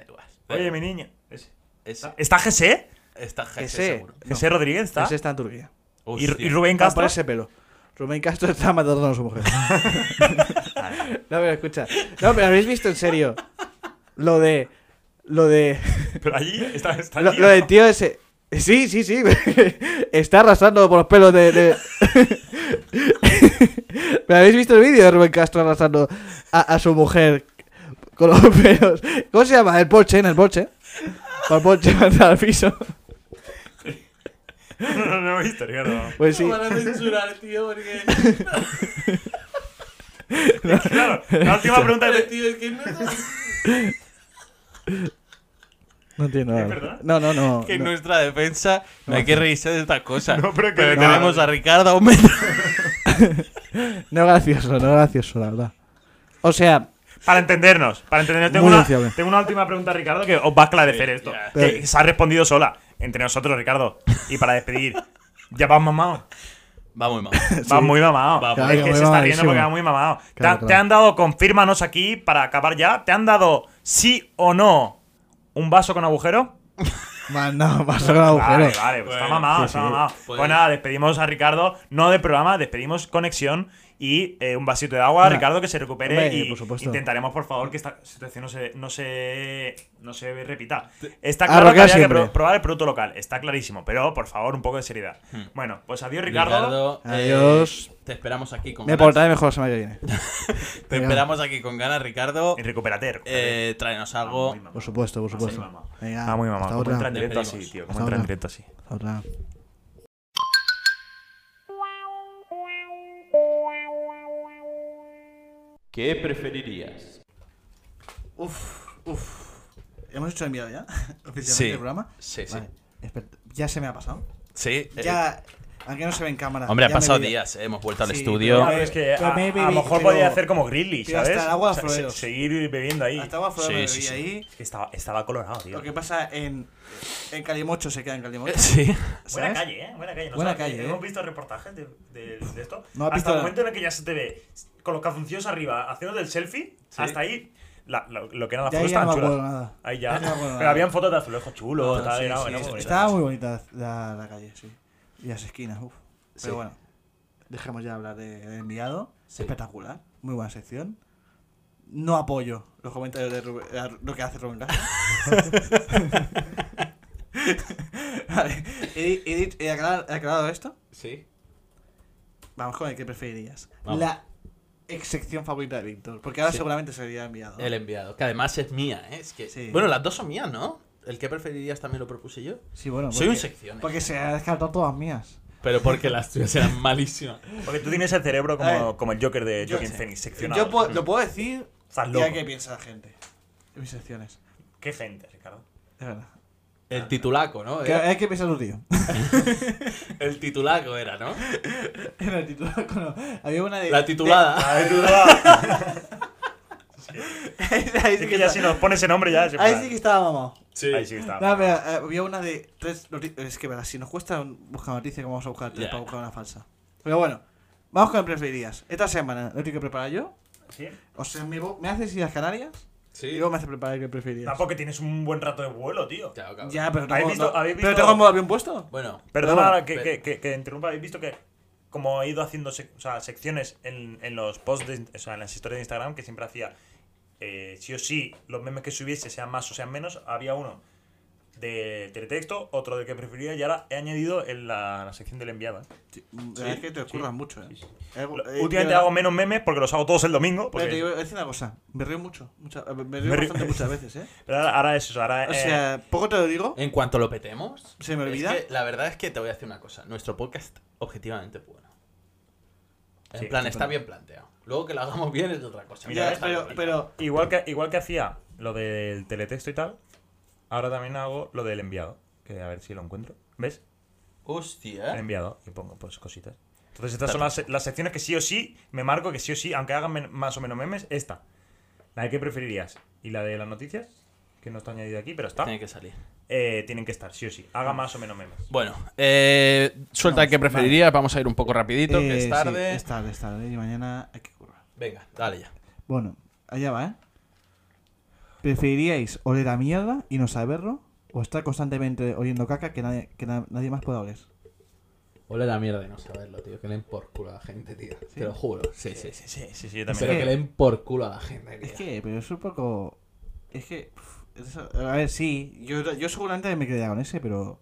[SPEAKER 2] de.
[SPEAKER 1] igual. Da
[SPEAKER 2] Oye,
[SPEAKER 1] igual.
[SPEAKER 2] mi niño. ese.
[SPEAKER 1] Es-
[SPEAKER 2] ¿Está GC?
[SPEAKER 1] está Jesse
[SPEAKER 3] Ese.
[SPEAKER 1] seguro.
[SPEAKER 3] No.
[SPEAKER 2] ¿GC Rodríguez está?
[SPEAKER 3] Ese está en Turquía.
[SPEAKER 2] ¿Y,
[SPEAKER 1] Hostia.
[SPEAKER 2] y Rubén
[SPEAKER 3] Va por
[SPEAKER 2] Castro?
[SPEAKER 3] ese pelo. Rubén Castro está matando a su mujer. no, pero escucha. No, pero habéis visto en serio. Lo de. Lo de.
[SPEAKER 2] Pero allí está. está
[SPEAKER 3] Lo,
[SPEAKER 2] allí,
[SPEAKER 3] lo del
[SPEAKER 2] ¿no?
[SPEAKER 3] tío ese. Sí, sí, sí. Está arrastrando por los pelos de. de- ¿Me habéis visto el vídeo de Rubén Castro arrastrando a, a su mujer con los pelos? ¿Cómo se llama? El Porsche, en el Porsche. Con el Porsche mandado al piso.
[SPEAKER 2] No, no, no, he visto, Ricardo.
[SPEAKER 3] Pues sí.
[SPEAKER 1] No van a censurar, tío, porque.
[SPEAKER 2] Claro, la última pregunta que
[SPEAKER 1] Vale,
[SPEAKER 2] te-
[SPEAKER 1] tío, es que no, es-
[SPEAKER 3] No entiendo.
[SPEAKER 2] ¿Es verdad?
[SPEAKER 3] No, no, no.
[SPEAKER 1] que en
[SPEAKER 3] no.
[SPEAKER 1] nuestra defensa no hay que revisar estas cosas.
[SPEAKER 2] No, pero que- no.
[SPEAKER 1] tenemos a Ricardo a un metro.
[SPEAKER 3] No gracioso, no gracioso, la verdad. O sea,
[SPEAKER 2] Para entendernos, para entendernos, tengo,
[SPEAKER 3] Muy
[SPEAKER 2] una,
[SPEAKER 3] deseable.
[SPEAKER 2] tengo una última pregunta, Ricardo, que os va a esclarecer
[SPEAKER 1] Sí,
[SPEAKER 2] esto.
[SPEAKER 1] ya.
[SPEAKER 3] Pero-
[SPEAKER 2] Que se ha respondido sola, entre nosotros, Ricardo. Y para despedir, ya vas mamado.
[SPEAKER 1] Va muy mal.
[SPEAKER 2] Vas muy mamado.
[SPEAKER 1] Va,
[SPEAKER 3] Claro,
[SPEAKER 2] es que
[SPEAKER 3] muy
[SPEAKER 2] se está riendo
[SPEAKER 3] mamadísimo.
[SPEAKER 2] porque va muy mamado. Te
[SPEAKER 3] Claro,
[SPEAKER 2] han- te,
[SPEAKER 3] claro.
[SPEAKER 2] han dado, confírmanos aquí, para acabar ya, te han dado sí o no ¿Un vaso con agujero?
[SPEAKER 3] Más no, más con agujero.
[SPEAKER 2] Vale, vale, pues está
[SPEAKER 1] Bueno,
[SPEAKER 2] mamado,
[SPEAKER 3] sí,
[SPEAKER 2] está
[SPEAKER 3] sí.
[SPEAKER 2] mamado.
[SPEAKER 1] Pues-
[SPEAKER 2] Pues nada, despedimos a Ricardo, no de programa, despedimos conexión y eh, un vasito de agua,
[SPEAKER 3] Hombre,
[SPEAKER 2] Ricardo, que se recupere
[SPEAKER 3] hombre,
[SPEAKER 2] y
[SPEAKER 3] por supuesto.
[SPEAKER 2] intentaremos, por favor, que esta situación no se, no se, no se repita. Está
[SPEAKER 3] Ah,
[SPEAKER 2] claro
[SPEAKER 3] lo
[SPEAKER 2] que
[SPEAKER 3] que
[SPEAKER 2] había que
[SPEAKER 3] siempre.
[SPEAKER 2] pro- probar el producto local, está clarísimo, pero por favor, un poco de seriedad.
[SPEAKER 1] Hmm.
[SPEAKER 2] Bueno, pues adiós, Ricardo.
[SPEAKER 1] eh,
[SPEAKER 3] Adiós.
[SPEAKER 1] te esperamos aquí con
[SPEAKER 3] Me
[SPEAKER 1] ganas.
[SPEAKER 3] portaré mejor la semana que viene.
[SPEAKER 1] Te
[SPEAKER 3] Venga.
[SPEAKER 1] esperamos aquí con ganas, Ricardo.
[SPEAKER 2] Y recupérate. recupérate.
[SPEAKER 1] Eh, tráenos algo.
[SPEAKER 2] Muy mamado.
[SPEAKER 3] Por supuesto, por
[SPEAKER 2] Ah, sí,
[SPEAKER 3] supuesto.
[SPEAKER 2] mamá.
[SPEAKER 3] Venga,
[SPEAKER 2] Ah, muy mamado.
[SPEAKER 3] hasta
[SPEAKER 2] ¿Cómo
[SPEAKER 3] otra.
[SPEAKER 2] entra en directo así,
[SPEAKER 1] Despedimos.
[SPEAKER 2] tío? ¿Cómo
[SPEAKER 3] Hasta
[SPEAKER 2] entra en
[SPEAKER 3] otra.
[SPEAKER 2] directo así?
[SPEAKER 3] Hasta otra.
[SPEAKER 1] ¿Qué preferirías?
[SPEAKER 3] Uf, uf. ¿Hemos hecho enviado ya? Oficialmente
[SPEAKER 1] Sí.
[SPEAKER 2] este
[SPEAKER 3] el programa.
[SPEAKER 1] Sí, sí.
[SPEAKER 3] Vale. Espera, ya se me ha pasado.
[SPEAKER 1] Sí. eh,
[SPEAKER 3] Ya, aunque no se ve en cámara.
[SPEAKER 1] hombre, han
[SPEAKER 3] ya me
[SPEAKER 1] pasado
[SPEAKER 3] he olvidado.
[SPEAKER 1] días. eh, hemos vuelto al
[SPEAKER 3] Sí,
[SPEAKER 1] estudio.
[SPEAKER 2] Ah,
[SPEAKER 3] pero-
[SPEAKER 2] pero es que
[SPEAKER 3] pero
[SPEAKER 2] a,
[SPEAKER 3] maybe-
[SPEAKER 2] a lo mejor
[SPEAKER 3] pero-
[SPEAKER 2] podía hacer como Grilly,
[SPEAKER 3] pero
[SPEAKER 2] ¿sabes?
[SPEAKER 3] hasta el agua
[SPEAKER 2] O sea, se-
[SPEAKER 3] floreros.
[SPEAKER 2] seguir bebiendo ahí.
[SPEAKER 3] Hasta abajo
[SPEAKER 1] Sí,
[SPEAKER 3] me
[SPEAKER 1] sí,
[SPEAKER 3] vi
[SPEAKER 1] sí.
[SPEAKER 3] ahí.
[SPEAKER 2] Es que estaba, estaba colorado, tío.
[SPEAKER 3] Lo que pasa en, en Calimocho se queda en Calimocho.
[SPEAKER 1] Eh, Sí.
[SPEAKER 2] Buena
[SPEAKER 3] ¿sabes?
[SPEAKER 2] calle, ¿eh? Buena calle. ¿no
[SPEAKER 3] Buena
[SPEAKER 2] sabes?
[SPEAKER 3] calle,
[SPEAKER 2] Hemos
[SPEAKER 3] ¿eh?
[SPEAKER 2] visto reportajes de, de- de esto.
[SPEAKER 3] No has
[SPEAKER 2] hasta
[SPEAKER 3] visto
[SPEAKER 2] el
[SPEAKER 3] la-
[SPEAKER 2] momento en el que ya se te ve con los calzoncillos arriba, haciendo del selfie, hasta ahí. la- lo, lo que eran las
[SPEAKER 3] Ya
[SPEAKER 2] fotos
[SPEAKER 3] ahí ya
[SPEAKER 2] estaban
[SPEAKER 3] no me acuerdo
[SPEAKER 2] chulas.
[SPEAKER 3] nada.
[SPEAKER 2] Ahí ya.
[SPEAKER 3] Ya no me acuerdo
[SPEAKER 2] Pero
[SPEAKER 3] nada.
[SPEAKER 2] habían fotos de azulejos chulos,
[SPEAKER 3] Ah,
[SPEAKER 2] tal,
[SPEAKER 3] sí,
[SPEAKER 2] era-
[SPEAKER 3] sí,
[SPEAKER 2] era
[SPEAKER 3] sí,
[SPEAKER 2] muy
[SPEAKER 3] estaba
[SPEAKER 2] bonito.
[SPEAKER 3] muy bonita la, la calle, sí. Y las esquinas, uff.
[SPEAKER 1] Sí.
[SPEAKER 3] Pero bueno, dejemos ya hablar de, de enviado.
[SPEAKER 1] Sí.
[SPEAKER 3] Espectacular, muy buena sección. No apoyo los comentarios de Rubén- eh, lo que hace Rubén García. vale, he, he dicho- he aclarado, he aclarado esto.
[SPEAKER 1] Sí.
[SPEAKER 3] Vamos con el que preferirías.
[SPEAKER 1] Vamos.
[SPEAKER 3] La ex sección favorita de Víctor, porque ahora
[SPEAKER 1] Sí.
[SPEAKER 3] seguramente sería enviado.
[SPEAKER 1] El enviado. Que además es mía, ¿eh? Es que...
[SPEAKER 3] Sí.
[SPEAKER 1] Bueno, las dos son mías, ¿no? El que preferirías también lo propuse yo.
[SPEAKER 3] Sí, bueno,
[SPEAKER 1] Soy un
[SPEAKER 3] porque-
[SPEAKER 1] sección. ¿eh?
[SPEAKER 3] Porque se ha descartado todas mías.
[SPEAKER 1] Pero porque las tuyas eran malísimas.
[SPEAKER 2] Porque tú tienes el cerebro
[SPEAKER 3] A
[SPEAKER 2] como,
[SPEAKER 3] ver,
[SPEAKER 2] como el Joker de
[SPEAKER 3] yo
[SPEAKER 2] Joaquin
[SPEAKER 3] sé.
[SPEAKER 2] Phoenix, seccionado.
[SPEAKER 3] Yo puedo- lo puedo decir
[SPEAKER 2] Estás
[SPEAKER 3] y
[SPEAKER 2] loco.
[SPEAKER 3] a qué piensa la gente. En mis secciones.
[SPEAKER 2] Qué gente, Ricardo.
[SPEAKER 3] Es verdad.
[SPEAKER 1] El titulaco, ¿no?
[SPEAKER 3] ¿Qué,
[SPEAKER 1] Era-
[SPEAKER 3] ¿Qué piensa tu tío?
[SPEAKER 1] El titulaco era, ¿no?
[SPEAKER 3] Era el titular. no. Había una de.
[SPEAKER 1] La titulada.
[SPEAKER 2] A ver, tú no.
[SPEAKER 3] de- ahí, sí
[SPEAKER 2] Es
[SPEAKER 3] que
[SPEAKER 2] que ya
[SPEAKER 3] estaba-
[SPEAKER 2] si nos pone ese nombre ya. se
[SPEAKER 3] ahí
[SPEAKER 2] plan-
[SPEAKER 3] sí que estaba mamado.
[SPEAKER 1] Sí.
[SPEAKER 2] Ahí sí que está.
[SPEAKER 3] No, pero, eh, había una de tres noticias. Es que verdad, si nos cuesta un- buscar noticias, ¿cómo vamos a buscar tres
[SPEAKER 1] Ya.
[SPEAKER 3] para buscar una falsa? Pero bueno, vamos con el preferirías. Esta semana lo tengo que preparar yo.
[SPEAKER 2] ¿Sí?
[SPEAKER 3] O sea, me, vo- me haces ir a Canarias y
[SPEAKER 1] Sí.
[SPEAKER 3] luego me haces preparar el que preferirías.
[SPEAKER 2] Tampoco que tienes un buen rato de vuelo, tío.
[SPEAKER 1] Claro, cabrón.
[SPEAKER 3] Ya, pero
[SPEAKER 2] ¿Habéis
[SPEAKER 3] tengo,
[SPEAKER 2] visto-
[SPEAKER 3] no-
[SPEAKER 2] habéis
[SPEAKER 3] pero
[SPEAKER 2] visto-
[SPEAKER 3] tengo el modo avión puesto.
[SPEAKER 1] Bueno.
[SPEAKER 2] Perdona
[SPEAKER 1] Bueno,
[SPEAKER 2] que,
[SPEAKER 1] pe-
[SPEAKER 2] que, que, que interrumpa, habéis visto que como he ido haciendo sec- o sea, secciones en, en los posts, de- o sea, en las historias de Instagram, que siempre hacía eh, sí o sí los memes que subiese, sean más o sean menos, había uno de teletexto, otro del que prefería y ahora he añadido en la, la sección del enviado. ¿eh?
[SPEAKER 3] Sí, la verdad es que te ocurran mucho, eh. Eh,
[SPEAKER 2] Lo-
[SPEAKER 3] eh,
[SPEAKER 2] Últimamente
[SPEAKER 3] yo-
[SPEAKER 2] hago menos memes porque los hago todos el domingo.
[SPEAKER 3] Pero te
[SPEAKER 2] porque-
[SPEAKER 3] digo, voy a decir una cosa, me río mucho, mucha- eh, me río
[SPEAKER 2] Me río-
[SPEAKER 3] bastante muchas veces, ¿eh?
[SPEAKER 2] pero ahora, ahora es eso, ahora
[SPEAKER 3] O
[SPEAKER 2] eh,
[SPEAKER 3] sea, poco te lo digo,
[SPEAKER 1] En cuanto lo petemos.
[SPEAKER 3] Se me
[SPEAKER 1] es
[SPEAKER 3] olvida.
[SPEAKER 1] que la verdad es que te voy a decir una cosa. Nuestro podcast objetivamente es bueno. En
[SPEAKER 2] Sí,
[SPEAKER 1] plan,
[SPEAKER 3] sí,
[SPEAKER 1] está
[SPEAKER 3] pero-
[SPEAKER 1] bien planteado. Luego que lo hagamos bien es otra cosa.
[SPEAKER 2] Mira,
[SPEAKER 3] ya,
[SPEAKER 1] está
[SPEAKER 3] pero,
[SPEAKER 1] bien planteado.
[SPEAKER 3] pero
[SPEAKER 2] igual, que, igual que hacía lo del teletexto y tal, ahora también hago lo del enviado, que a ver si lo encuentro. ¿Ves?
[SPEAKER 1] Hostia.
[SPEAKER 2] han enviado y pongo pues cositas. Entonces estas son las, las secciones que sí o sí me marco que sí o sí, aunque hagan men- más o menos memes, esta. La de qué preferirías y la de las noticias, que no está añadida aquí, pero está.
[SPEAKER 1] Tiene que salir.
[SPEAKER 2] eh, tienen que estar, sí o sí. Haga más o menos memes.
[SPEAKER 1] Bueno, eh, suelta el que preferirías. Vamos a ir un poco rapidito,
[SPEAKER 3] Eh,
[SPEAKER 1] que es
[SPEAKER 3] sí,
[SPEAKER 1] tarde.
[SPEAKER 3] es tarde, es tarde, y mañana hay que currar.
[SPEAKER 1] Venga, dale ya.
[SPEAKER 3] Bueno, allá va, ¿eh? ¿Preferiríais oler a mierda y no saberlo? ¿O estar constantemente oliendo caca que nadie, que na- nadie más pueda oler?
[SPEAKER 1] Ole la mierda de no saberlo, tío. Que leen por culo a la gente, tío. Te lo juro. Sí, sí, sí.
[SPEAKER 2] Sí, sí, sí, yo
[SPEAKER 1] Pero
[SPEAKER 2] también.
[SPEAKER 3] Es
[SPEAKER 1] que
[SPEAKER 3] que-
[SPEAKER 1] leen por culo a la gente, tío.
[SPEAKER 3] Es que, pero es un poco... Es que... pf, es- a ver, sí, yo, yo seguramente me quedaría con ese, pero...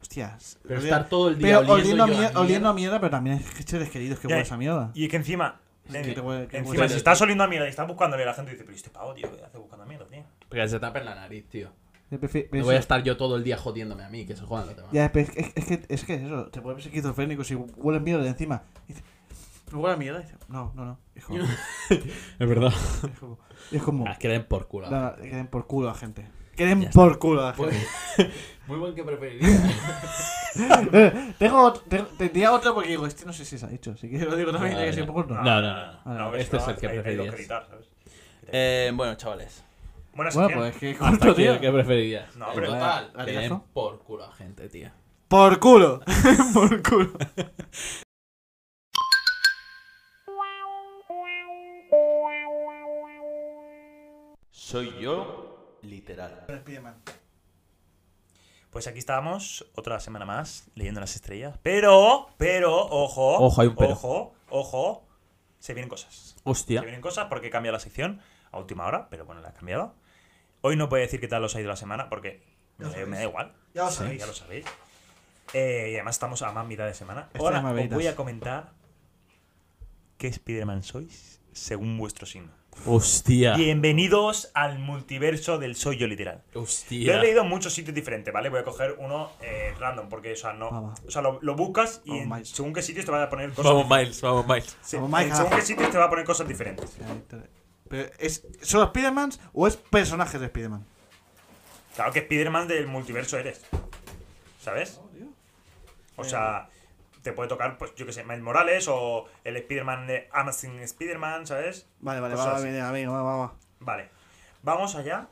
[SPEAKER 3] Hostias.
[SPEAKER 1] Pero
[SPEAKER 3] oler-
[SPEAKER 1] estar todo el día
[SPEAKER 3] Pero
[SPEAKER 1] oliendo,
[SPEAKER 3] oliendo, a
[SPEAKER 1] yo
[SPEAKER 3] mierda, oliendo a mierda, pero también hay seres queridos que
[SPEAKER 2] Ya,
[SPEAKER 3] huelen a mierda.
[SPEAKER 2] Y es que encima... eh,
[SPEAKER 3] que te huele- que
[SPEAKER 2] encima,
[SPEAKER 3] huele-
[SPEAKER 2] si estás oliendo a mierda y estás buscándole, la gente dice, pero este pavo, tío, ¿qué hace buscando a mierda, tío?
[SPEAKER 1] Porque se tapen la nariz, tío.
[SPEAKER 3] Yo prefi-
[SPEAKER 1] No
[SPEAKER 3] pero
[SPEAKER 1] voy a
[SPEAKER 3] eso-
[SPEAKER 1] estar yo todo el día jodiéndome a mí, que se juegan los demás.
[SPEAKER 3] Ya, pero es, es- es que, es que eso, te puedes ser esquizofrénico si hueles mierda de encima. Dice, ¿Me huele a mierda? Dice, no, no, no. Es como, es
[SPEAKER 1] Es verdad.
[SPEAKER 3] como, es como
[SPEAKER 1] que leen por culo. a la
[SPEAKER 3] no, no, que den por culo a la gente. Que den
[SPEAKER 1] Ah, Ya está.
[SPEAKER 3] por culo a la gente.
[SPEAKER 1] Pues- Muy buen que preferiría.
[SPEAKER 3] Eh, tengo, otro- tengo- tendría otro porque digo, este no sé si se ha hecho, así que lo digo también,
[SPEAKER 1] Vale,
[SPEAKER 3] ya que soy
[SPEAKER 1] vale.
[SPEAKER 3] un poco
[SPEAKER 1] No,
[SPEAKER 3] no.
[SPEAKER 1] no, no,
[SPEAKER 3] no, no,
[SPEAKER 1] este es el que
[SPEAKER 2] Ah, hay- hay
[SPEAKER 1] preferías.
[SPEAKER 2] dos que editar, ¿sabes?
[SPEAKER 1] Eh, bueno, chavales.
[SPEAKER 2] Buena
[SPEAKER 3] Bueno,
[SPEAKER 2] sección.
[SPEAKER 3] pues es que
[SPEAKER 1] Hasta
[SPEAKER 3] corto,
[SPEAKER 1] aquí
[SPEAKER 3] tío.
[SPEAKER 1] el que preferirías.
[SPEAKER 2] No,
[SPEAKER 1] En
[SPEAKER 2] pero-
[SPEAKER 1] total,
[SPEAKER 3] Vale,
[SPEAKER 1] que den
[SPEAKER 3] ¿acaso?
[SPEAKER 1] por culo a gente, tío.
[SPEAKER 3] Por culo. por culo.
[SPEAKER 1] Soy yo literal.
[SPEAKER 4] eh.
[SPEAKER 2] Pues aquí estábamos otra semana más leyendo las estrellas. Pero, pero, ojo.
[SPEAKER 4] Ojo, hay un pero.
[SPEAKER 2] Ojo, ojo. Se vienen cosas. Se
[SPEAKER 4] Hostia.
[SPEAKER 2] vienen cosas porque cambia la sección a última hora, pero bueno, la ha cambiado. Hoy no puedo decir qué tal os ha ido la semana porque
[SPEAKER 3] Ya lo
[SPEAKER 2] me, me da
[SPEAKER 3] sabéis.
[SPEAKER 2] igual.
[SPEAKER 3] Ya lo
[SPEAKER 2] Sí,
[SPEAKER 3] sabéis.
[SPEAKER 2] Ya lo sabéis. Eh, y además estamos a más mitad de semana.
[SPEAKER 3] Estoy
[SPEAKER 2] Ahora
[SPEAKER 3] a más
[SPEAKER 2] os
[SPEAKER 3] velitas.
[SPEAKER 2] voy a comentar qué Spider-Man sois según vuestro signo.
[SPEAKER 4] Hostia.
[SPEAKER 2] Bienvenidos al multiverso del soy yo literal. Yo he
[SPEAKER 4] Hostia.
[SPEAKER 2] leído en muchos sitios diferentes, ¿vale? Voy a coger uno eh, random, porque, o sea, no.
[SPEAKER 3] Vamos.
[SPEAKER 2] O sea, lo, lo buscas y
[SPEAKER 3] Ah, Vamos,
[SPEAKER 2] en
[SPEAKER 3] Miles.
[SPEAKER 2] según qué sitios te van a poner cosas.
[SPEAKER 4] Vamos, Miles, vamos, Miles.
[SPEAKER 2] Sí,
[SPEAKER 3] Vamos, Miles,
[SPEAKER 2] en según
[SPEAKER 3] abajo.
[SPEAKER 2] qué sitios te va a poner cosas diferentes.
[SPEAKER 3] Pero es, ¿Son Spider-Man o es personajes de Spider-Man?
[SPEAKER 2] Claro que Spider-Man del multiverso eres.
[SPEAKER 3] Oh,
[SPEAKER 2] ¿Sabes?
[SPEAKER 3] Eh.
[SPEAKER 2] O sea, te puede tocar, pues, yo qué sé, Miles Morales o el Spider-Man de Amazing Spider-Man, ¿sabes?
[SPEAKER 3] Vale, vale,
[SPEAKER 2] Cosas
[SPEAKER 3] va, va,
[SPEAKER 2] así.
[SPEAKER 3] venga, venga, va, va, va.
[SPEAKER 2] Vale. Vamos allá.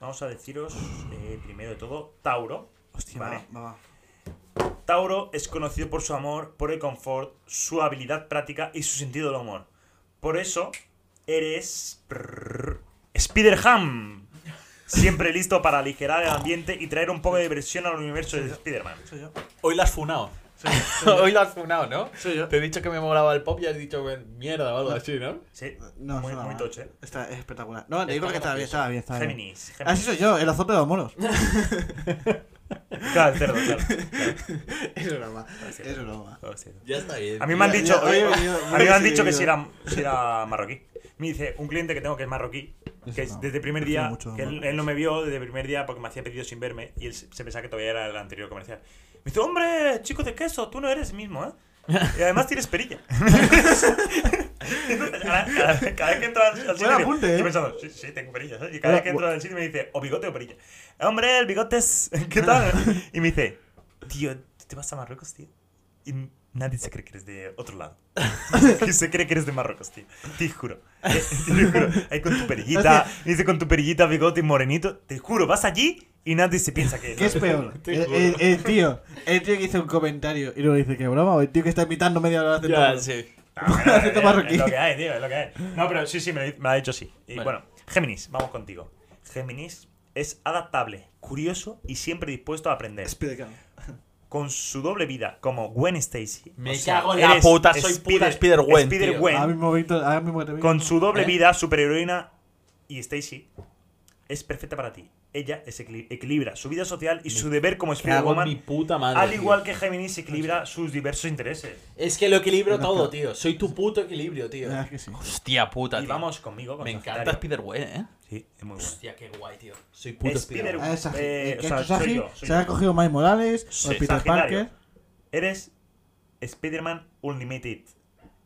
[SPEAKER 2] Vamos a deciros, eh, primero de todo, Tauro.
[SPEAKER 3] Hostia,
[SPEAKER 2] Vale.
[SPEAKER 3] va, va, va.
[SPEAKER 2] Tauro es conocido por su amor, por el confort, su habilidad práctica y su sentido del humor. Por eso, eres... prrr, Spider-Ham. Siempre listo para aligerar el ambiente y traer un poco de diversión al universo de Spider-Man.
[SPEAKER 3] Soy yo.
[SPEAKER 1] Hoy la has funado.
[SPEAKER 3] Soy yo. soy yo.
[SPEAKER 4] Hoy lo has funado, ¿no?
[SPEAKER 3] Soy yo.
[SPEAKER 4] Te he dicho que me molaba el pop y has dicho bueno, mierda o algo así, ¿no?
[SPEAKER 2] Sí,
[SPEAKER 3] No,
[SPEAKER 2] muy,
[SPEAKER 3] suena
[SPEAKER 2] muy
[SPEAKER 3] mal.
[SPEAKER 2] toche. ¿eh?
[SPEAKER 3] Está, es espectacular. No, yo creo que estaba bien, estaba bien, estaba bien.
[SPEAKER 2] Géminis.
[SPEAKER 3] Así
[SPEAKER 2] Géminis.
[SPEAKER 3] soy yo, el azote de los monos.
[SPEAKER 2] Claro, el cerdo, claro. Oh,
[SPEAKER 3] Eso es broma.
[SPEAKER 2] Así es.
[SPEAKER 3] Eso es broma.
[SPEAKER 2] Hostia.
[SPEAKER 1] Ya está bien.
[SPEAKER 2] A mí me han
[SPEAKER 3] Ya,
[SPEAKER 2] dicho,
[SPEAKER 3] ya, hoy he
[SPEAKER 2] a
[SPEAKER 3] venido muy
[SPEAKER 2] mí me han dicho que
[SPEAKER 3] decidido.
[SPEAKER 2] si era, si era marroquí. Me dice un cliente que tengo que es marroquí,
[SPEAKER 3] Eso
[SPEAKER 2] que es
[SPEAKER 3] no,
[SPEAKER 2] desde el primer
[SPEAKER 3] prefiero
[SPEAKER 2] día,
[SPEAKER 3] mucho
[SPEAKER 2] que él,
[SPEAKER 3] marroquí.
[SPEAKER 2] él no me vio desde el primer día porque me hacía pedidos sin verme y él se se pensaba que todavía era el anterior comercial. Me dice, hombre, chico de queso, tú no eres el mismo, ¿eh? Y además tienes perilla. cada, cada- cada vez que entra al al sitio,
[SPEAKER 3] apunte,
[SPEAKER 2] estoy
[SPEAKER 3] ¿eh?
[SPEAKER 2] pensando, sí, sí, tengo perilla. ¿sabes? Y cada vez que
[SPEAKER 3] Buena-
[SPEAKER 2] entro al sitio me dice, o bigote o perilla. Hombre, el bigote es... ¿Qué tal? Y me dice, tío, ¿te vas a Marruecos, tío? Y nadie se cree que eres de otro lado. Que se cree que eres de Marruecos, tío. Te juro. Eh, Te juro. Ahí con tu perillita, dice con tu perillita, bigote y morenito. Te juro, vas allí y nadie se piensa que
[SPEAKER 3] ¿Qué es peor? El, el- el tío, el tío que hizo un comentario y luego dice que broma, o el tío que está imitando media hora de
[SPEAKER 1] Ya,
[SPEAKER 3] todo.
[SPEAKER 1] sí.
[SPEAKER 2] No, no, no,
[SPEAKER 3] Acento
[SPEAKER 2] es-
[SPEAKER 3] marroquí.
[SPEAKER 2] Es Eh, lo que hay, tío, es lo que hay. No, pero sí, sí, me lo, me lo ha dicho sí. Y
[SPEAKER 1] Vale.
[SPEAKER 2] bueno, Géminis, vamos contigo. Géminis es adaptable, curioso y siempre dispuesto a aprender.
[SPEAKER 3] Spider-Man.
[SPEAKER 2] Con su doble vida, como Gwen Stacy.
[SPEAKER 1] Me
[SPEAKER 2] o sea,
[SPEAKER 1] cago en la
[SPEAKER 2] eres
[SPEAKER 1] puta, soy puta Spider-Gwen, tío.
[SPEAKER 2] Spider-Gwen.
[SPEAKER 3] Ahora mismo, Víctor, ahora mismo que te vi.
[SPEAKER 2] Con su doble
[SPEAKER 1] ¿Eh?
[SPEAKER 2] vida, superheroína y Stacy es perfecta para ti. Ella es equili- equilibra su vida social y su deber como
[SPEAKER 1] Cago en mi
[SPEAKER 2] Spider-Woman,
[SPEAKER 1] puta madre.
[SPEAKER 2] al
[SPEAKER 1] tío.
[SPEAKER 2] igual que Géminis equilibra sus diversos intereses.
[SPEAKER 1] Es que lo equilibro
[SPEAKER 3] No,
[SPEAKER 1] todo,
[SPEAKER 3] claro.
[SPEAKER 1] tío. Soy tu puto equilibrio, tío.
[SPEAKER 2] Eh.
[SPEAKER 3] Ah, es que sí.
[SPEAKER 1] Hostia puta,
[SPEAKER 2] Y
[SPEAKER 1] tío.
[SPEAKER 2] vamos conmigo con
[SPEAKER 1] Me
[SPEAKER 2] Sagitario.
[SPEAKER 1] encanta Spider-Gwen, eh.
[SPEAKER 2] Sí, es muy bueno.
[SPEAKER 1] Hostia, qué guay, tío. Soy puto
[SPEAKER 2] Spider-Man.
[SPEAKER 1] Spider-Man.
[SPEAKER 3] Ah, es Sagi.
[SPEAKER 2] Eh,
[SPEAKER 3] El
[SPEAKER 2] o
[SPEAKER 3] que ha
[SPEAKER 2] sea,
[SPEAKER 3] hecho Sagi,
[SPEAKER 2] soy yo, soy
[SPEAKER 3] se ha
[SPEAKER 2] yo.
[SPEAKER 3] cogido Miles Morales,
[SPEAKER 1] Sí.
[SPEAKER 3] o el Peter
[SPEAKER 2] Sagitario.
[SPEAKER 3] Parker.
[SPEAKER 2] Eres Spider-Man Unlimited.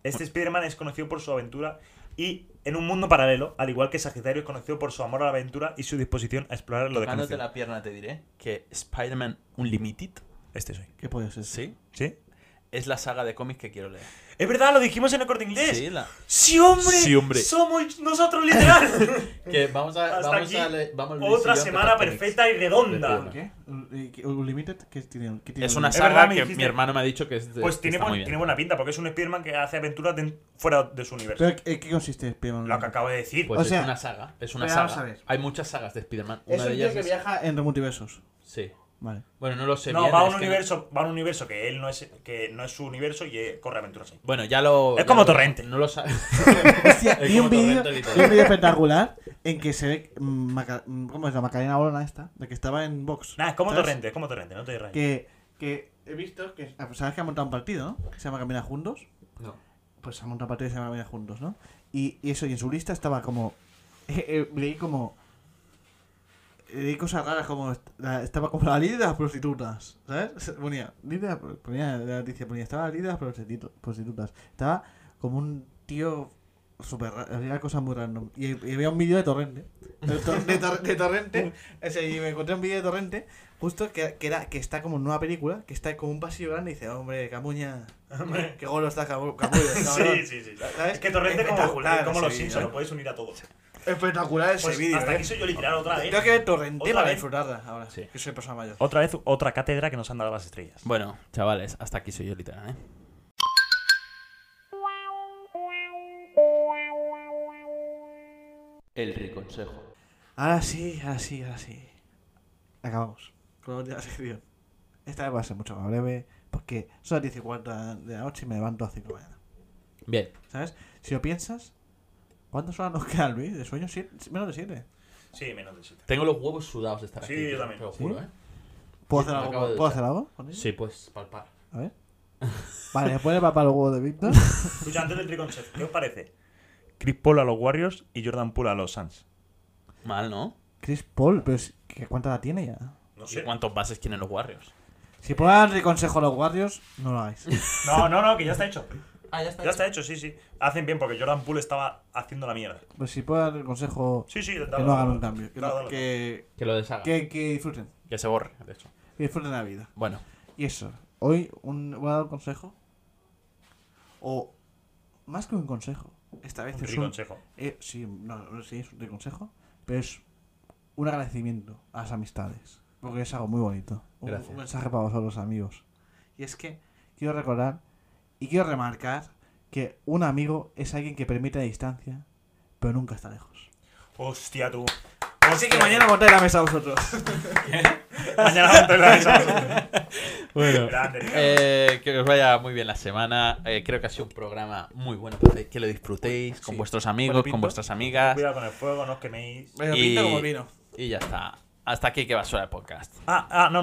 [SPEAKER 2] Este Spider-Man es conocido por su aventura y en un mundo paralelo, al igual que Sagitario es conocido por su amor a la aventura y su disposición a explorar lo
[SPEAKER 1] Tocándote
[SPEAKER 2] desconocido.
[SPEAKER 1] la pierna te diré que Spider-Man Unlimited,
[SPEAKER 2] Este soy.
[SPEAKER 3] ¿Qué puede ser?
[SPEAKER 1] ¿sí?
[SPEAKER 2] ¿Sí?
[SPEAKER 1] Es la saga de cómics que quiero leer.
[SPEAKER 2] Es verdad, lo dijimos en el corte inglés.
[SPEAKER 1] Sí, la...
[SPEAKER 2] ¡Sí, hombre!
[SPEAKER 1] Sí, hombre.
[SPEAKER 2] Somos nosotros, literal.
[SPEAKER 4] Que vamos a.
[SPEAKER 2] Hasta
[SPEAKER 4] Vamos
[SPEAKER 2] aquí,
[SPEAKER 4] a le- vamos Luis y yo a
[SPEAKER 2] otra
[SPEAKER 4] empezar
[SPEAKER 2] semana
[SPEAKER 4] cómics.
[SPEAKER 2] perfecta y redonda.
[SPEAKER 4] Efectivamente.
[SPEAKER 3] ¿Qué? ¿Y qué- ¿Unlimited? ¿Qué tiene? ¿Qué tiene
[SPEAKER 1] Es una
[SPEAKER 2] Es
[SPEAKER 1] saga
[SPEAKER 2] verdad, me
[SPEAKER 1] que
[SPEAKER 2] dijiste.
[SPEAKER 1] mi hermano me ha dicho que es de-
[SPEAKER 2] Pues tiene,
[SPEAKER 1] está
[SPEAKER 2] buen-
[SPEAKER 1] muy bien.
[SPEAKER 2] tiene buena pinta, porque es un Spider-Man que hace aventuras den- fuera de su universo.
[SPEAKER 3] ¿Pero ¿en qué consiste Spider-Man?
[SPEAKER 2] Lo que acabo de decir.
[SPEAKER 1] Pues
[SPEAKER 3] O
[SPEAKER 1] es
[SPEAKER 3] sea,
[SPEAKER 1] una saga. Es una
[SPEAKER 3] pero
[SPEAKER 1] saga.
[SPEAKER 3] vamos a ver.
[SPEAKER 1] Hay muchas sagas de Spider-Man.
[SPEAKER 3] Es
[SPEAKER 1] Una
[SPEAKER 3] un
[SPEAKER 1] de
[SPEAKER 3] tío
[SPEAKER 1] ellas
[SPEAKER 3] que
[SPEAKER 1] es...
[SPEAKER 3] viaja entre multiversos.
[SPEAKER 1] Sí.
[SPEAKER 3] Vale.
[SPEAKER 1] Bueno, no lo sé
[SPEAKER 2] no,
[SPEAKER 1] bien,
[SPEAKER 2] va a
[SPEAKER 1] es
[SPEAKER 2] un
[SPEAKER 1] que no-
[SPEAKER 2] universo, va a un universo que él no es, que no es su universo y eh, corre aventuras ahí.
[SPEAKER 1] Bueno, ya lo...
[SPEAKER 2] Es
[SPEAKER 1] ya
[SPEAKER 2] como
[SPEAKER 1] lo-
[SPEAKER 2] Torrente.
[SPEAKER 1] No lo sabes.
[SPEAKER 3] Hostia, y un vídeo y un vídeo espectacular en que se ve. mm, Maca- mm, ¿Cómo es la Macarena Olona esta? De que estaba en box.
[SPEAKER 2] Nada, Ah, es como
[SPEAKER 3] ¿Sabes?
[SPEAKER 2] torrente, es como torrente, no te rayes.
[SPEAKER 3] Que, que he visto que. ah, pues Sabes que ha montado un partido, ¿no? Que se llama Caminar Juntos.
[SPEAKER 1] No.
[SPEAKER 3] Pues ha montado un partido que se llama Caminar Juntos, ¿no? Y, y eso, y en su lista estaba como. eh, eh, leí como. Leí cosas raras como. est- la- estaba como la líder de las prostitutas, ¿sabes? Ponía. Líder, de las pro- ponía la noticia, ponía. Estaba la líder de las prostitu- prostitutas. Estaba como un tío super ra- había cosas muy random y, y había un vídeo de torrente de, Tor- de Tor- de torrente o sea, y me encontré un vídeo de torrente justo que, que era que está como en una película que está como un pasillo grande y dice hombre camuña qué golo está Camu- Camuña cabrón".
[SPEAKER 2] sí, sí, sí.
[SPEAKER 3] ¿Sabes?
[SPEAKER 2] Es que torrente como,
[SPEAKER 3] Espectacular
[SPEAKER 2] como
[SPEAKER 3] ese
[SPEAKER 2] los
[SPEAKER 3] vídeo,
[SPEAKER 2] Simpsons,
[SPEAKER 3] ¿eh?
[SPEAKER 2] lo puedes unir a todos.
[SPEAKER 3] espectacular ese
[SPEAKER 2] Pues,
[SPEAKER 3] vídeo
[SPEAKER 2] hasta
[SPEAKER 3] ¿eh?
[SPEAKER 2] aquí soy yo literal otra vez.
[SPEAKER 3] tengo que ver torrente
[SPEAKER 2] Otra
[SPEAKER 3] para
[SPEAKER 2] vez.
[SPEAKER 3] disfrutarla ahora
[SPEAKER 1] Sí.
[SPEAKER 3] que soy persona mayor
[SPEAKER 2] Otra vez, otra cátedra que nos han dado las estrellas.
[SPEAKER 1] Bueno, chavales, hasta aquí soy yo literal, ¿eh? El reconsejo.
[SPEAKER 3] Ahora sí, ahora sí, ahora sí. Acabamos con la última sección. Esta vez va a ser mucho más breve porque son las 10 y cuarta de la noche y me levanto a 5 de la mañana.
[SPEAKER 1] Bien.
[SPEAKER 3] ¿Sabes? Si lo piensas, ¿cuántas horas nos quedan, Luis? De sueño, siete- menos de 7.
[SPEAKER 2] Sí, menos de 7.
[SPEAKER 1] Tengo los huevos sudados de estar
[SPEAKER 2] Sí,
[SPEAKER 1] aquí.
[SPEAKER 2] yo
[SPEAKER 1] tío,
[SPEAKER 2] también.
[SPEAKER 1] Te lo
[SPEAKER 3] ¿Sí?
[SPEAKER 1] juro, ¿eh?
[SPEAKER 3] ¿Puedo,
[SPEAKER 1] Sí,
[SPEAKER 3] hacer
[SPEAKER 1] me
[SPEAKER 3] algo,
[SPEAKER 1] acabo de
[SPEAKER 3] ¿puedo
[SPEAKER 1] duchar.
[SPEAKER 3] hacer algo con ello?
[SPEAKER 1] Sí, pues palpar.
[SPEAKER 3] A ver. Vale, después de papá los huevos de Víctor.
[SPEAKER 2] Escucha, antes del triconchef, ¿qué os parece? Chris Paul a los Warriors y Jordan Poole a los Suns.
[SPEAKER 1] Mal, ¿no?
[SPEAKER 3] Chris Paul, pero es que ¿cuánta edad tiene ya?
[SPEAKER 2] No
[SPEAKER 1] No sé cuántos bases tienen los Warriors.
[SPEAKER 3] Si puedo darle consejo a los guardios, no lo hagáis.
[SPEAKER 2] No, no, no, que ya está hecho.
[SPEAKER 1] Ah, ya está.
[SPEAKER 2] Ya está hecho, sí, sí. Hacen bien porque Jordan Poole estaba haciendo la mierda.
[SPEAKER 3] Pero si puedo darle consejo
[SPEAKER 2] Sí, sí,
[SPEAKER 3] que no hagan un cambio. Que, no- que,
[SPEAKER 1] Que lo deshaga.
[SPEAKER 3] que- que disfruten.
[SPEAKER 1] Que se borre, de hecho.
[SPEAKER 3] Que disfruten la vida.
[SPEAKER 1] Bueno,
[SPEAKER 3] Y eso. Hoy un, voy a dar un consejo. O más que un consejo. Esta vez es un,
[SPEAKER 2] consejo.
[SPEAKER 3] eh, sí, no, no, sí, es un consejo. Pero es un agradecimiento a las amistades. Porque es algo muy bonito. Un,
[SPEAKER 1] Gracias.
[SPEAKER 3] un mensaje para vosotros, amigos. Y es que quiero recordar y quiero remarcar que un amigo es alguien que permite la distancia, pero nunca está lejos.
[SPEAKER 2] Hostia, tú.
[SPEAKER 3] Así que mañana montáis la mesa vosotros.
[SPEAKER 2] Mañana vamos a tener la mesa.
[SPEAKER 1] bueno.
[SPEAKER 2] Grande, Ricardo.
[SPEAKER 1] Eh, que os vaya muy bien la semana. Eh, creo que ha sido un programa muy bueno. Que que lo disfrutéis con
[SPEAKER 3] Sí.
[SPEAKER 1] vuestros amigos,
[SPEAKER 3] Bueno, Pinto.
[SPEAKER 1] con vuestras amigas.
[SPEAKER 2] Cuidado con el
[SPEAKER 3] eh.
[SPEAKER 2] fuego, no os queméis.
[SPEAKER 1] Y- pinta como el vino. Y ya está. Hasta aquí que basura el podcast.
[SPEAKER 2] Ah, ah, no,